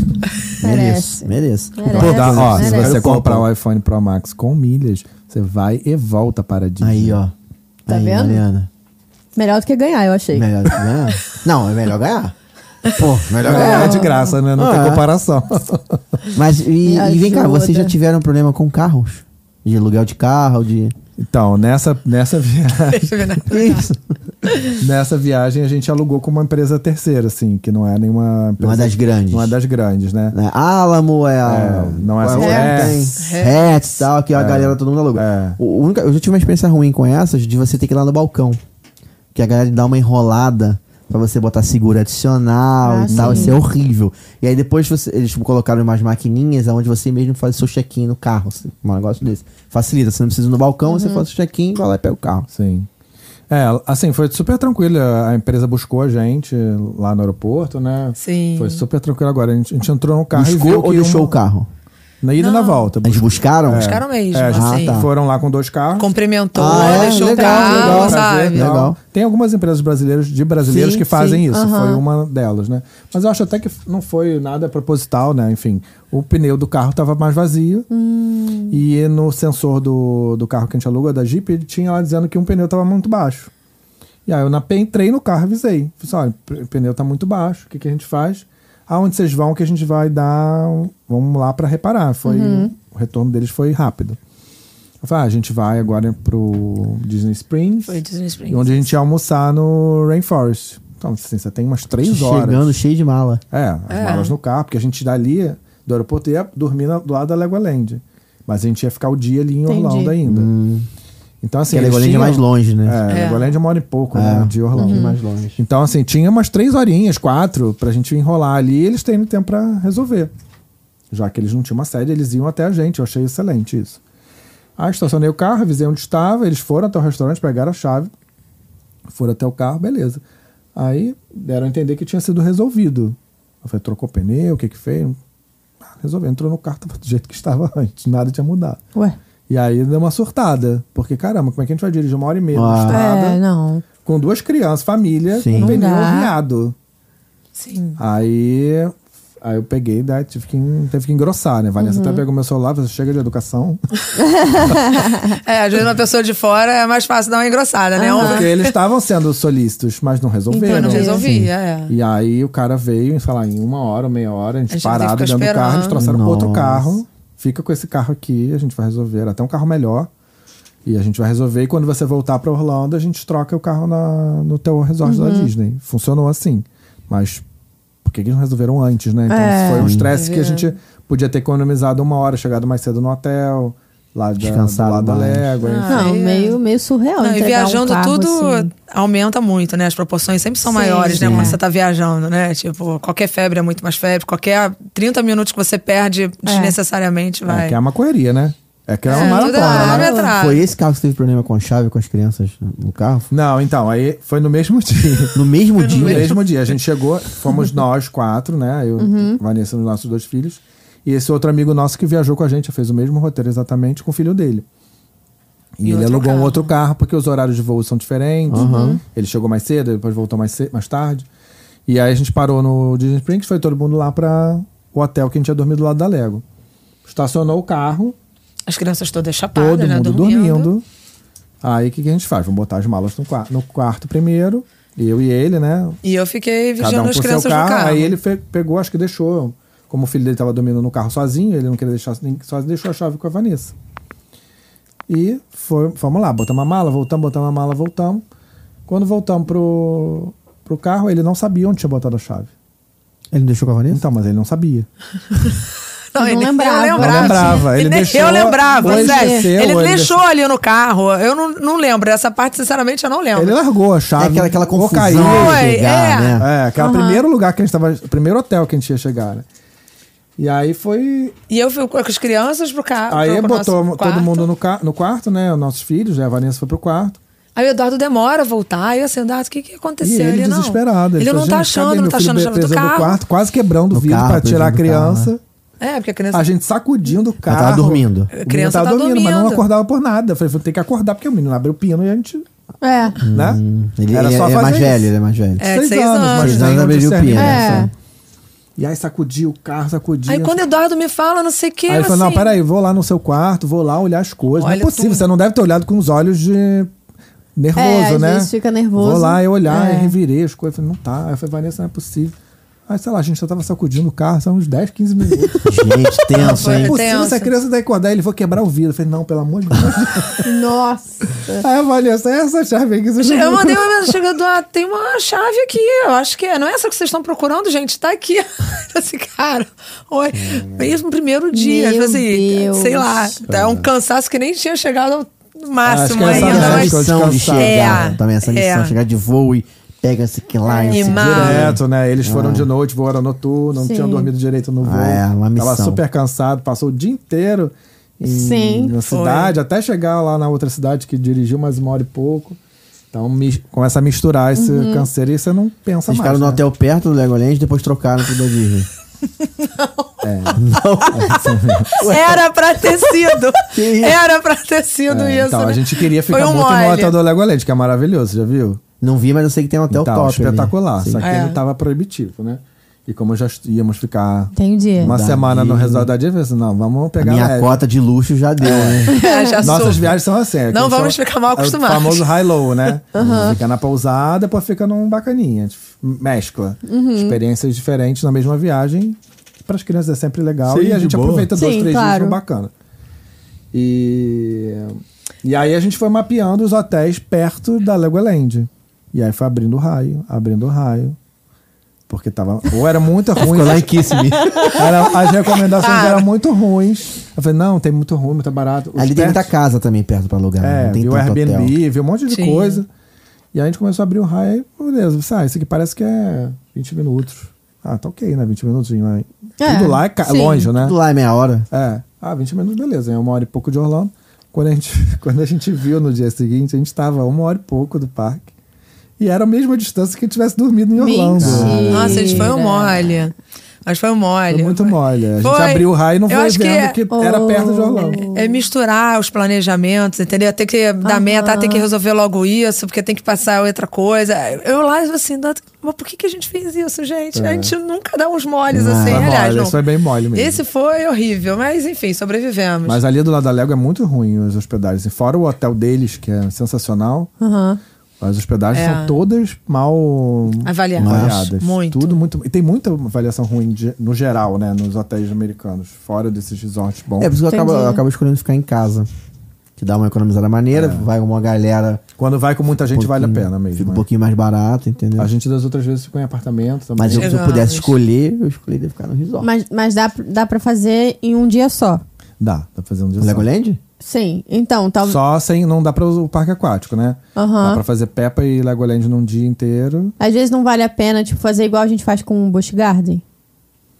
E: Merece.
B: Mereço, mereço.
E: Merece.
C: Pô, dá- ó, se
E: Merece.
C: você
B: Né? Eu compro.
C: comprar o iPhone Pro Max com milhas, você vai e volta para a Disney.
B: Aí, ó.
E: Uhum. Tá
B: aí,
E: vendo?
B: Mariana.
E: Melhor do que ganhar, eu achei.
B: Melhor que ganhar? Não, é melhor ganhar. Pô, melhor
C: É,
B: ganhar.
C: de graça, né? Não
B: Ah.
C: tem comparação. (laughs)
B: Mas e,
E: Me
B: e vem cá,
E: ajuda.
B: vocês já tiveram problema com carros? De aluguel de carro, de.
C: Então, nessa, nessa viagem.
D: Deixa eu ver, né?
B: Isso.
C: (laughs) Nessa viagem a gente alugou com uma empresa terceira, assim, que não é nenhuma. Empresa,
B: Uma das grandes.
C: Uma das grandes, né?
B: Né? Alamo é a.
C: É, não é
B: qual
C: só
B: outra que
C: Hertz.
B: tem?
D: É.
B: Hertz e tal, que é a galera todo mundo aluga.
C: É.
B: O única, eu já tive uma experiência ruim com essas de você ter que ir lá no balcão. Que a galera dá uma enrolada pra você botar seguro
D: Ah,
B: adicional e tal. Isso é horrível. E aí depois você- eles colocaram umas maquininhas onde você mesmo faz o seu check-in no carro. assim, Um negócio desse. Facilita. Você não precisa ir no balcão,
D: Uhum.
B: você faz o check-in, vai lá e pega o carro.
C: Sim. É, assim, foi super tranquilo. A a empresa buscou a gente lá no aeroporto, né?
D: Sim.
C: Foi super tranquilo agora. A gente, a gente entrou no carro e
B: Buscou
C: viu
B: ou
C: que
B: deixou
C: uma-
B: o carro?
C: Na ida e na volta.
B: Eles buscaram?
D: Buscaram mesmo,
C: É,
D: assim.
B: Ah, tá.
C: Foram lá com dois carros.
D: Cumprimentou,
B: Ah, é?
D: deixou
B: Legal,
D: o carro,
B: legal, prazer,
D: sabe?
B: legal.
C: Tem algumas empresas brasileiras de brasileiros
B: Sim,
C: que fazem
B: sim,
C: isso.
B: aham.
C: Foi uma delas, né? Mas eu acho até que não foi nada proposital, né? Enfim, o pneu do carro estava mais vazio.
B: Hum.
C: E no sensor do, do carro que a gente alugou, da Jeep, ele tinha lá dizendo que um pneu estava muito baixo. E aí eu na, entrei no carro e avisei. Falei assim, olha, o pneu tá muito baixo, o que, que a gente faz? Aonde vocês vão que a gente vai dar... um- Vamos lá para reparar. Foi,
B: Uhum.
C: O retorno deles foi rápido. Eu falei, ah, a gente vai agora pro Disney Springs.
D: Foi Disney Springs.
C: E onde a gente ia almoçar no Rainforest. Então, assim, você tem umas três horas.
B: Chegando cheio de mala.
C: É, as malas no carro, porque a gente dali do aeroporto ia dormir na- do lado da Legoland. Mas a gente ia ficar o dia ali em Orlando ainda. Então,
B: Porque Hum. a
C: assim. eles
B: Legoland é
C: tinham-
B: mais longe, né?
C: É,
D: É.
C: Legoland é uma hora e pouco,
B: É.
C: né? De Orlando.
B: Mais longe.
C: Então, assim, tinha umas três horinhas, quatro, pra gente enrolar ali e eles tendo tempo pra resolver. Já que eles não tinham uma sede, eles iam até a gente. Eu achei excelente isso. Aí estacionei o carro, avisei onde estava, eles foram até o restaurante, pegaram a chave, foram até o carro, beleza. Aí deram a entender que tinha sido resolvido. Eu falei, trocou pneu, o que que fez? Ah, Resolveu, entrou no carro, (laughs) tava do jeito que estava antes, nada tinha mudado.
E: é,
A: Ué.
C: E aí deu uma surtada, porque caramba, como é que a gente vai dirigir uma hora e meia
B: Ah.
C: na estrada?
A: É, não.
C: com duas crianças, família,
B: Sim.
C: com um
B: Não
C: pneu
A: dá.
C: arriado.
D: Sim.
C: Aí, aí eu peguei, daí tive que, en- teve que engrossar, né? Vanessa até pegou meu celular, você chega de educação. (laughs)
D: É, às vezes uma pessoa de fora é mais fácil dar uma engrossada, né? Um-
C: Porque eles estavam sendo solícitos, mas não resolveram.
D: Eu Então, não resolvia, é.
C: E aí o cara veio, sei lá, em uma hora, meia hora, a gente,
D: A gente vai ter
C: parado
D: que
C: dentro
D: ficar
C: do carro, eles
D: esperando.
C: trouxeram outro
B: Nossa.
C: carro. Fica com esse carro aqui, a gente vai resolver. Até um carro melhor. E a gente vai resolver. E quando você voltar pra Orlando, a gente troca o carro na, no teu resort
D: Uhum.
C: da Disney. Funcionou assim. Mas por que, que eles não resolveram antes, né? Então
D: É.
C: isso foi um estresse que a gente podia ter economizado uma hora, chegado mais cedo no hotel, lá da, do
B: Descansado
C: lado da
B: mais.
C: Légua. enfim.
A: Não,
D: Aí é-
A: meio, meio surreal.
D: Não, e
A: entregar um
D: viajando
A: carro
D: tudo
A: assim.
D: aumenta muito, né? As proporções sempre são
A: Sim,
D: maiores, né?
A: sim. É.
D: Quando você tá viajando, né? Tipo, qualquer febre é muito mais febre, qualquer 30 minutos que você
A: É.
D: perde desnecessariamente vai.
C: É que é uma correria, né? É que é uma
D: É,
C: maratona.
D: tudo é
C: né?
D: uma metralha.
B: Foi esse carro que teve problema com a chave, com as crianças no carro?
C: Não, então, aí foi no mesmo (laughs) dia.
B: No mesmo
C: No
B: dia?
C: mesmo dia. A gente chegou,
D: (laughs)
C: fomos nós quatro, né? Eu,
D: Uhum.
C: Vanessa e os nossos dois filhos. E esse outro amigo nosso que viajou com a gente, fez o mesmo roteiro exatamente com o filho dele. E,
D: E
C: ele
D: outro
C: alugou um
D: carro. Uhum.
C: outro carro, porque os horários de voo são diferentes. Uhum. Ele chegou mais cedo, depois voltou mais, cedo, mais tarde. E aí a gente parou no Disney Springs, foi todo mundo lá pra o hotel que a gente tinha dormido do lado da Lego. Estacionou o carro,
D: As crianças todas chapadas,
C: todo
D: né?
C: mundo dormindo. Aí o que, que a gente faz? Vamos botar as malas no, qua- no quarto primeiro, eu e ele, né?
D: E eu fiquei
C: Cada
D: vigiando
C: um com
D: as
C: seu
D: crianças
C: carro,
D: no carro.
C: Aí ele fe- pegou, acho que deixou. Como o filho dele estava dormindo no carro sozinho, ele não queria deixar ninguém sozinho, deixou a chave com a Vanessa. E foi, fomos lá, botamos a mala, voltamos, botamos a mala, voltamos. Quando voltamos pro, pro carro, ele não sabia onde tinha botado a chave.
B: Ele não deixou com a Vanessa?
C: Então, mas ele não sabia.
D: Não, ele nem-
A: lembrava.
D: Eu lembrava.
C: Não lembrava, ele
D: E nem
C: deixou,
D: eu lembrava,
C: ou
D: sério.
C: esqueceu,
D: Ele,
C: ou ele
D: deixou ali no carro. Eu não, não lembro. Essa parte, sinceramente, eu não lembro.
C: Ele largou a chave.
B: É aquela, aquela
C: ou
B: confusão
C: caiu.
B: de
D: Foi,
B: chegar,
D: é.
B: né?
C: É, aquele primeiro lugar que a gente tava. Primeiro hotel que a gente ia chegar, né? E aí foi.
D: E eu fui com as crianças pro carro.
C: Aí
D: pro, pro Ah, nosso
C: botou todo
D: quarto.
C: mundo no, ca- no quarto, né? Os nossos filhos, né? A Vanessa foi pro quarto.
D: Aí o Eduardo demora a voltar. Aí eu assim, Eduardo, o que, que
C: E
D: aconteceu?
C: ele, desesperado.
D: Ele,
C: falou,
D: não
C: "Gente,
D: tá
C: cadê
D: achando, não
C: meu
D: tá
C: filho
D: achando a chave do
C: preso
D: carro.
C: quarto, quase quebrando o
B: No
C: vidro
B: carro,
C: pra tirar a
B: preso do carro, né?
C: criança.
D: É, porque a criança.
C: A gente sacudindo o carro.
B: tava dormindo.
C: O menino
D: criança
C: tava
D: tá
C: dormindo, mas não
D: dormindo.
C: acordava por nada. Eu falei, tem que acordar, porque o menino abriu o pino e a gente.
A: É.
C: Né?
B: Hum, Ele,
C: Era
B: ele
C: só
B: é- ele é
C: fazer
B: mais
C: isso.
B: velho, ele é mais velho.
D: É, seis anos.
C: mas
B: Seis
C: tem
B: anos
C: um
B: abriu o pino.
C: discernimento.
B: né?
C: E aí sacudia o carro, sacudia.
D: Aí quando o Eduardo me fala, não sei o quê.
C: Aí ele
D: eu
C: falou: não,
D: assim,
C: peraí, vou lá no seu quarto, vou lá olhar as coisas. não
D: Olha
C: é possível,
D: tudo.
C: você não deve ter olhado com os olhos de. Nervoso,
A: É, às
C: né?
A: vezes fica nervoso.
C: Vou lá eu olhar,
A: É.
C: eu revirei as coisas. Falei, não tá. Aí eu falei, Vanessa, não é possível. Aí, sei lá, a gente só tava sacudindo o carro, são uns 10,
A: (laughs)
C: 15 minutos.
B: Gente, tenso,
D: Foi
C: Não é
B: hein?
C: possível
D: tenso.
C: essa criança daí acordar, ele vou quebrar o vidro. Eu falei, não, pelo amor de
A: (laughs)
C: Deus.
A: Nossa.
C: aí a Vanessa, é essa chave aí que você
D: Eu
C: jogou.
D: mandei uma mensagem, chegou Eduardo, tem uma chave aqui, eu acho que é. Não é essa que vocês estão procurando, gente? Tá aqui. (laughs) Esse cara, oi.
C: Hum.
D: Mesmo primeiro dia,
A: Meu
D: tipo assim,
A: Deus.
D: sei lá. É um cansaço que nem tinha chegado ao
C: Acho
D: máximo
C: que
B: Essa
C: essa
D: ainda.
C: é a
D: Mas...
C: coisa
B: missão de
C: descansar.
B: chegar
D: É,
B: também, essa missão,
D: é.
B: chegar de voo e pega-se que lá e se-
D: Animal.
C: Direto, né? Eles foram de noite, voaram noturno, não tinham dormido direito no voo.
B: Ah, é, uma missão.
C: Tava super cansado, passou o dia inteiro em,
A: Sim.
C: na
D: Foi.
C: cidade, até chegar lá na outra cidade que dirigiu mais uma hora e pouco. Então mis- começa a misturar esse
D: Uhum.
C: canseiro e você não pensa
B: Eles
C: mais.
B: ficaram no
C: né?
B: hotel perto do Legoland e depois trocaram pro da Disney.
D: Era pra
C: (laughs)
D: ter sido.
B: Que isso?
D: Era pra ter sido
C: É,
D: isso.
C: então,
D: né?
C: a gente queria
D: Foi
C: ficar
D: um
C: muito
D: mole.
C: no hotel do Legoland, que é maravilhoso, já viu?
B: Não vi, mas eu sei que tem um hotel
C: então,
B: top. ali.
C: espetacular. Só que
D: É.
C: ele tava proibitivo, né? E como já est- íamos ficar
E: Entendi.
C: uma
B: Entendi.
C: semana no resort da Disney, eu falei, não, vamos
B: A
C: pegar
B: minha
C: leve.
B: cota de luxo já deu, né?
C: (laughs)
D: É, já
C: Nossas
D: soube.
C: viagens são assim. é que
D: Não
C: eles
D: vamos
C: são-
D: ficar
C: é
D: mal acostumados.
C: O famoso high-low,
D: (laughs)
C: né? Fica na pousada, depois fica num bacaninha. a gente Mescla.
D: Uhum.
C: Experiências diferentes na mesma viagem. Para as crianças é sempre legal.
B: Sim,
C: e a
B: de
C: gente
B: boa.
C: aproveita dois,
E: Sim,
C: três
E: claro.
C: dias, foi bacana. E... E aí a gente foi mapeando os hotéis perto da Legoland. E aí foi abrindo o raio, abrindo o raio. Porque tava... Ou era muito ruim...
B: Ficou lá em Kissimmee.
C: Era- as recomendações eram muito ruins. Eu falei, não, tem muito ruim, muito barato. Os
B: Ali tem muita
C: perto-
B: casa também perto pra alugar. né?
C: é,
B: não tem
C: viu
B: tanto
C: Airbnb,
B: hotel.
C: viu um monte de
D: Tinha.
C: coisa. E aí a gente começou a abrir o raio e, meu Deus, eu disse, ah, isso aqui parece que é 20 minutos. Ah, tá ok, né? 20 minutos. Né?
E: É,
C: Tudo lá é ca-
E: sim.
C: longe, né?
B: Tudo lá é meia hora.
C: É. Ah, 20 minutos, beleza. É uma hora e pouco de Orlando. Quando a gente, (laughs) quando a gente viu no dia seguinte, a gente estava uma hora e pouco do parque. E era a mesma distância que a gente tivesse dormido em Orlando.
E: Mentira.
D: Nossa, a gente foi um mole. Mas foi um mole.
C: Foi muito mole. A gente
D: Foi.
C: abriu o raio e não
D: Eu
C: foi
D: acho que
C: vendo que,
D: é-
C: era perto de Orlando.
D: É misturar os planejamentos, entendeu? Tem que dar meta, tem que resolver logo isso, porque tem que passar outra coisa. Eu lá, assim, nossa, mas por que, que a gente fez isso, gente? A gente nunca dá uns moles
C: Ah,
D: assim.
C: foi É.
D: Aliás,
C: mole,
D: não.
C: isso foi bem mole mesmo.
D: Esse foi horrível, mas enfim, sobrevivemos.
C: Mas ali do lado da Lego é muito ruim os hospedagens. E fora o hotel deles, que é sensacional, as hospedagens
D: É.
C: são todas mal
D: Avaliadas.
C: avaliadas.
D: Muito.
C: Tudo muito. E tem muita avaliação ruim de- no geral, né? Nos hotéis americanos, fora desses resorts bons.
B: É por isso que eu acabo, eu acabo escolhendo ficar em casa. Que dá uma economizada maneira, vai uma galera.
C: Quando vai com muita gente, vale É. a pena mesmo.
B: Fica um
C: né?
B: pouquinho mais barato, entendeu?
C: A gente das outras vezes ficou em apartamento também.
B: Mas eu, se eu pudesse
D: Exato.
B: escolher, eu escolheria ficar no resort.
E: Mas, mas dá, dá pra fazer em um dia só.
C: Dá, dá pra fazer um dia
B: No Legoland?
E: Sim. Então,
C: só.
E: talvez.
C: Só sem. Não dá pra usar o parque aquático, né? Dá pra fazer Peppa e Legoland num dia inteiro.
E: Às vezes não vale a pena, tipo, fazer igual a gente faz com o Busch Garden.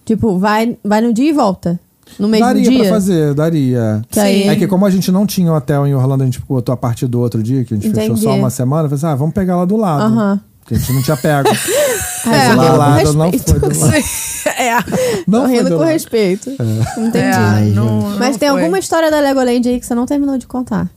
E: Tipo, vai, vai no dia e volta. No mesmo
C: daria
E: dia.
C: pra fazer, daria.
E: Que aí-
C: É que como a gente não tinha hotel em Orlando, a gente botou a parte do outro dia, que a gente fechou
E: Entendi.
C: só uma semana, eu falei assim, ah, vamos pegar lá do lado.
E: Aham.
C: Porque a gente não tinha
E: (laughs)
C: pego.
E: É,
C: do lado,
E: com
C: não foi do
E: respeito.
C: lado.
D: (laughs) é.
E: (laughs)
C: Não foi
E: Correndo
C: do
E: com
C: lado.
E: respeito. Entendi.
D: É,
B: Ai,
D: não- não
E: Mas tem
D: foi.
E: alguma história da Legoland aí que você não terminou de contar.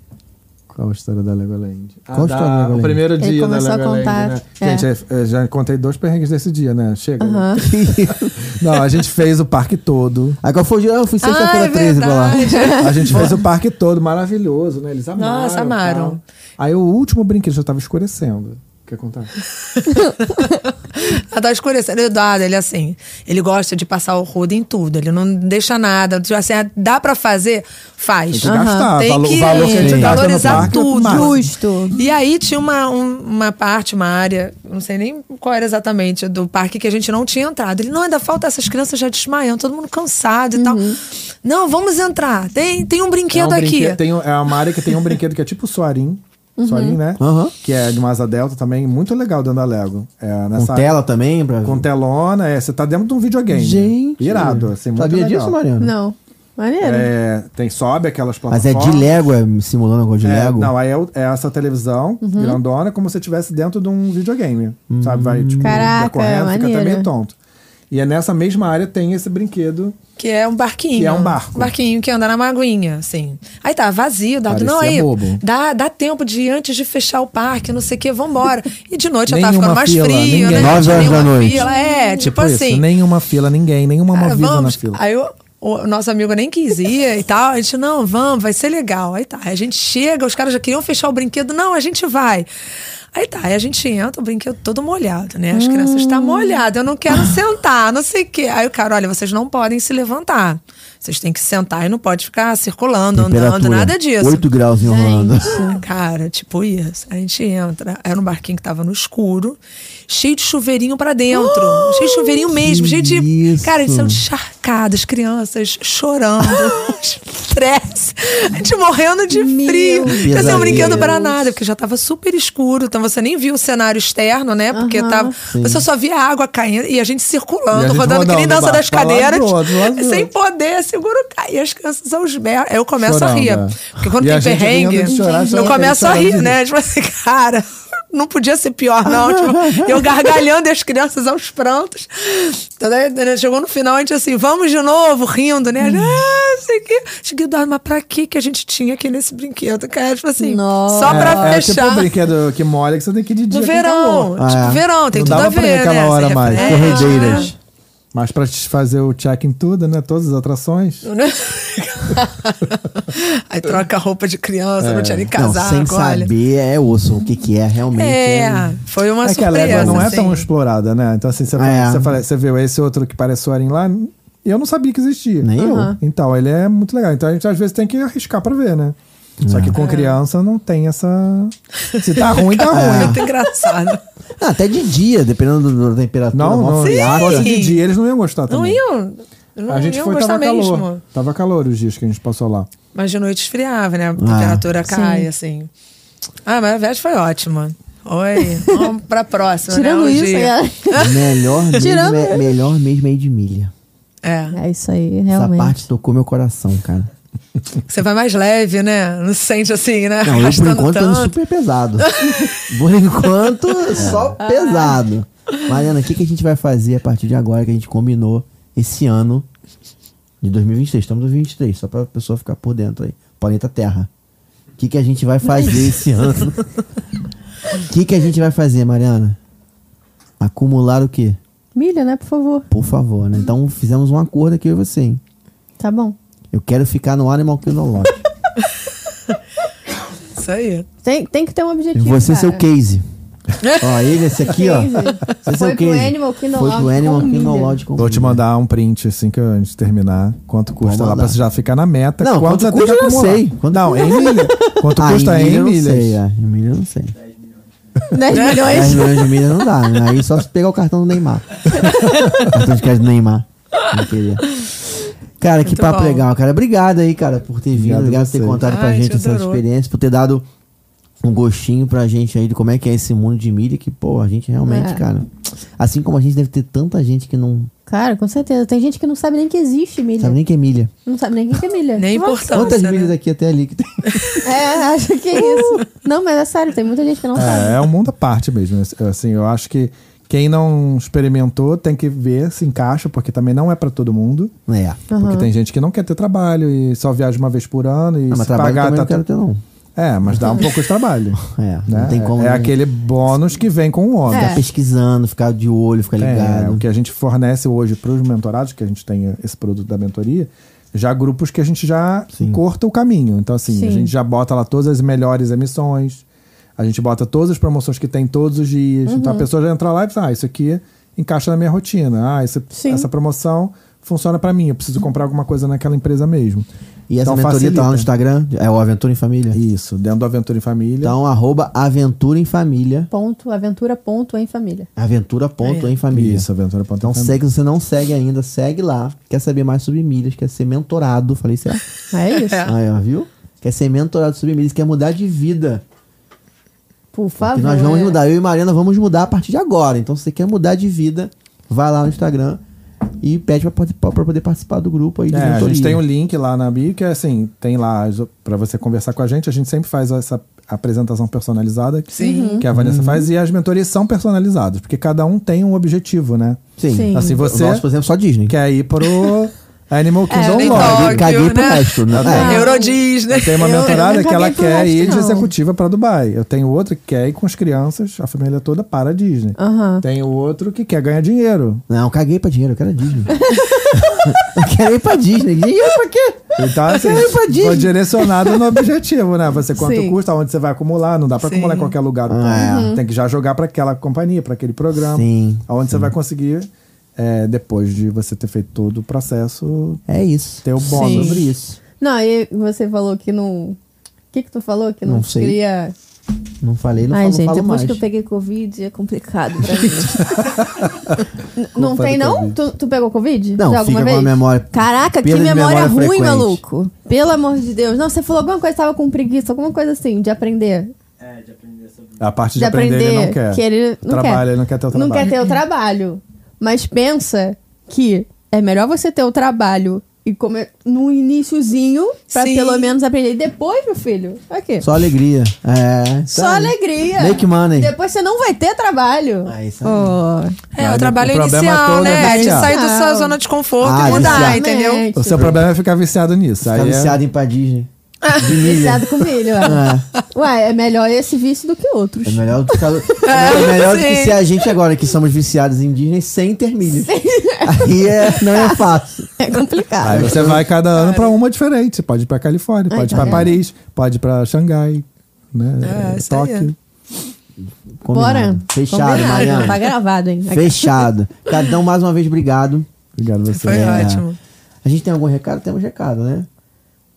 C: Qual a história da Legoland?
B: Qual a história da Legoland?
C: O primeiro
E: Ele
C: dia da
E: começou a
C: Legoland,
E: contar,
C: né?
E: é.
C: Gente, eu já contei dois perrengues desse dia, né? Chega. né? (laughs) não, a gente fez o parque todo.
B: Aí qual foi o dia? (laughs) Ah, Eu fui
D: Ah,
B: sexta-feira
D: é
B: 13 pra lá.
D: verdade.
C: A gente fez o parque todo, maravilhoso, né? Eles amaram.
D: Nossa, amaram.
C: tal. Aí o último brinquedo já tava escurecendo. Quer contar?
D: (laughs) Ah, tá escurecendo. O Eduardo, ele é assim, ele gosta de passar o rodo em tudo. Ele não deixa nada. Tipo Assim, ah, dá pra fazer? Faz.
C: Tem que gastar.
D: Tem
C: Valo-
D: que,
C: o valor que a gente gasta no
D: valorizar
C: parque é
D: tudo.
C: massa.
E: Justo.
D: E aí tinha uma, um- uma parte, uma área, não sei nem qual era exatamente, do parque que a gente não tinha entrado. Ele, não, ainda falta essas crianças já desmaiando, todo mundo cansado e tal. Não, vamos entrar. Tem, tem um
C: É um
D: brinquedo aqui.
C: brinquedo- tem um- é uma área que tem um brinquedo que é tipo Soarin. Soarin, né?
B: Uhum.
C: Que é de uma asa delta também. Muito legal dentro da Lego. É,
B: Com
C: nessa
B: tela também? Pra...
C: Com telona. É, você tá dentro de um videogame.
B: Gente.
C: Irado. Assim, muito
B: Sabia
C: legal.
B: disso, Mariana?
E: Não. Maneiro.
C: É, tem, sobe aquelas
B: Mas é
C: plataformas.
B: de Lego, é simulando algo de
C: É,
B: Lego?
C: Não, aí é, o- é essa televisão grandona como se estivesse dentro de um videogame.
B: Hum.
C: Sabe? Vai, tipo,
E: Caraca,
C: correndo, fica até
E: maneiro.
C: meio tonto. E é nessa mesma área tem esse brinquedo
D: Que é um barquinho.
C: Que é um barco.
D: barquinho que anda na maguinha, assim. Aí tá, vazio, dá,
C: Parecia
D: não, aí,
C: bobo.
D: Dá, dá tempo de ir antes de fechar o parque, não sei o que, vambora. E de noite já tava
C: Nenhuma
D: ficando mais
C: fila,
D: frio,
C: ninguém.
D: né?
B: Nove horas
D: Nenhuma
B: da noite.
D: Fila. É, tipo, assim.
C: nenhuma fila, ninguém, nenhuma
D: Cara,
C: movida na
D: "Ah, vamos.
C: fila.
D: Aí o, o nosso amigo nem quis ir e tal. A gente, não, vamos, vai ser legal. Aí tá, aí a gente chega, os caras já queriam fechar o brinquedo. Não, a gente vai. Aí tá, aí a gente entra, o brinquedo todo molhado, né? As crianças
C: Hum.
D: estão molhadas, eu
C: (laughs)
D: não quero sentar, não sei o quê. Aí o cara, olha, vocês não podem se levantar. Vocês têm que sentar e não pode ficar circulando, andando, nada disso.
B: 8 graus em Orlando.
D: (laughs) Cara, tipo isso. A gente entra. Era um barquinho que tava no escuro, cheio de chuveirinho pra dentro.
C: Oh,
D: cheio de chuveirinho mesmo, cheio de.
B: isso.
D: Cara, eles são encharcados, crianças chorando,
C: (laughs)
D: (laughs) estresse, a gente morrendo de frio. Quer dizer, um
B: Pesadelo.
D: brinquedo pra nada, porque já tava super escuro, então você nem viu o cenário externo, né? Porque tava. Você só via a água caindo e a gente circulando,
C: E a gente
D: rodando que nem
C: rodando,
D: dança
C: ba-
D: das
C: pra lá e
D: cadeiras,
C: pro outro, lá e pro
D: (laughs) sem
C: outro.
D: poder, seguro cair. As crianças aos berros. Aí eu começo a
C: Chorando,
D: rir.
C: é.
D: Porque quando
C: E a
D: tem
C: gente
D: perrengue,
C: rindo de chorar,
D: eu
C: chorando,
D: começo a
C: chorando de
D: rir, né? Tipo assim, (laughs) cara, não podia ser pior, não. Tipo, eu gargalhando e as crianças aos prantos. Então, daí, né, chegou no final, a gente assim, vamos de novo, rindo,
C: Hum.
D: né? Ah, não sei o quê. Cheguei, Eduardo, mas pra que que a gente tinha aqui nesse brinquedo, cara? Tipo assim,
E: Nossa.
D: só pra
C: é, é tipo
D: fechar.
C: um brinquedo que molha que você tem que ir de dia
D: No
C: com
D: verão.
C: calor.
D: Tipo,
B: Ah, é.
D: verão, tem
C: Não
D: tudo
C: dava
D: a ver,
C: pra ir naquela
D: né?
C: hora
D: Você né?
C: mais,
D: refresca,
C: corredeiras. Mas pra te fazer o check em tudo, né? Todas as atrações.
D: né? (laughs) Aí troca a roupa de criança, não
C: É.
D: tinha nem
B: Não,
D: casaco,
B: sem
D: olha.
B: saber é osso o que que é realmente.
D: É,
B: um-
D: foi uma
C: é que a
D: surpresa.
C: Légua não é
D: assim.
C: tão explorada, né? Então, assim, você, fala-
B: É.
C: você, fala- você viu esse outro que parece o Alien lá, eu não sabia que existia.
B: Nem eu. Aham.
C: Então, ele é muito legal. Então, a gente às vezes tem que arriscar pra ver, né? Só
B: É.
C: que
D: É.
C: com criança não tem essa. Se tá
B: (laughs)
C: ruim, tá
B: É.
C: ruim.
D: Muito engraçado.
B: Ah, até de dia, dependendo do- da temperatura.
C: Não,
B: mó
C: não. Se
B: friaca.
C: fosse de dia, eles não iam gostar
D: Não
C: também.
D: iam. Não
C: A gente
D: iam
C: foi,
D: gostar
C: tava
D: Hum, mesmo.
C: calor. Tava calor os dias que a gente passou lá.
D: Mas de noite esfriava,
C: Ah,
D: né? A temperatura cai, assim. Ah, mas a viagem foi ótima. Oi, vamos pra próxima,
E: Tirando
D: né? Um
E: isso,
D: dia.
E: é,
D: (laughs)
B: Melhor mesmo,
E: Tirando-
B: é, melhor mesmo é ir de milha.
D: É.
E: é (laughs) isso aí,
B: Essa
E: realmente.
B: parte tocou meu coração, cara.
D: Você vai mais leve, né? Não se sente assim, né?
B: Não, eu por
D: Arrastando
B: enquanto tô
D: tanto.
B: indo
E: (laughs)
B: super pesado. por enquanto,
E: É.
B: só pesado. Mariana, o que, que a gente vai fazer a partir de agora que a gente combinou esse ano de 2023? Estamos em 2023, só pra pessoa ficar por dentro aí. Planeta Terra. O que, que a gente vai fazer esse ano? O que, que a gente vai fazer, Mariana? Acumular o quê?
E: Milha, né, por favor.
B: Por favor, né? Então fizemos um acordo aqui eu e você, hein?
E: Tá bom.
B: Eu quero ficar no Animal Kingdom Lodge.
D: Isso aí.
E: Tem, tem que ter um objetivo.
B: Você é
E: cara.
B: seu
E: (laughs)
B: case. ó, ele, esse aqui, ó.
E: Case.
B: (laughs) Esse é
E: Foi
B: o
E: pro
B: case.
E: Animal Kingdom
B: Foi pro
E: Lodge
B: Animal
E: com
B: Kingdom
E: milha.
B: Lodge com
C: Vou te
B: milha.
C: mandar um print assim que a gente terminar. Quanto custa lá
B: mandar.
C: pra você já ficar na meta.
B: Não, quanto
C: quanto você
B: custa
C: tem que
B: eu já
C: acumular.
B: sei. Quanto
C: não,
B: custa-
C: em milha.
B: (laughs)
C: Quanto
B: Ah,
C: custa em milhas?
B: Eu não sei, é. Em milha eu não (laughs) sei.
E: 10
D: Né?
E: milhões.
B: 10 milhões de milhas não dá, né? Aí só se pegar o cartão do Neymar. (laughs) cartão de crédito do Neymar. Não queria. Cara, que
D: Muito
B: papo
D: bom.
B: legal, cara. Obrigado aí, cara, por ter vindo.
C: Obrigado
B: Obrigado por
C: você.
B: ter contado pra
D: Ai, a gente
B: gente essa
D: adorou.
B: experiência, por ter dado um gostinho pra gente aí de como é que é esse mundo de milha que, pô, a gente realmente,
E: É.
B: cara... Assim como a gente deve ter tanta gente que não
E: Cara, com certeza. Tem gente que não sabe nem que existe milha.
B: sabe nem que é milha.
E: Não sabe nem o que que é milha.
D: Nem
E: Nossa.
D: importância.
B: Quantas
D: né?
B: milhas daqui até ali que tem?
E: É, acho que é isso.
B: Uh.
E: Não, mas é sério, tem muita gente que não sabe.
C: É, é um mundo à parte mesmo. Assim, eu acho que quem não experimentou tem que ver se encaixa, porque também não é pra todo mundo.
B: É.
C: Porque tem gente que não quer ter trabalho e só viaja uma vez por ano e
B: Não, Ah, mas
C: se
B: trabalho
C: pagar
B: também
C: tá
B: não quero ter, não.
C: É, mas dá um pouco de trabalho.
B: É,
C: né?
B: (laughs) não tem como.
C: É
B: não
C: aquele bônus que vem com o ônibus.
B: Ficar pesquisando, ficar de olho, ficar
C: É, o
B: ligado.
C: que a gente fornece hoje para os mentorados, que a gente tem esse produto da mentoria, já grupos que a gente já corta o caminho. Então, assim, a gente já bota lá todas as melhores emissões, a gente bota todas as promoções que tem todos os dias. Então a pessoa já entra lá e diz, ah, isso aqui encaixa na minha rotina. Ah, esse-
E: Sim.
C: essa promoção funciona para mim, eu preciso comprar alguma coisa naquela empresa mesmo.
B: E essa
C: Então,
B: mentoria tá lá no
C: facilita.
B: Instagram, é o Aventura em Família.
C: Isso, dentro do Aventura em Família.
B: Então, arroba Aventura em Família.
E: Ponto, aventura, ponto, em família.
B: Aventura ponto em família.
C: Isso, Aventura Ponto em
B: Então
C: Família.
B: segue, se você não segue ainda, segue lá. Quer saber mais sobre milhas, quer ser mentorado. Falei certo?
E: É isso.
B: Aí, ó, viu? Quer ser mentorado sobre milhas, quer mudar de vida.
E: Por favor.
B: Porque nós vamos
E: é.
B: mudar. Eu e Mariana vamos mudar a partir de agora. Então, se você quer mudar de vida, vai lá no Instagram e pede pra, poder- pra poder participar do grupo aí de
C: É, a
B: mentoria.
C: gente tem um link lá na bio que é assim, tem lá as- pra você conversar com a gente. A gente sempre faz essa apresentação personalizada
D: Sim.
C: que a Vanessa faz e as mentorias são personalizadas, porque cada um tem um objetivo, né?
B: Sim.
E: Sim.
C: Assim, você
B: O nosso, por exemplo, é só Disney.
C: quer ir pro Animal Kingdom
D: nem
C: Lodge.
D: Tóquio,
B: caguei pro
D: né?
B: resto, né?
D: Ah,
B: É.
D: Euro Disney.
C: Tem
D: (laughs)
C: uma
E: Eu- eu
C: mentorada
E: nunca
C: que ela
E: caguei pro
C: quer
E: resto,
C: ir de
E: não.
C: executiva pra Dubai. Eu tenho outra que quer ir com as crianças, a família toda para a Disney. Tem outro que quer ganhar dinheiro.
B: É. Não, caguei pra dinheiro, eu quero a Disney. eu quero ir pra Disney. Dinheiro pra quê?
C: Então, assim,
B: quero ir pra Disney.
C: foi direcionado no objetivo, né? Você quanto
E: Sim.
C: custa, onde você vai acumular, não dá pra acumular em qualquer lugar. do país. Tem que já jogar pra aquela companhia, pra aquele programa.
B: Ah, é. Sim,
C: Onde você vai conseguir, é, depois de você ter feito todo o processo,
B: É isso.
C: ter o bônus.
B: Sobre isso.
E: Não, e você falou que não. O que, que tu falou? Que não,
B: Não sei.
E: queria.
B: Não falei, não,
E: Ai,
B: falo,
E: gente,
B: falo
E: depois que
B: mais.
E: eu peguei Covid é complicado pra mim.
C: (laughs)
E: N- não
C: Culpa
E: tem,
C: do
E: não?
C: Covid.
E: Tu, tu pegou Covid?
B: Não,
E: Já alguma
B: fica com a
E: vez?
B: memória-
E: Caraca, que
B: perda de
E: memória,
B: memória
E: ruim,
B: frequente.
E: maluco. Pelo amor de Deus. Não, você falou alguma coisa, tava com preguiça, alguma coisa assim, de aprender.
C: A parte de,
E: de
C: aprender,
E: aprender,
C: ele não quer.
E: que ele não
C: trabalho,
E: quer.
C: ele não quer ter o
E: não
C: trabalho.
E: quer ter o trabalho. Mas pensa que é melhor você ter o trabalho
A: E comer no iníciozinho, pra
D: Sim.
A: pelo menos aprender. E Depois, meu filho, aqui.
B: Só alegria. É.
A: Só
B: tá aí.
A: alegria.
B: Make money.
A: Depois você não vai ter trabalho.
B: Ah, isso aí.
A: Oh.
D: É,
C: Olha,
D: o trabalho
C: o problema
D: inicial,
C: todo é
D: né? de
C: viciar.
D: sair da sua zona de conforto
B: Ah,
D: e mudar,
B: viciar.
D: entendeu?
A: Exatamente.
C: O seu problema é ficar viciado nisso.
B: Tá
C: Aí é-
B: viciado em pra Disney. De um milho.
A: Viciado com milho, ué. Ué, é melhor esse vício do que outros.
B: É melhor, do que, é melhor do que
D: sim.
B: ser a gente agora, que somos viciados em Disney sem ter milho. Aí é, não é fácil.
A: É complicado.
C: Aí você vai cada ano pra uma diferente. Você pode ir pra Califórnia, pode ir pra Paris, pode ir pra Xangai, né?
D: É, isso aí.
C: Tóquio.
B: Combinado.
A: Bora.
B: Fechado, Mariana.
A: Tá gravado, hein?
B: Fechado. Cadão, mais uma vez, obrigado.
C: Obrigado a você.
D: Foi
C: É.
D: ótimo.
B: A gente tem algum recado? Temos recado, né?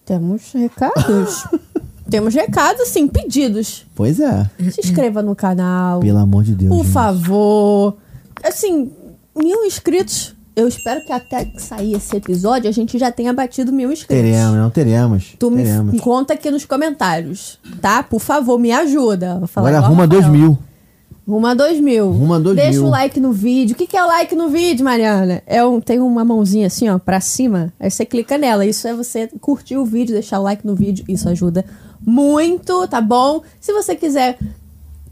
A: Temos
B: (laughs)
A: recados. Temos recados, sim, pedidos.
B: Pois é.
A: Se inscreva no canal.
B: Pelo amor de Deus.
A: Por
B: gente.
A: favor. Assim, mil inscritos. Eu espero que até que sair esse episódio a gente já tenha batido mil inscritos.
B: Teremos, não teremos.
A: Tu me
B: teremos.
A: conta aqui nos comentários, tá? Por favor, me ajuda. Vou falar
B: Agora
A: igual
B: arruma
A: Rafael.
B: dois mil.
A: Arruma dois mil.
B: Arruma dois
A: Deixa
B: mil.
A: o like no vídeo. O que, que é o like no vídeo, Mariana? É um, tem uma mãozinha assim, ó, pra cima. Aí você clica nela. Isso é você curtir o vídeo, deixar o like no vídeo. Isso ajuda muito, tá bom? Se você quiser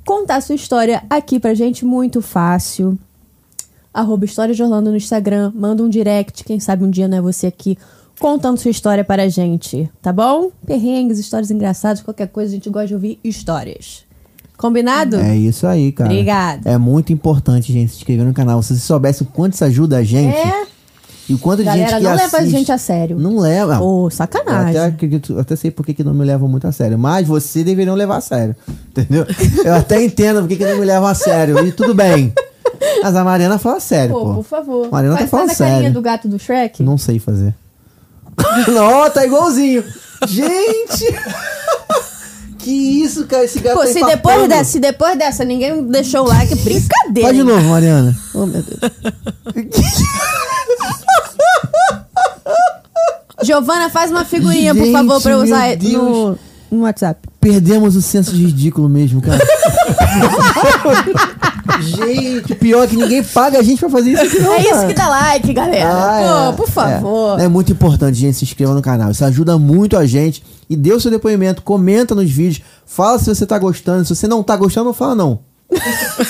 A: contar sua história aqui pra gente, muito fácil. Arroba História de Orlando no Instagram. Manda um direct. Quem sabe um dia não é você aqui contando sua história para a gente, tá bom? Perrengues, histórias engraçadas, qualquer coisa, a gente gosta de ouvir histórias. Combinado?
B: É isso aí, cara.
A: Obrigada.
B: É muito importante, gente, se inscrever no canal. Se vocês soubessem o quanto isso ajuda a gente.
A: É.
B: E o quanto de
A: Galera,
B: gente que
A: não leva a
B: assiste-
A: gente a sério.
B: Não leva.
A: Ô,
B: Eu até
A: sacanagem.
B: acredito, eu até sei por que que não me levam muito a sério. Mas vocês deveriam levar a sério. Entendeu? Eu até entendo por que que não me levam a sério. E tudo bem. Mas a Mariana fala sério, pô.
A: Pô, por favor.
B: Mariana
A: faz,
B: tá falando
A: faz a carinha
B: sério.
A: do gato do Shrek.
B: Não sei fazer. (laughs) não, tá igualzinho. Gente! (laughs) que isso, cara? Esse gato
A: Pô,
B: tá
A: se
B: empapando.
A: depois, dessa, se depois dessa ninguém deixou o like, brincadeira.
B: Faz de novo, Mariana.
A: Oh, meu Deus. Giovana, faz uma figurinha, por
B: Gente,
A: favor, pra eu
B: meu
A: usar no,
B: Deus.
A: no WhatsApp.
B: Perdemos o senso de ridículo mesmo, cara. gente, o pior é que ninguém paga a gente pra fazer isso. aqui, não,
A: É isso
B: cara.
A: que dá like, galera.
B: Ah,
A: Pô, por favor.
B: É. É muito importante, gente, se inscreva no canal. Isso ajuda muito a gente. E dê o seu depoimento, comenta nos vídeos, fala se você tá gostando. Se você não tá gostando, não fala não.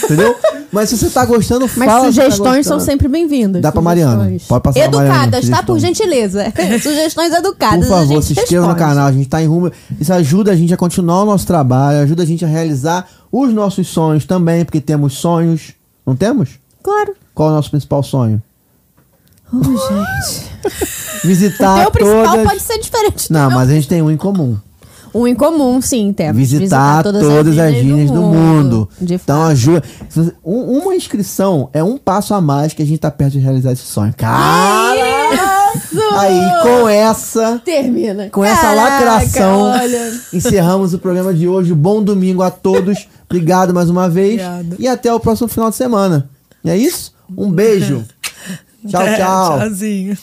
B: Entendeu? Mas se você tá gostando,
A: Mas
B: fala. se tá
A: sugestões são
B: gostando.
A: sempre bem-vindas.
B: Dá pra
A: Sugestões.
B: Mariana. Pode passar pra
A: Educadas,
B: Mariana,
A: tá? Por
B: sugestões.
A: gentileza. (laughs) sugestões educadas.
B: Por
A: a
B: favor,
A: gente
B: se inscreva no
A: responde.
B: canal, a gente tá em rumo. Isso ajuda a gente a continuar o nosso trabalho, ajuda a gente a realizar os nossos sonhos também, porque temos sonhos. Não temos?
A: Claro.
B: Qual é o nosso principal sonho?
A: Oh, gente. O
B: (laughs) Visitar
A: teu principal
B: todas...
A: pode ser diferente. do
B: Não,
A: meu. É,
B: mas a gente tem um em comum.
A: Um em comum, sim, temos.
B: visitar, todas, as linhas do, mundo.
A: De
B: então ajuda. Se você- um- uma inscrição é um passo a mais que a gente tá perto de realizar esse sonho.
A: É
B: Cara!
A: fato.
B: Aí com essa,
A: Termina.
B: com
A: né?
B: essa
A: Caraca,
B: lacração,
A: Olha.
B: encerramos o programa de hoje. Bom domingo a todos. Obrigado mais uma vez
D: Obrigado.
B: e até o próximo final de semana. E é isso? Um beijo. Tchau,
D: É,
B: tchau.
D: Tchauzinho.